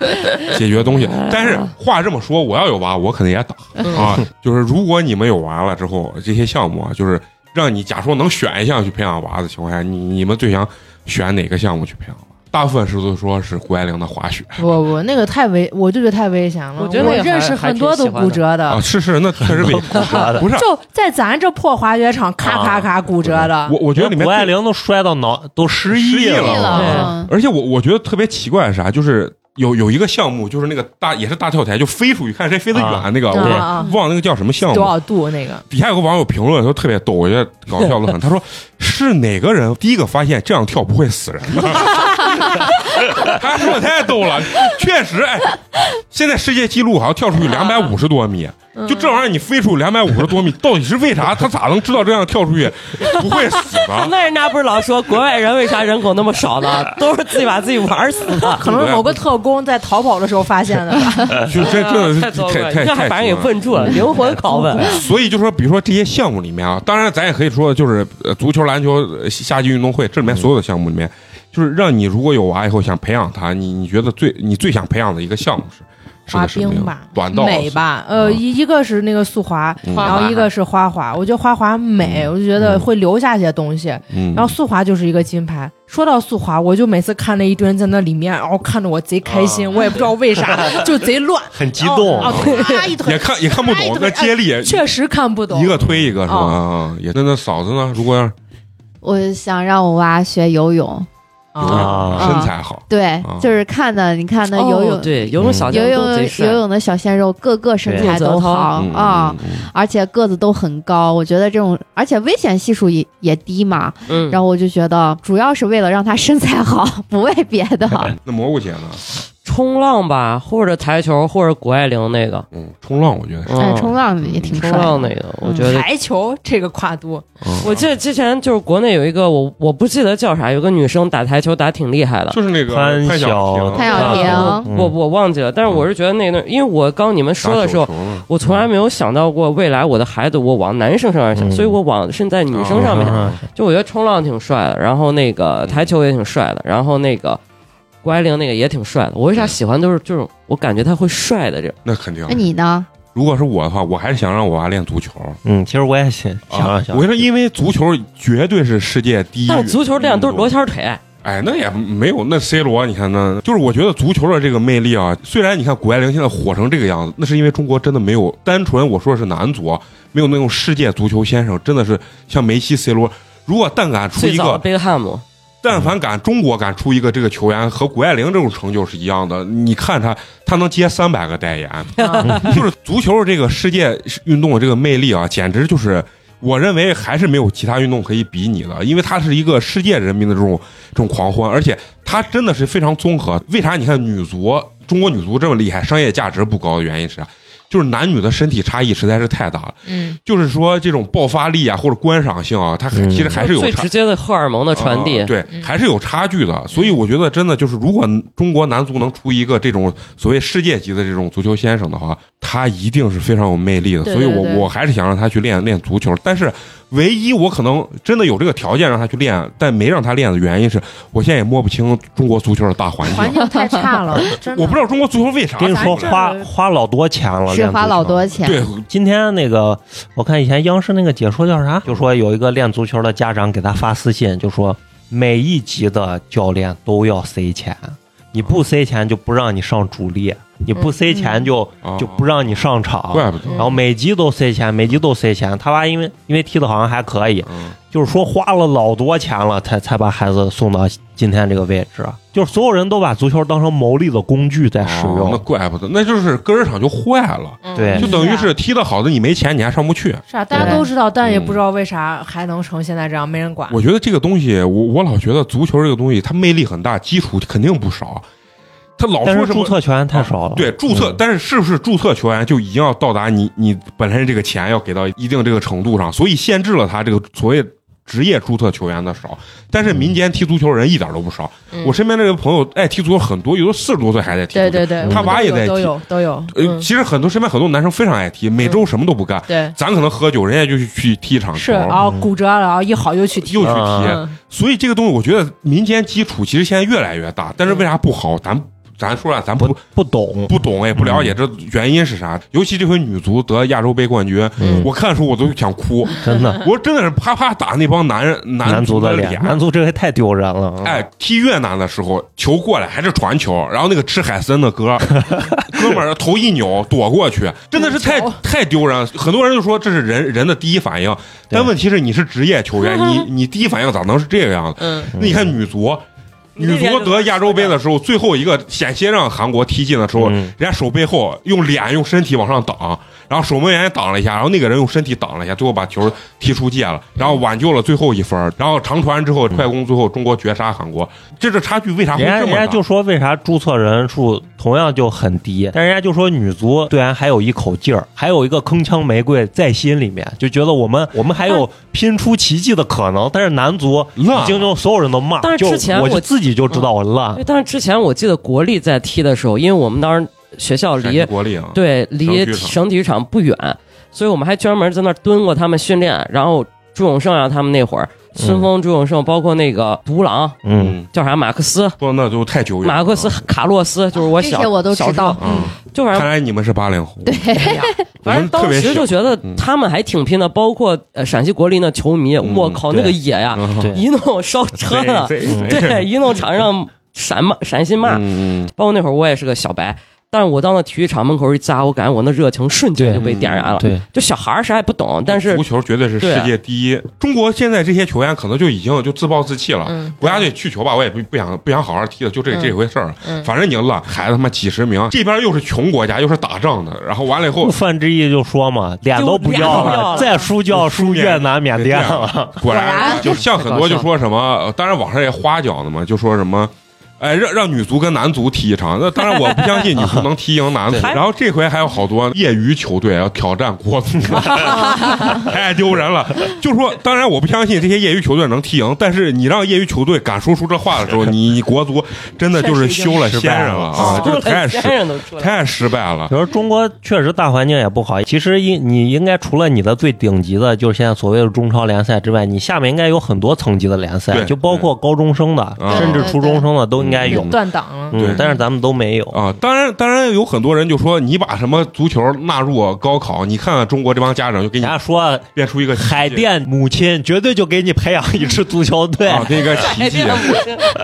S1: 解决 东西。但是话这么说，我要有娃，我肯定也打
S2: 嗯
S1: 啊。就是如果你们有娃了之后，这些项目啊，就是让你假说能选一项去培养娃的情况下，你你们最想选哪个项目去培养娃？大部分是都说是谷爱凌的滑雪
S4: 不不，那个太危，我就觉得太危险了。
S2: 我觉得那个还
S4: 认识很多都骨折的，
S1: 啊，是啊是，那确实比 不是
S4: 就在咱这破滑雪场，
S1: 啊
S4: 咔咔咔骨折的。
S1: 我，我
S5: 我
S1: 觉得里面
S5: 谷
S1: 最
S5: 爱凌都摔到脑都失忆
S1: 失忆
S3: 对
S1: 了
S5: 了，
S4: 嗯
S3: 了，
S1: 而且我我觉得特别奇怪的是啥，就是有有一个项目，就是那个大也是大跳台，就飞出去看谁飞得远、
S5: 啊
S1: 那个，
S4: 啊
S1: 我
S4: 啊，
S1: 忘了那个叫什么项
S4: 多
S1: 目。
S4: 少度那个？
S1: 底下有个网友评论说特别逗，我觉得搞笑的很。他说是哪个人第一个发现这样跳不会死人 的？他说的太逗了，确实，哎，现在世界纪录好像跳出去两百五十多米，
S2: 嗯
S1: 就这玩意儿你飞出两百五十多米，到底是为啥？他咋能知道这样跳出去不会死呢？
S2: 啊 那人家不是老说国外人为啥人口那么少呢？ 都是自己把自己玩死的。
S4: 可能是某个特工在逃跑的时候发现的吧。
S1: 就真真的是
S2: 啊太糟糕
S1: 太
S2: 了，
S1: 太
S2: 这还
S1: 太
S2: 把人
S1: 惊
S2: 给
S1: 了嗯
S2: 问住了，灵魂拷问。哦
S1: 所以就说，比如说这些项目里面啊，当然咱也可以说，就是呃足球、篮球、呃夏季运动会这里面所有的项目里面，就是让你如果有娃以后想培养他，你你觉得最你最想培养的一个项目是是
S4: 滑
S1: 个什么
S4: 冰
S1: 样
S4: 吧，
S1: 短道啊
S4: 美吧，呃，
S1: 嗯
S4: 一一个是那个速滑，
S1: 嗯
S4: 然后一个是花滑，我觉得花滑美，我就觉得会留下些东西。
S1: 嗯，
S4: 然后速滑就是一个金牌。说到速滑，我就每次看那一堆人在那里面，然后看着我贼开心，我也不知道为啥，就贼乱，
S5: 很激动
S1: 哦
S4: 啊，对，啊一腿
S1: 也看也看不
S4: 哎
S1: 懂
S4: 对，
S1: 那接力
S4: 确实看不懂哦
S1: 一。个推一个是吧？啊，也那那嫂子呢？如果要是
S3: 我想让我娃学游泳，
S4: 啊，
S5: 啊，
S1: 身材好，
S3: 对
S1: 啊，
S3: 就是看的，你看那游
S2: 哦
S3: 泳。
S2: 对游泳小
S3: 游
S2: 将
S3: 泳
S2: 都贼帅
S3: 游泳的小鲜肉，个个身材都好
S4: 哦
S1: 嗯
S3: 啊、，
S1: 嗯嗯
S3: 而且个子都很高。我觉得这种，而且危险系数也也低嘛。
S2: 嗯，
S3: 然后我就觉得，主要是为了让他身材好， 不为别的。
S4: 哦
S1: 嗯那蘑菇姐呢？
S2: 冲浪吧，或者台球，或者谷爱凌那个，
S1: 嗯，冲浪我觉得是，
S3: 哎，
S2: 嗯，
S3: 冲浪也挺
S2: 冲
S3: 帅
S2: 浪
S3: 的。
S2: 那个，我觉得。
S4: 排球这个跨度，
S1: 嗯
S2: 我记得之前就是国内有一个我我不记得叫啥，有个女生打台球打挺厉害的，
S1: 就是那个
S5: 潘
S1: 潘
S5: 晓
S1: 婷，
S3: 潘晓婷
S2: 啊我我我忘记了，但是我是觉得那个，
S1: 嗯
S2: 因为我刚你们说的时候
S1: 打手，球嘛
S2: 我从来没有想到过未来我的孩子我往男生上面想，
S5: 嗯
S2: 所以我往是在女生上面想。
S5: 啊
S2: 就我觉得冲浪挺帅的，然后那
S1: 嗯
S2: 个台球也挺帅的，然后那个谷爱凌那个也挺帅的。我为啥喜欢都是就是我感觉他会帅的这种，
S1: 那肯定
S3: 那。你呢？
S1: 如果是我的话，我还是想让我娃练足球。
S5: 嗯，其实我也想
S1: 啊
S5: 想想，
S1: 我跟你说，因为足球绝对是世界第一。
S2: 但是足球练都是罗圈腿，
S1: 哎，那也没有那 C 罗，你看那就是我觉得足球的这个魅力啊。虽然你看谷爱凌现在火成这个样子，那是因为中国真的没有单纯我说的是男足，啊，没有那种世界足球先生，真的是像梅西、C 罗。如果但敢嗯出
S2: 最
S1: 一
S2: 早的
S1: 个，
S2: 贝克汉姆，
S1: 但凡敢中国敢出一个这个球员，和谷爱凌这种成就是一样的。你看他，他能接三百个代言，
S4: 啊
S1: 就是足球这个世界运动的这个魅力啊，简直就是我认为还是没有其他运动可以比拟的，因为它是一个世界人民的这种这种狂欢，而且它真的是非常综合。为啥你看女足中国女足这么厉害，商业价值不高的原因是啥？就是男女的身体差异实在是太大了，
S4: 嗯，
S1: 就是说这种爆发力啊或者观赏性啊，它还
S5: 嗯
S1: 其实还是有
S2: 最
S1: 差
S2: 直接的荷尔蒙的传递。
S1: 啊对，
S4: 嗯
S1: 还是有差距的。所以我觉得真的就是，如果中国男足能出一个这种所谓世界级的这种足球先生的话，他一定是非常有魅力的。
S4: 对
S1: 所以我
S4: 对对
S1: 我还是想让他去练练足球，但是唯一我可能真的有这个条件让他去练，但没让他练的原因是我现在也摸不清中国足球的大环境。
S4: 环境啊太差了，真的。
S1: 我不知道中国足球为啥
S5: 跟你说
S4: 咱这
S5: 花花老多钱了，
S3: 是
S5: 练
S3: 花
S5: 足
S3: 老
S5: 球
S3: 多钱。
S1: 对
S5: 今天那个，我看以前央视那个解说叫啥，就说有一个练足球的家长给他发私信，就说每一级的教练都要塞钱，你不塞钱就不让你上主力，你不塞钱就、
S1: 嗯
S5: 就不让你上场。
S1: 怪不得。
S5: 然后每级都塞钱，每级都塞钱。他娃因为因为踢的好像还可以，
S1: 嗯
S5: 就是说花了老多钱了，才才把孩子送到今天这个位置。啊就是所有人都把足球当成牟利的工具在使
S1: 哦
S5: 用。
S1: 那怪不得，那就是根儿上就坏了，
S4: 嗯
S5: 对
S1: 就等于
S4: 啊
S1: 是踢得好的你没钱你还上不去，
S4: 是啊，大家
S5: 对
S4: 都知道，但也不知道为啥还能成现在这样，没人管。
S1: 嗯我觉得这个东西，我我老觉得足球这个东西，它魅力很大，基础肯定不少。他老
S5: 但
S1: 说
S5: 是
S1: 什
S5: 注
S1: 么
S5: 册球员太少
S1: 哦
S5: 了。
S1: 对注册，
S5: 嗯
S1: 但是是不是注册球员就一定要到达你你本身这个钱要给到一定这个程度上，所以限制了他这个所谓职业注册球员的少，但是民间踢足球人一点都不少。
S5: 嗯
S1: 我身边那个朋友哎爱踢足球很多，有的四十多岁还在踢足球。
S4: 对对对，
S1: 他
S4: 我们
S1: 娃
S4: 都
S1: 也
S4: 有
S1: 在
S4: 都
S1: 踢
S4: 有都有，
S1: 呃，
S4: 嗯，
S1: 其嗯实很多身边很多男生非常爱踢，每周什么都不干，
S4: 对，
S1: 咱可能喝酒，人家就去去踢一场球，
S4: 是，然后骨折了，然后一好又去踢
S1: 又去踢。
S5: 啊
S4: 嗯
S1: 所以这个东西，我觉得民间基础其实现在越来越大，但是为啥不
S5: 嗯
S1: 好？咱咱说了，咱不
S5: 不不懂，
S1: 不懂也不了
S5: 嗯
S1: 解这原因是啥。尤其这回女足得亚洲杯冠军，
S5: 嗯
S1: 我看的时候我都想 哭，
S5: 真的。
S1: 我真的是啪啪打那帮男人
S5: 男
S1: 足
S5: 足
S1: 的
S5: 的脸，嗯男足这回太丢人了。啊，
S1: 哎，踢越南的时候，球过来还是传球，然后那个吃海参的 哥，哥们儿头一扭躲过去，真的是太
S4: 丢球
S1: 太丢人了。很多人就说这是人人的第一反应，但
S5: 对
S1: 问题是你是职业球 员，你你第一反应咋能是这个样子？
S2: 嗯，
S1: 那你看女足。女足得亚洲杯的时候，最后一个险些让韩国踢进的时候，
S5: 嗯
S1: 人家手背后用脸用身体往上挡，然后守门员也挡了一下，然后那个人用身体挡了一下，最后把球踢出界了，然后挽救了最后一分儿。然后长传之后，
S2: 嗯
S1: 快攻最后中国绝杀韩国，这这差距为啥会
S5: 人
S1: 这
S5: 家人
S1: 么大？
S5: 家就说为啥注册人数同样就很低，但人家就说女足队员还有一口劲儿，还有一个铿锵玫瑰在心里面，就觉得我们我们还有拼出奇迹的可能。但是男足
S1: 烂
S5: 已经就所有人都骂，
S2: 但是
S5: 就
S2: 之前
S5: 我
S2: 我
S5: 就自己就知道我
S2: 因
S5: 烂
S2: 为，当哎时之前我记得国力在踢的时候，因为我们当时学校
S1: 陕
S2: 离
S1: 西国力啊，
S2: 对，离
S1: 省体育场
S2: 省体育场不远，所以我们还专门在那儿蹲过他们训练。然后朱永胜啊，他们那会儿，
S1: 嗯
S2: 孙峰、朱永胜，包括那个独狼，
S5: 嗯，
S2: 叫啥马克思，
S1: 说那就太久远了。
S2: 马克思卡洛斯，就是我
S3: 这
S2: 小
S3: 些我都知，
S2: 小
S3: 道
S2: 时。
S1: 嗯，
S2: 候就反
S1: 看
S2: 正
S1: 来你们是八零后，
S3: 对，
S1: 我
S2: 反正
S1: 们特
S2: 当
S1: 别
S2: 时
S1: 小
S2: 就觉得
S1: 嗯
S2: 他们还挺拼的，包括呃陕西国力那球迷，
S1: 嗯
S2: 我靠
S5: 对
S2: 那个野呀，
S1: 嗯
S5: 对
S2: 一弄烧车了，
S1: 贼贼贼
S2: 对，一弄场上 陕骂陕西骂，
S1: 嗯嗯嗯
S2: 包括那会儿我也是个小白。但是我到那体育场门口一扎，我感觉我那热情瞬间就被点燃了。
S5: 对，
S2: 就小孩儿啥也不懂，但是
S1: 足球绝对是
S2: 对
S1: 世界第一。中国现在这些球员可能就已经就自暴自弃了。
S2: 嗯
S1: 国家队去球吧，我也不不想不想好好踢了，就这、这回事儿。
S2: 嗯
S1: 反正你烂，孩子他妈几十名，这边又是穷国家，又是打仗的，然后完了以后，
S5: 范志毅就说嘛，脸都不要
S2: 就脸不要了
S5: 再输就要输越南、缅甸了。
S1: 果
S3: 果
S1: 然
S3: 然
S1: 就像很多就说什么，呃当然网上也花脚呢嘛，就说什么。哎，让让女足跟男足踢一场，那当然我不相信女足能踢赢男足。
S2: 对
S1: 然后这回还有好多业余球队啊要挑战国 足，太丢人了。就说，当然我不相信这些业余球队能踢赢，但是你让业余球队敢说出这话的时候，你 你国足真的就是修了仙人了啊，
S2: 出
S1: 这太
S2: 来哦先
S1: 失
S2: 生都出来了。
S1: 太失败了。
S5: 比如中国确实大环境也不好，其实应你应该除了你的最顶级的，就是现在所谓的中超联赛之外，你下面应该有很多层级的联赛，
S1: 对
S5: 就包括高中生的，
S1: 嗯
S5: 甚至初中生的都应
S1: 哎
S5: 该有。
S4: 断档了。
S1: 对
S5: 嗯，但是咱们都没有。
S1: 啊，当然，当然有很多人就说你把什么足球纳入高考，你看看中国这帮家长就给你
S5: 人家说
S1: 变出一个奇迹
S5: 海淀母亲绝对就给你培养一支足球队，
S1: 啊，这个奇迹啊！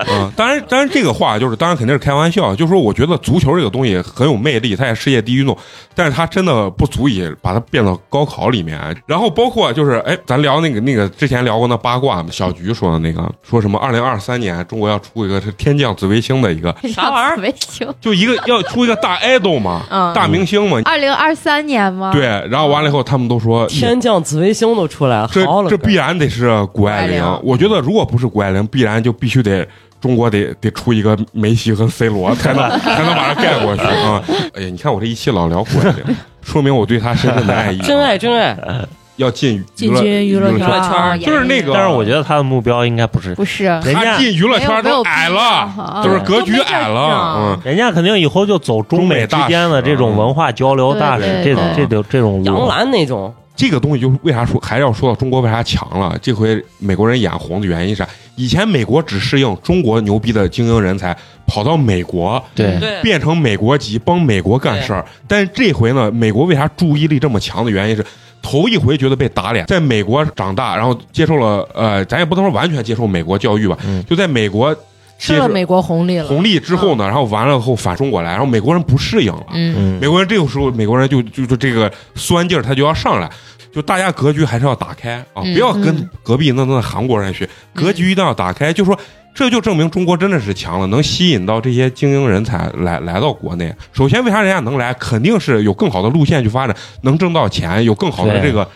S1: 嗯当然，当然这个话就是，当然肯定是开玩笑，就是说我觉得足球这个东西很有魅力，它也世界第一运动，但是它真的不足以把它变到高考里面。然后包括就是，哎，咱聊那个那个之前聊过那八卦，小菊说的那个，说什么二零二三年中国要出一个是天降紫微星的一个，
S2: 啥玩意儿
S3: 没听。
S1: 就一个要出一个大 idol 嘛，
S4: 嗯
S1: 大明星嘛，
S3: 二零二三年吗？
S1: 对。然后完了以后，他们都说
S2: 天降紫微星都出来了，
S1: 这
S2: 好了，
S1: 这必然得是谷爱
S4: 谷爱
S1: 凌
S4: 凌。
S1: 我觉得如果不是谷爱凌，必然就必须得中国得得出一个梅西和 C 罗，才 能才能把它盖过去啊！哎呀，你看我这一期老聊谷爱凌，说明我对她深深的爱意啊。
S2: 真爱真爱，
S5: 哎
S1: 要进娱
S4: 进
S1: 乐
S4: 军娱乐
S1: 圈
S4: 圈
S1: 儿，
S4: 儿，
S2: 圈
S1: 就是那个。
S5: 但是我觉得他的目标应该不是，
S3: 不是，
S5: 人
S1: 他
S5: 家
S1: 进娱乐圈
S3: 没
S1: 都
S3: 有必要
S1: 矮了，
S3: 啊
S1: 就是格局矮
S4: 都没
S1: 了，
S5: 人家肯定以后就走中美之间的这
S1: 嗯
S5: 种文化交流
S3: 对
S5: 大使，
S3: 对
S5: 这
S1: 对
S5: 这种这种
S2: 杨
S5: 路。
S2: 澜那种，
S1: 这个东西就是为啥说还要说到中国为啥强了？这回美国人眼红的原因是啥？以前美国只适应中国牛逼的精英人才跑到美国，
S5: 对，
S2: 嗯对
S1: 变成美国籍，帮美国干事儿。但是这回呢，美国为啥注意力这么强的原因是，头一回觉得被打脸，在美国长大，然后接受了呃，咱也不能说完全接受美国教育吧，
S5: 嗯
S1: 就在美国
S4: 吃了美国红利了，
S1: 红利之后呢，然后完了后反中国来，然后美国人不适应了，
S4: 嗯，
S5: 嗯
S1: 美，国人这个时候美国人就就就这个酸劲儿他就要上来。就大家格局还是要打开啊，
S4: 嗯
S1: 不要跟隔壁那那韩国人学，格局一定要打开。就说这就证明中国真的是强了，能吸引到这些精英人才来来到国内。首先，为啥人家能来？肯定是有更好的路线去发展，能挣到钱，有更好的
S5: 对
S1: 这个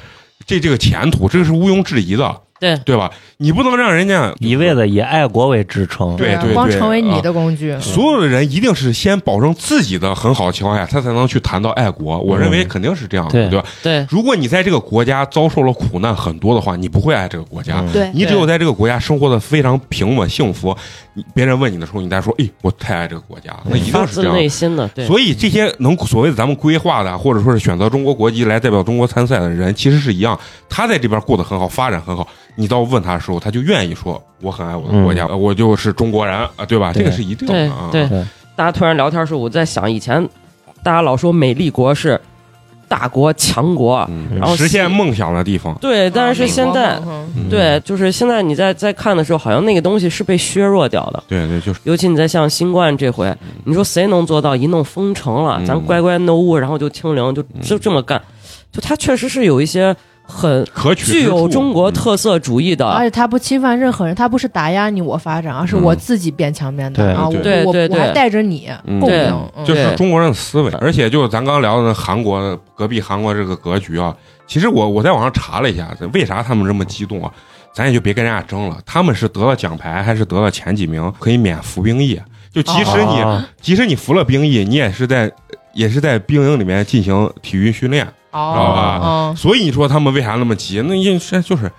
S1: 这这个前途，这个是毋庸置疑的。
S2: 对
S1: 对吧？你不能让人家
S5: 一味的以爱国为支撑。嗯
S1: 对对
S4: 光
S1: 对
S4: 成为
S1: 啊
S4: 你的工具，
S1: 所有的人一定是先保证自己的很好的情况下，他才能去谈到爱国。我认为肯定是这样的，
S5: 对
S1: 对吧？
S2: 对
S1: 如果你在这个国家遭受了苦难很多的话，你不会爱这个国家。
S5: 嗯
S3: 对
S1: 你只有在这个国家生活的非常平稳幸福，你别人问你的时候，你再说：“哎，我太爱这个国家。”那一
S2: 发
S1: 定是
S2: 自
S1: 这样
S2: 内
S1: 的。
S2: 心的，对，
S1: 所以这些能所谓的咱们规划的，啊或者说是选择中国国籍来代表中国参赛的人，其实是一样，他在这边过得很好，发展很好。你到问他的时候，他就愿意说：“我很爱我的国家，呃我就是中国人啊，对吧？”
S5: 对
S1: 这个是一定的啊。
S2: 对
S5: 对，
S2: 大家突然聊天的时候，我在想，以前大家老说美丽国是大国强国，
S1: 嗯
S2: 然后
S1: 实现梦想的地方。
S2: 对，但是现在。
S4: 嗯
S1: 嗯
S2: 对，就是现在你在在看的时候，好像那个东西是被削弱掉的。
S1: 对对，就是
S2: 尤其你在像新冠这回，你说谁能做到一弄封城了，
S1: 嗯
S2: 咱乖乖 no 物，然后就清零，就就这么干，就它确实是有一些很
S1: 可取之
S2: 具有
S1: 处
S2: 中国特色主义
S1: 啊
S2: 的，
S1: 嗯
S4: 而且他不侵犯任何人，他不是打压你我发展，而是我自己变强变大
S5: 对
S4: 啊！我
S2: 对
S4: 我
S2: 对
S4: 我还
S2: 对
S4: 带着你
S1: 嗯
S4: 共
S2: 对
S4: 赢，嗯
S1: 就是
S2: 对
S1: 中国人的思维，而且就是咱刚聊的那韩国隔壁韩国这个格局啊，其实我我在网上查了一下，为啥他们这么激动啊？咱也就别跟人家争了，他们是得了奖牌还是得了前几名，可以免服兵役。就即使你、
S4: 哦
S5: 啊
S1: 即使你服了兵役，你也是在也是在兵营里面进行体育训练。吧
S4: 哦，
S1: 所以你说他们为啥那么急？那也是就是他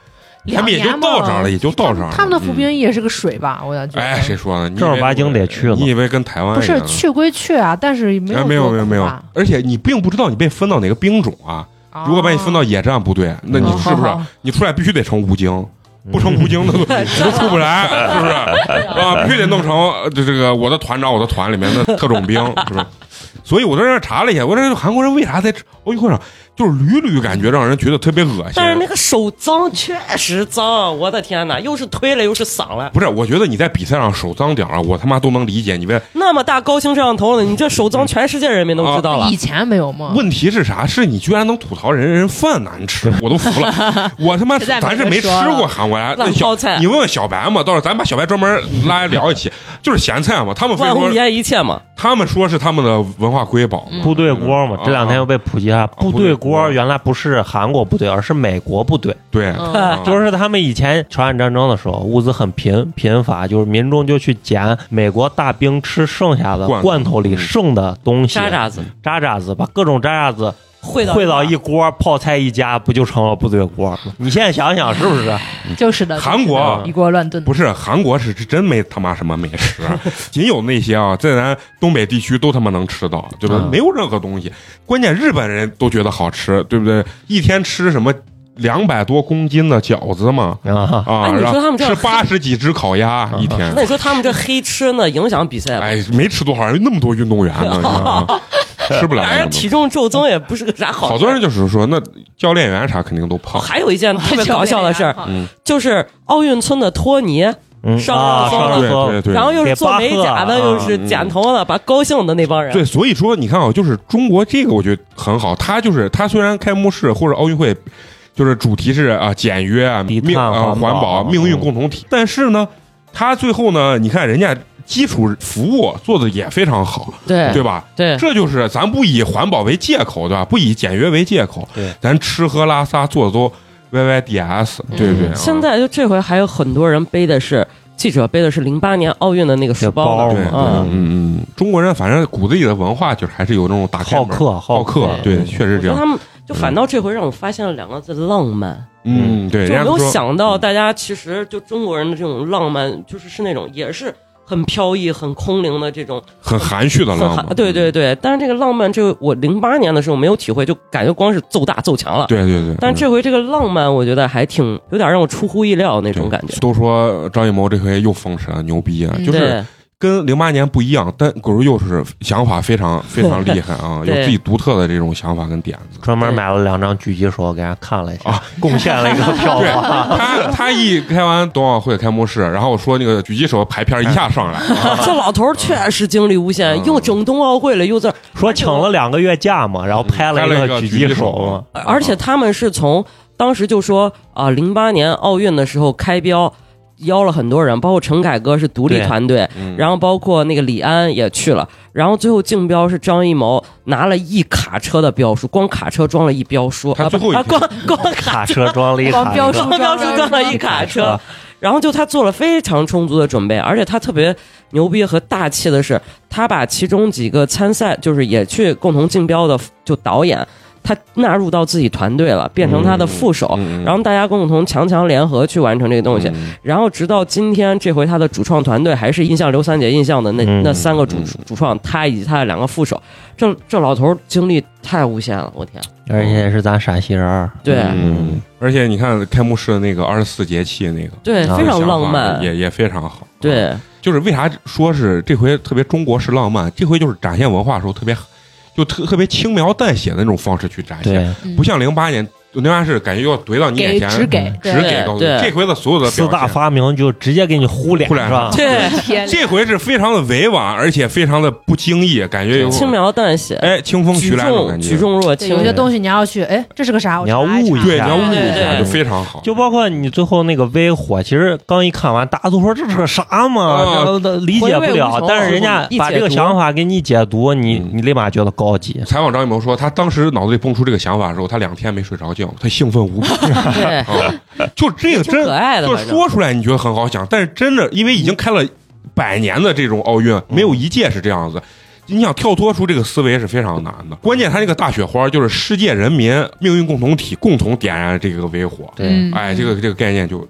S4: 两
S1: 们也就
S4: 年嘛
S1: 到这儿了，也就到这儿了。
S4: 他们的服兵
S1: 役、
S4: 役也是个水吧？我感觉，
S1: 哎，谁说的？你以为
S5: 正儿八经得去了
S1: 你以为跟台湾
S4: 不
S1: 一样
S4: 是
S1: 呢
S4: 去归去啊，但是没
S1: 哎，
S4: 有
S1: 没有
S4: 多
S1: 没有
S4: 苦
S1: 没有
S4: 吧，
S1: 而且你并不知道你被分到哪个兵种啊。如果把你分到野战部队，那你是不是
S4: 哦
S1: 你出来必须得成吴京？
S5: 嗯
S1: 不成吴京的都出不来，是不是？啊，必须得弄成呃这这个我的团长，我的团里面的特种兵，是不是？ 所以我在这儿查了一下，我这韩国人为啥在奥运会上就是屡屡感觉让人觉得特别恶心。
S2: 但是那个手脏，确实脏，我的天哪，又是推了又是搡了，
S1: 不是，我觉得你在比赛上手脏点儿了，我他妈都能理解。你为
S2: 那么大高清摄像头呢，你这手脏，全世界人民都知
S1: 啊
S2: 道了
S4: 以。前没有吗？
S1: 问题是啥？是你居然能吐槽人人饭难吃，我都服了。我他妈
S4: 实在没
S1: 咱是没吃
S4: 说了
S1: 过韩国呀，那
S2: 烂
S1: 小
S2: 泡菜
S1: 你问问小白嘛，到时候咱把小白专门拉来聊一起，就是咸菜嘛。他们非
S2: 万红
S1: 说
S2: 爷一切嘛，
S1: 他们说是他们的文化瑰宝嘛，
S5: 部队锅嘛
S1: 啊，
S5: 这两天又被普及了。部队
S1: 部队
S5: 锅
S1: 锅
S5: 原来不是韩国部队，而是美国部队。
S1: 对，
S2: 嗯
S1: 啊
S5: 就是他们以前朝鲜战争的时候，物资很贫贫乏，就是民众就去捡美国大兵吃剩下的
S1: 罐头
S5: 罐头里剩的东西，
S2: 渣渣子
S5: 渣渣子，把各种渣渣子
S2: 会到
S5: 烩到一锅，泡菜一家，不就成了部队锅吗？你现在想想是不是？
S4: 就是的，
S1: 韩国
S4: 就是的一锅乱炖，
S1: 不是韩国是真没他妈什么美食，啊仅有那些啊，在咱东北地区都他妈能吃到，对吧？
S5: 嗯
S1: 没有任何东西，关键日本人都觉得好吃，对不对？一天吃什么两百多公斤的饺子嘛，
S5: 啊，
S1: 啊，
S2: 哎你说
S1: 然后
S2: 他们这
S1: 吃
S2: 样啊
S1: 八十几只烤鸭一天
S2: 那，你说他们这黑吃呢，影响 比赛吗？
S1: 哎，没吃多少人，那么多运动员呢，你知道 吗吃不了
S2: 反
S1: 那
S2: 正
S1: 么多
S2: 体。重骤增也不是个啥好事。
S1: 好多人就是说，那教练员啥肯定都胖，
S2: 还有一件特别搞笑的事儿，
S1: 嗯
S2: 就是奥运村的托尼，
S5: 嗯
S2: 上
S5: 啊，
S2: 热搜
S5: 上
S1: 对
S5: 热
S1: 对
S5: 搜，
S1: 对，
S2: 然后又是做美甲的，
S5: 给巴赫啊嗯
S2: 又是剪头的，把高兴的那帮人，
S1: 对，所以说你看啊，就是中国这个我觉得很好，它就是它虽然开幕式或者奥运会。就是主题是啊，简约啊，
S5: 低碳
S1: 命啊，
S5: 环
S1: 环
S5: 保
S1: 保、命运
S5: 嗯
S1: 共同体。但是呢，它最后呢，你看人家基础服务做的也非常好，
S2: 对
S1: 对吧？
S2: 对
S1: 这就是咱不以环保为借口，对吧？不以简约为借口，
S5: 对
S1: 咱吃喝拉撒做的都 Y Y D S，对不对？啊
S2: 嗯现在就这回还有很多人背的是记者背的是零八年奥运的那个书包
S5: 包
S1: 对，
S2: 呢，
S1: 对
S5: 嘛
S1: 嗯，嗯嗯，中国人反正骨子里的文化就是还是有那种打开
S5: 好
S1: 门
S5: 客
S1: 好客，对，
S5: 嗯
S1: 确实
S2: 我
S1: 这
S2: 觉
S1: 样
S2: 得他。们就反倒这回让我发现了两个字浪漫，
S1: 嗯，对，
S2: 就
S1: 人家
S2: 没有
S1: 都说
S2: 想到大家其实就中国人的这种浪漫，就是是那种也是。很飘逸、很空灵的这种，
S1: 很含蓄的
S2: 很
S1: 浪
S2: 含
S1: 漫，
S2: 对对对。但是这个浪漫，这个我零八年的时候没有体会，就感觉光是揍大揍强了。
S1: 对对对。
S2: 但
S1: 嗯
S2: 这回这个浪漫，我觉得还挺有点让我出乎意料那种感觉。
S1: 都说张艺谋这回又封神了，牛逼啊！
S4: 嗯
S1: 就是
S2: 对
S1: 跟零八年不一样，但狗肉又是想法非常非 常厉害啊，有
S2: 对
S1: 自己独特的这种想法跟点子。
S5: 专门买了两张狙击手给人家看了一下
S1: 啊，
S5: 贡献了一个票
S1: 对
S5: 房。
S1: 他，他一开完冬奥会开幕式，然后我说那个狙击手排片一下上 来，
S2: 这老头儿确实精力无限，
S1: 嗯
S2: 又整冬奥会了，又在，
S5: 说请了两个月假嘛，然后拍了一
S1: 拍了一
S5: 个
S1: 个
S5: 狙
S1: 狙击
S5: 击手
S1: 手
S5: 嘛，
S2: 而且他们是从当时就说啊，零、八年奥运的时候开标。邀了很多人，包括陈凯歌是独立
S5: 对
S2: 团队，
S1: 嗯
S2: 然后包括那个李安也去了，然后最后竞标是张艺谋拿了一卡车的标书，光卡车装了一标书，
S1: 他
S2: 啊
S1: 最
S2: 不
S1: 后一
S2: 啊光光
S5: 卡
S2: 卡
S5: 车装 了一
S4: 光
S5: 卡
S4: 标
S5: 车啊
S4: 书
S2: 光标书装了一卡车，，然后就他做了非常充足的准备，而且他特别牛逼和大气的是，他把其中几个参赛就是也去共同竞标的就导演，他纳入到自己团队了，变成他的副手，
S1: 嗯
S2: 然后大家共同强强联合去完成这个东西。
S1: 嗯
S2: 然后直到今天，这回他的主创团队还是印象刘三姐印象的那、
S5: 嗯
S2: 那三个主
S1: 嗯
S2: 主创，他以及他的两个副手，这这老头儿精力太无限了，我天！
S5: 而且也是咱陕西人儿，
S2: 对、
S1: 嗯，而且你看开幕式的那个二十四节气那个，
S2: 对，
S5: 啊
S2: 非常
S1: 想
S2: 浪
S1: 法
S2: 漫，
S1: 也啊也非常好。，
S2: 对
S1: 就是为啥说是这回特别中国式浪漫，这回就是展现文化的时候特别，就特特别轻描淡写的那种方式去展现，
S5: 对，
S4: 嗯
S1: 不像零八年零八是感觉要怼到你眼
S4: 给
S1: 前，
S4: 只给
S5: 嗯
S1: 只
S2: 对
S1: 给告诉你
S2: 对
S1: 这回的所有的
S5: 四
S1: 表
S5: 大
S1: 现。
S5: 发明就直接给你糊脸
S1: 糊脸
S5: 是吧？
S2: 对，
S4: 天
S1: 这回是非常的委婉，而且非常的不经意，感觉有
S2: 轻描淡写，
S1: 哎清风徐
S2: 举
S1: 来那种
S2: 重
S1: 感觉，
S2: 举重若
S4: 对
S2: 轻
S4: 有。些东西你要去，哎，这是个啥？我
S5: 你要
S4: 查一
S5: 悟
S4: 查
S5: 一
S1: 对，你要悟
S2: 对
S1: 一
S2: 对
S1: 下
S2: 对
S1: 就非常好，
S5: 就包括你最后那个微火，其实刚一看完，大家都说这是个啥嘛，
S1: 啊
S5: 然后都理解不
S2: 回味无
S5: 了
S2: 穷。
S5: 但是人家把这个想法给你解读，你
S1: 嗯
S5: 你立马觉得高级。
S1: 采访张艺谋说，他当时脑子里蹦出这个想法的时候，他两天没睡着觉，他兴奋无比。
S2: 对，
S1: 啊就这个
S2: 挺可
S1: 真，
S2: 爱的，
S1: 就
S2: 反正
S1: 说出来你觉得很好想，但是真的，因为已经开了百年的这种奥运，没
S2: 嗯
S1: 有一届是这样子。你想跳脱出这个思维是非常难的。关键他这个大雪花就是世界人民命运共同体共同点燃这个微火，
S5: 对，
S2: 嗯
S3: 嗯
S1: 哎，这个这个概念就。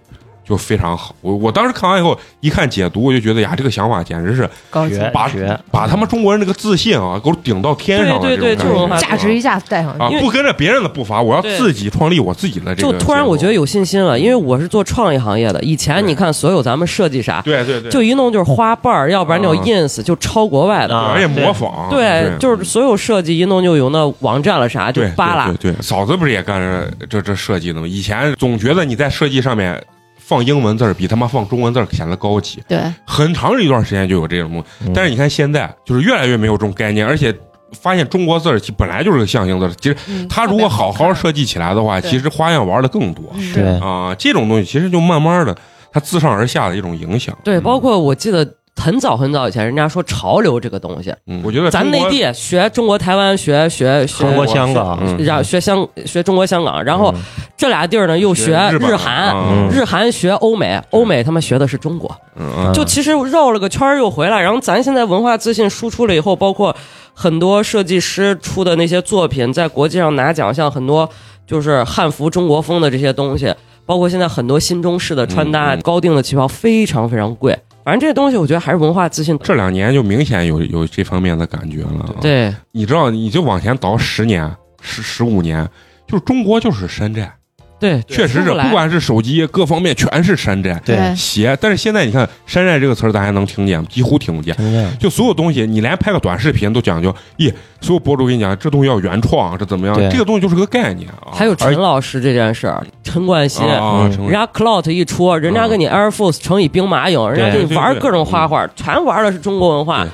S1: 就非常好，我我当时看完以后，一看解读，我就觉得呀，这个想法简直是
S4: 高级
S5: 学
S1: 把
S5: 学，
S1: 把他们中国人那个自信啊，给我顶到天上了。
S2: 对对对
S1: 这种感觉
S2: 这种
S4: 价值一下子带上
S1: 啊
S4: 去，
S2: 因，为
S1: 不跟着别人的步伐，我要
S2: 对
S1: 自己创立我自己的这
S2: 就
S1: 个。
S2: 突然我觉得，有信心了，因为我是做创意行业的，以前
S1: 对
S2: 你看所有咱们设计啥，
S1: 对对对，
S2: 就一弄就是花瓣儿，要不然就
S1: 啊
S2: ins 就抄国外的，
S5: 啊
S1: 而且模仿，
S2: 对，就是所有设计一弄就有那网站了啥就
S1: 对
S2: 扒拉
S1: 对，对，对嫂子不是也干这这这设计的吗？以前总觉得你在设计上面。放英文字儿比他妈放中文字儿显得高级，
S3: 对，
S1: 很长一段时间就有这种东西。
S2: 嗯
S1: 但是你看现在，就是越来越没有这种概念，而且发现中国字儿其本来就是个象形字儿，其实
S4: 嗯
S1: 它如果好好，设计起来的话，
S4: 对
S1: 其实花样玩的更多
S4: 特别好看是
S2: 嗯
S5: 对，
S1: 啊、这种东西其实就慢慢的，它自上而下的一种影响。
S2: 对，
S1: 嗯
S2: 包括我记得很早很早以前，人家说潮流这个东西，
S1: 嗯我觉得
S2: 咱
S1: 中国
S2: 内地学中国台湾学学学
S5: 中国香港，
S1: 嗯
S2: 然后学香学中国香港，然后这俩地儿呢又学
S1: 日本
S2: 日韩。
S1: 嗯
S2: 日韩学欧美，欧美他们学的是中国，
S1: 嗯嗯
S2: 就其实绕了个圈儿又回来。然后咱现在文化自信输出了以后，包括很多设计师出的那些作品，在国际上拿奖项，很多就是汉服中国风的这些东西，包括现在很多新中式的穿搭、
S1: 嗯嗯
S2: 高定的旗袍，非常非常贵。反正这些东西，我觉得还是文化自信。
S1: 这两年就明显有有这方面的感觉了、啊。，
S2: 对，
S1: 你知道，你就往前倒十年、十十五年，就是中国就是山寨，
S2: 对，
S1: 确实
S2: 出
S1: 是，
S2: 来
S1: 不管是手机各方面全是山寨
S5: 对
S3: 对
S1: 鞋。但是现在你看“山寨”这个词儿，咱还能听见吗？几乎听不见。
S5: 真的
S1: 就所有东西，你连拍个短视频都讲究，咦，所有博主给你讲这东西要原创，这怎么样
S5: 对？
S1: 这个东西就是个概念啊。
S2: 还有陈老师这件事儿，陈冠希，
S1: 啊，
S5: 嗯
S1: 成
S2: 人家 Clout 一出，人家给你 Air Force 乘以兵马俑，人家给你玩各种花
S5: 嗯
S2: 花，全玩的是中国文化
S1: 对，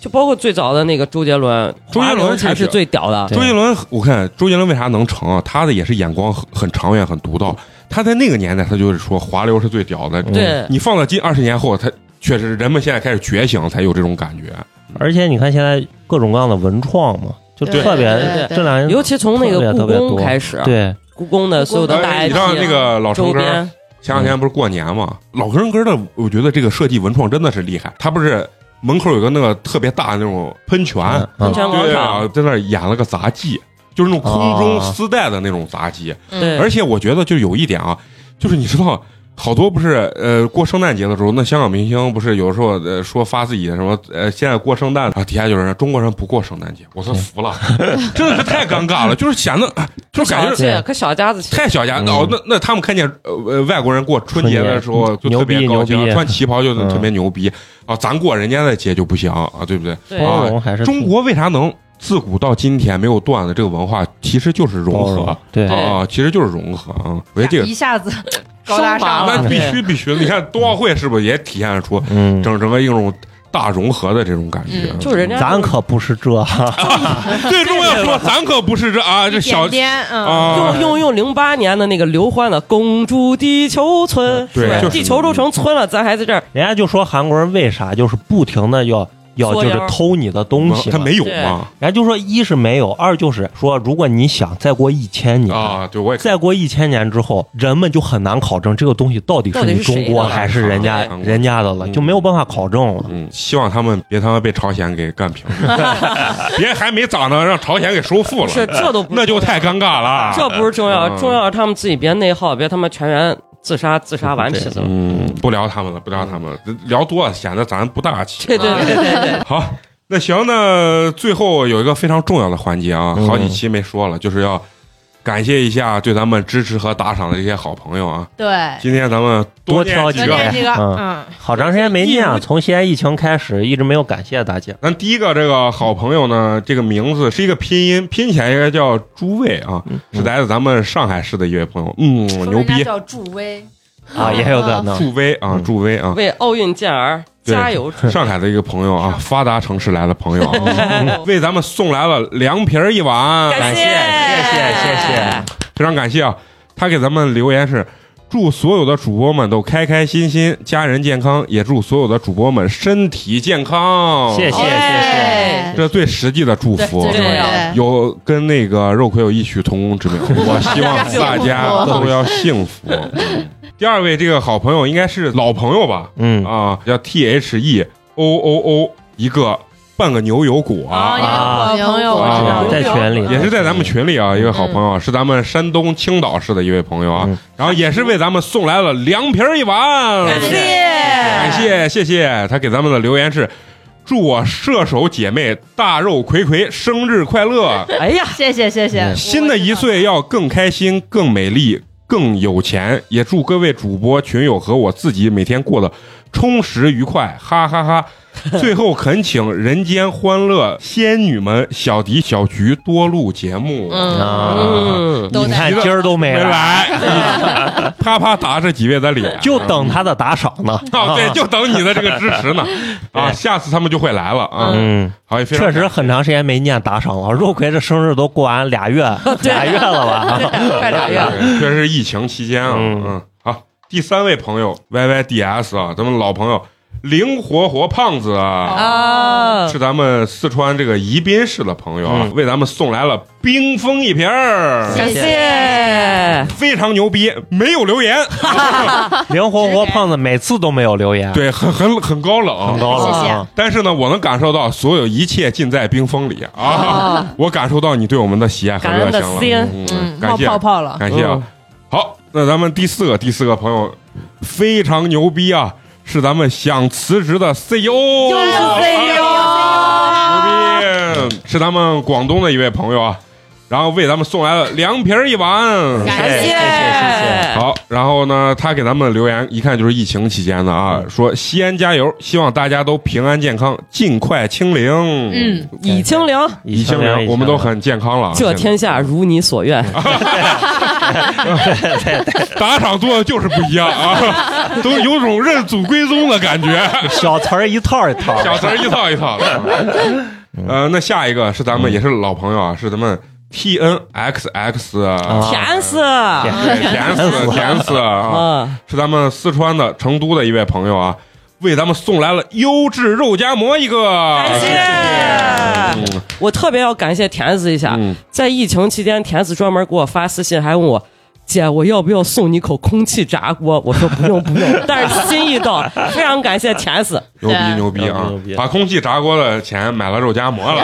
S2: 就包括最早的那个周杰伦，
S1: 周杰伦
S2: 华流才是最屌的
S5: 对。
S1: 周杰伦，我看周杰伦为啥能成啊？他的也是眼光很很长远、很独到。他在那个年代，他就是说华流是最屌的。
S2: 对
S1: 你放到近二十年后，他确实人们现在开始觉醒，才有这种感觉。
S5: 而且你看现在各种各样的文创嘛，就
S4: 对
S5: 特
S4: 对
S5: 别
S4: 对
S5: 这两年
S2: 尤其从那个
S5: 嗯特
S2: 故
S5: 别特别
S2: 宫
S5: 多
S2: 开始，
S5: 对
S2: 故宫的所有的大
S1: 哎
S2: IP，
S1: 你让那个老
S2: 周
S1: 成根儿
S2: 边，
S1: 前两天不是过年嘛，老成根儿的，我觉得这个设计文创真的是厉害。他不是门口有个那个特别大的那种喷泉，
S5: 嗯
S2: 喷
S5: 嗯
S2: 泉广
S1: 对
S2: 场，
S1: 啊，在那儿演了个杂技，就是那种空中
S5: 哦
S1: 丝带的那种杂技。
S2: 对，
S1: 而且我觉得就有一点啊，就是你知道，好多不是呃过圣诞节的时候，那香港明星不是有时候呃说发自己的什么呃现在过圣诞，然后底下有人中国人不过圣诞节，我
S5: 嗯
S1: 说服了， 真的是太尴尬了，就是显得哎就感
S2: 小
S1: 觉。
S2: 气，可小家子气，
S1: 太小家
S5: 嗯
S1: 哦，那那他们看见呃呃外国人过春节的时候
S5: 春
S1: 就
S5: 节
S1: 特别
S5: 牛逼
S1: 高兴啊
S5: 牛，逼
S1: 穿旗袍就特
S5: 嗯
S1: 别牛逼啊！咱过人家的节就不行啊，对不对？
S2: 对
S1: 啊
S5: 包容还是
S1: 中国为啥能自古到今天没有断的这个文化，其实就是融
S5: 包
S1: 合
S5: 容，对
S2: 对
S1: 啊，其实就是融合啊。我觉得这个
S4: 一下子高大
S2: 升华
S4: 上
S2: 了
S1: 那
S2: 对
S1: 必须必须的！你看冬奥会是不是也体现出
S5: 嗯
S1: 整整个一种大融合的这种感觉。啊
S3: 嗯
S2: 就是人家
S5: 咱可不是这，
S1: 最重要 说，咱可不是这啊，这小
S4: 点点嗯，
S1: 啊，
S2: 用用用零八年的那个刘欢的《公主地球村》，
S1: 对
S2: 是吧
S1: 就是
S2: 地球都成村了，咱还在这儿，
S5: 人家就说韩国人为啥就是不停的要要
S2: 缩
S5: 就
S2: 腰
S5: 是偷你的东西嘛，
S1: 嗯他没有
S2: 对
S1: 嘛
S5: 人家就说一是没有，二就是说如果你想再过一千年。
S1: 啊，对我也
S5: 再过一千年之后，人们就很难考证这个东西到底是
S2: 到底
S5: 你
S2: 是谁
S5: 中国
S2: 的
S5: 还是人家
S1: 对
S5: 人家的了，
S1: 嗯
S5: 就没有办法考证了。
S1: 嗯，希望他们别他妈被朝鲜给干平， 别还没长呢，让朝鲜给收复了，
S2: 是这都不
S1: 那就太尴尬了。
S2: 这不是重要，
S1: 嗯
S2: 重要是他们自己别内耗，别他妈全员自杀，自杀完皮子了。
S1: 嗯，不聊他们了，不聊他们了，聊多了显得咱不大气。
S2: 对对对对对，
S1: 好，那行，那最后有一个非常重要的环节啊，
S5: 嗯
S1: 好几期没说了，就是要感谢一下对咱们支持和打赏的这些好朋友啊。
S4: 对，
S1: 今天咱们
S5: 哎多
S1: 念
S5: 挑
S1: 几
S5: 几
S1: 个
S5: 个。
S4: 念这个，
S5: 嗯
S4: 嗯，
S5: 好长时间没念了，从西安疫情开始一直没有感谢大家。
S1: 咱第一个这个好朋友呢，这个名字是一个拼音，拼起来应该叫朱卫啊，
S5: 嗯
S1: 是来自咱们上海市的一位朋友，嗯，
S4: 说
S1: 牛
S4: 人家
S1: 逼，
S4: 叫助威，
S5: 啊，也有可能。
S1: 祝威啊，
S5: 嗯
S1: 祝威 啊，
S2: 为奥运健儿啊
S1: 对
S2: 加油！
S1: 上海的一个朋友啊，发达城市来的朋友啊， 为咱们送来了凉皮儿一碗，
S5: 感
S2: 感
S5: 谢
S2: 谢
S5: 谢谢谢
S1: 非常感谢啊！他给咱们留言是：祝所有的主播们都开开心心，家人健康，也祝所有的主播们身体健康。
S5: 谢谢谢
S3: 哎
S5: 谢，
S1: 这最实际的祝福
S4: 对，最重
S2: 要
S3: 的
S1: 有跟那个肉葵有异曲同工之 妙。我希望大家都要幸 福。嗯第二位这个好朋友应该是老朋友吧？
S5: 嗯
S1: 啊，叫 T H E O O O，一个半个牛油果
S4: 啊，
S1: 啊，
S4: 你个朋友，我知
S1: 啊
S4: 道，
S5: 在群里
S1: 也是在咱
S2: 嗯
S1: 们群里啊，一个好朋友，是咱们山东青岛市的一位朋友啊
S5: 嗯，
S1: 然后也是为咱们送来了凉皮儿一碗，
S2: 感谢
S1: 感谢谢谢，他给咱们的留言是。祝我射手姐妹大肉葵葵生日快乐！
S2: 哎呀，
S4: 谢谢谢谢，
S5: 嗯
S1: 新的一岁要更开心、更美丽、更有钱。也祝各位主播、群友和我自己每天过得充实愉快，哈哈哈最后恳请人间欢乐仙女们小迪、小菊多录节目。
S5: 啊
S2: 嗯，
S5: 你看今儿都没
S1: 没
S5: 来，
S1: 来，啪啪打这几位的脸，
S5: 就 等他的打赏呢。
S1: 啊，对，就等你的这个支持 呢，啊，
S5: 对
S1: 下次他们就会来了啊，
S5: 嗯，
S1: 好，也非常
S5: 确实很长时间没念打赏了。肉葵这生日都过完俩月， 俩月了吧？
S2: 快俩月，
S1: 对确实是疫情期间啊，
S5: 嗯
S1: 嗯，好，第三位朋友 Y Y D S 啊，咱们老朋友灵活活胖子
S5: 哦
S1: 啊。
S2: 啊！
S1: 是咱们四川这个宜宾市的朋友啊，
S5: 嗯
S1: 为咱们送来了冰封一瓶儿，
S2: 感
S4: 谢
S2: 谢，
S1: 非常牛逼，没有留言，
S5: 嗯 灵活活胖子每次都没有留言，，
S1: 对，很很很高冷，
S5: 很高了啊。
S1: 但是呢，我能感受到所有一切尽在冰封里啊！我感受到你对我们的喜爱和热情了，
S2: 感恩
S1: 嗯
S4: 嗯，
S1: 感
S4: 冒
S1: 谢
S4: 泡泡了，
S1: 感谢啊！好，那咱们第四个第四个朋友非常牛逼啊，是咱们想辞职的 E CEO，就是
S4: E
S1: CEO，牛逼！是咱们广东的一位朋友啊，然后为咱们送来了凉皮儿一碗，
S5: 感谢谢谢谢
S2: 哎
S1: 好，然后呢，他给咱们留言，一看就是疫情期间的啊，
S2: 嗯
S1: 说西安加油，希望大家都平安健康，尽快清零。
S4: 嗯，
S2: 已清零，
S1: 已清零，我们都很健康了啊。
S2: 这
S1: 现
S2: 天下如你所愿。
S1: 在打赏做的就是不一样 啊，都有种认祖归宗的感觉，
S5: 小词儿一套一套，
S1: 小词儿一套一套的。呃，那下一个是咱们也是老朋友啊，是咱们 T N X X
S5: 啊
S2: 甜死
S1: 对甜啊死甜死啊！
S2: 啊！
S1: 是咱们四川的成都的一位朋友啊，为咱们送来了优质肉夹馍一个，
S2: 感谢，
S1: 嗯
S2: 我特别要感谢甜子一下，
S1: 嗯，
S2: 在疫情期间，田子专门给我发私信，还问我。姐，我要不要送你口空气炸锅？我说不用不用，但是心意到，非常感谢田 子，
S1: 牛逼牛逼啊
S5: 牛逼！
S1: 把空气炸锅的钱买了肉夹馍了。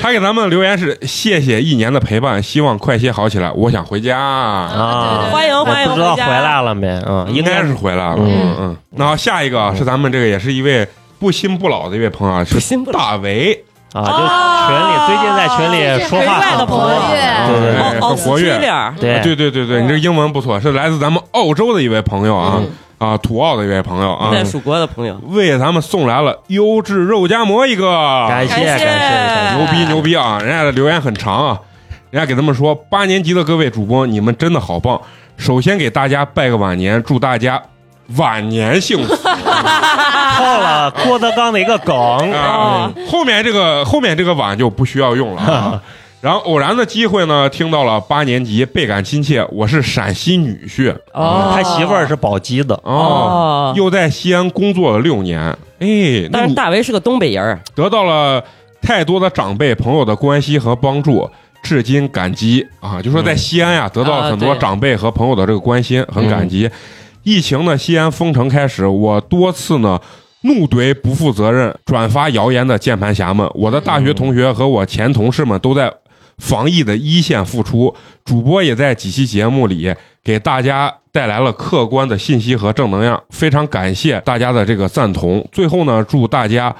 S1: 他给咱们留言是：谢谢一年的陪伴，希望快些好起来，我想回家。
S5: 啊，
S2: 欢迎欢迎
S5: 不知道
S2: 回家
S5: 回来了没？嗯，
S1: 应
S5: 应
S1: 该
S5: 该
S1: 是
S5: 是
S1: 回来了，
S5: 嗯
S1: 嗯嗯。然后下一个是咱们这个也是一位不新不老的一位朋友啊，
S2: 不
S1: 是
S2: 新不老
S1: 大为，
S5: 啊，就群里最近在群里说话
S4: 最近很
S5: 很
S4: 活
S5: 多
S4: 跃
S5: 对对对
S1: 哎
S2: 哦哦，
S1: 很活跃
S2: 斯基脸儿
S5: 对
S1: 啊对对对对，你这个英文不错，是来自咱们澳洲的一位朋友啊
S2: 嗯
S1: 啊，土澳的一位朋友啊，
S2: 在蜀国的朋友，
S5: 嗯
S1: 为咱们送来了优质肉夹馍一个，
S5: 感谢
S2: 感
S5: 感
S2: 谢
S5: 谢感谢
S1: 牛逼牛逼啊！人家的留言很长啊，人家给他们说，八年级的各位主播，你们真的好棒！首先给大家拜个晚年，祝大家晚年幸福。
S5: 套了郭德纲的一个梗。
S1: 啊，后面这个后面这个碗就不需要用了啊。然后偶然的机会呢，听到了八年级倍感亲切，我是陕西女婿
S2: 哦，
S5: 嗯他媳妇儿是宝鸡的，
S1: 哦，
S2: 哦，
S1: 又在西安工作了六年，哎，那
S2: 但是
S1: 你
S2: 大为是个东北人儿，
S1: 得到了太多的长辈朋友的关心和帮助，至今感激啊！就说在西安呀、得到了很多
S2: 嗯啊对嗯
S1: 长辈和朋友的这个关心，很感激。疫情呢，西安封城开始，我多次呢。怒怼不负责任、转发谣言的键盘侠们，我的大学同学和我前同事们都在防疫的一线付出，主播也在几期节目里给大家带来了客观的信息和正能量，非常感谢大家的这个赞同。最后呢，祝大家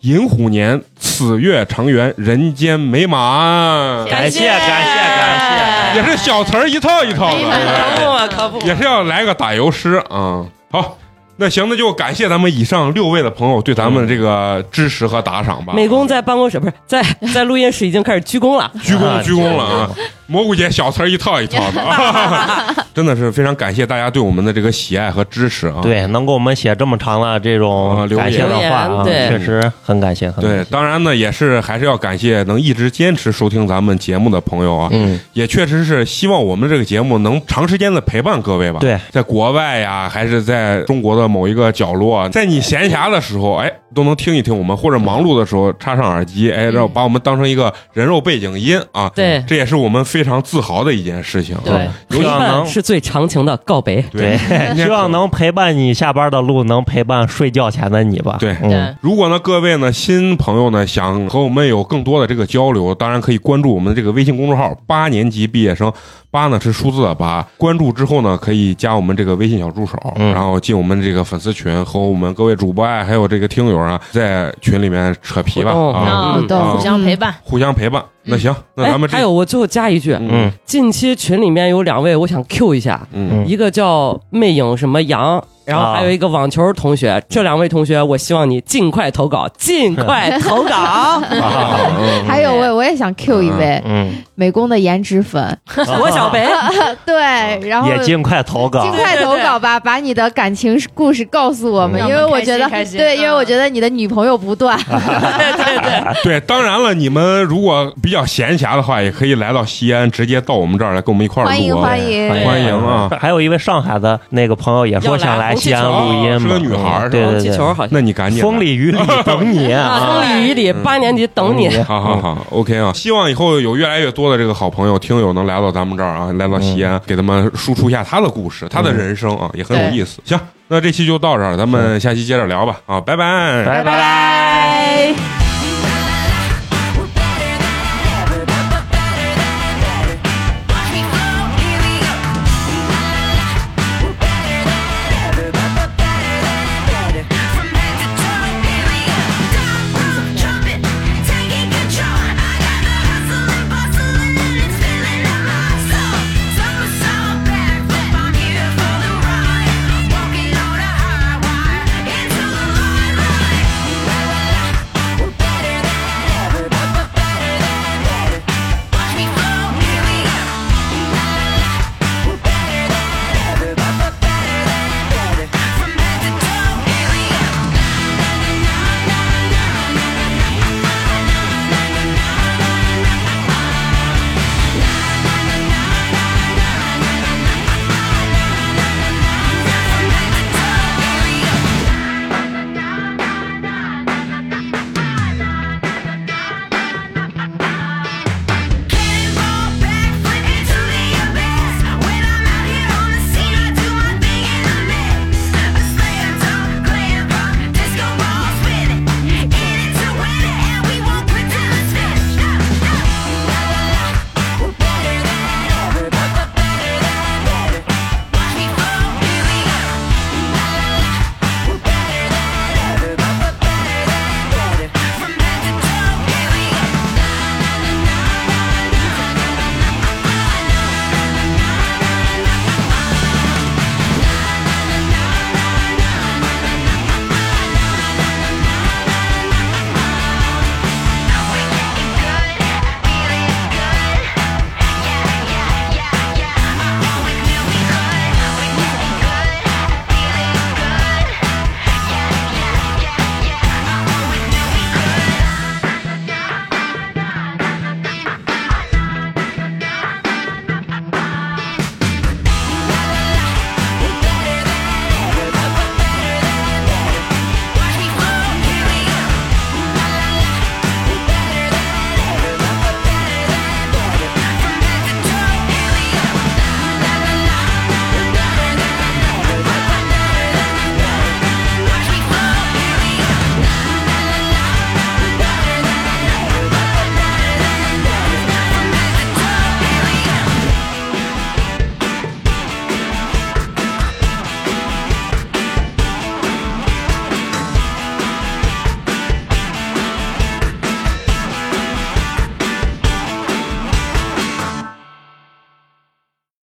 S1: 寅虎年此月长圆，人间美满，
S5: 感谢感谢感
S1: 也是小词儿一套一套
S5: 哎
S1: 的，
S2: 可不嘛，可不嘛。
S1: 也是要来个打油诗啊、好。那行，那就感谢咱们以上六位的朋友对咱们这个支持和打赏吧。
S2: 美工在办公室不是 在在录音室已经开始鞠躬了，
S1: 鞠躬
S5: 啊
S1: 鞠躬了啊！蘑菇姐小词儿一套一套的，啊 真的是非常感谢大家对我们的这个喜爱和支持啊！
S5: 对，能给我们写这么长的这
S1: 啊
S5: 种
S1: 留
S5: 感谢的
S2: 言
S5: 话啊，
S2: 留言
S5: 确
S1: 对
S5: 实很感谢，很感
S1: 对，
S5: 谢。
S1: 当然呢，也是还是要感谢能一直坚持收听咱们节目的朋友啊，
S5: 嗯，
S1: 也确实是希望我们这个节目能长时间的陪伴各位吧。
S5: 对，
S1: 在国外呀，还是在中国的某一个角落啊，在你闲暇的时候，哎，都能听一听我们，或者忙碌的时候插上耳机，
S5: 嗯
S1: 哎，然后把我们当成一个人肉背景音啊。
S2: 对
S1: 这也是我们非常自豪的一件事情啊。
S2: 对
S5: 希望能
S2: 是最长情的告别。
S5: 对， 希望能陪伴你下班的路，能陪伴睡觉前的你吧。
S1: 对
S5: 嗯，
S1: 如果呢，各位呢新朋友呢想和我们有更多的这个交流，当然可以关注我们的这个微信公众号“八年级毕业生”，八呢是数字的八。关注之后呢，可以加我们这个微信小助手，
S5: 嗯
S1: 然后进我们这个粉丝群，和我们各位主播啊，还有这个听友啊，在群里面扯皮吧、
S2: 哦
S1: 啊，
S2: 嗯
S3: 的
S1: 嗯
S4: 互相陪伴。
S1: 互相陪伴。那行，那
S2: 哎
S1: 咱们这
S2: 还有我最后加一句，
S1: 嗯
S2: 近期群里面有两位，我想 Q 一下，
S1: 嗯
S2: 一个叫魅影什么杨，然后还有一个网球同
S5: 啊
S2: 学，这两位同学，我希望你尽快投稿，尽快投 稿，
S1: 啊嗯
S3: 还有我我也想 Q 一位
S5: 嗯，
S3: 美工的颜值粉，
S2: 我小北，
S3: 呃对，然后
S5: 嗯也尽快投稿啊
S3: 尽。快投稿吧，把你的感情故事告诉我们，
S5: 嗯
S3: 因为我觉得
S4: 让我们开心开心
S3: 对，
S4: 嗯
S3: 因为我觉得你的女朋友不 断，
S2: 对对对，
S1: 啊对，当然了，你们如果比较闲暇的话，也可以来到西安，直接到我们这儿来跟我们一块儿录啊。
S3: 欢迎欢迎
S5: 欢迎
S1: 欢迎啊！
S5: 哎还有一位上海的那个朋友也说想来西安录
S1: 要来红气球哦
S5: 音嘛，
S1: 是个女孩儿是吧
S5: 对对
S2: 气
S5: 对，
S2: 球好像
S1: 那你赶紧来
S5: 风里雨里等你啊
S2: 风里雨里八年级等
S5: 嗯
S2: 你，
S1: 好好好，OK 啊！希望以后有越来越多的这个好朋友、听友能来到咱们这儿啊，来到西安，给他们输出一下他的故事、他的人生啊，也很有意思。行，那这期就到这儿，咱们下期接着聊吧啊，拜拜，
S5: 拜
S3: 拜拜。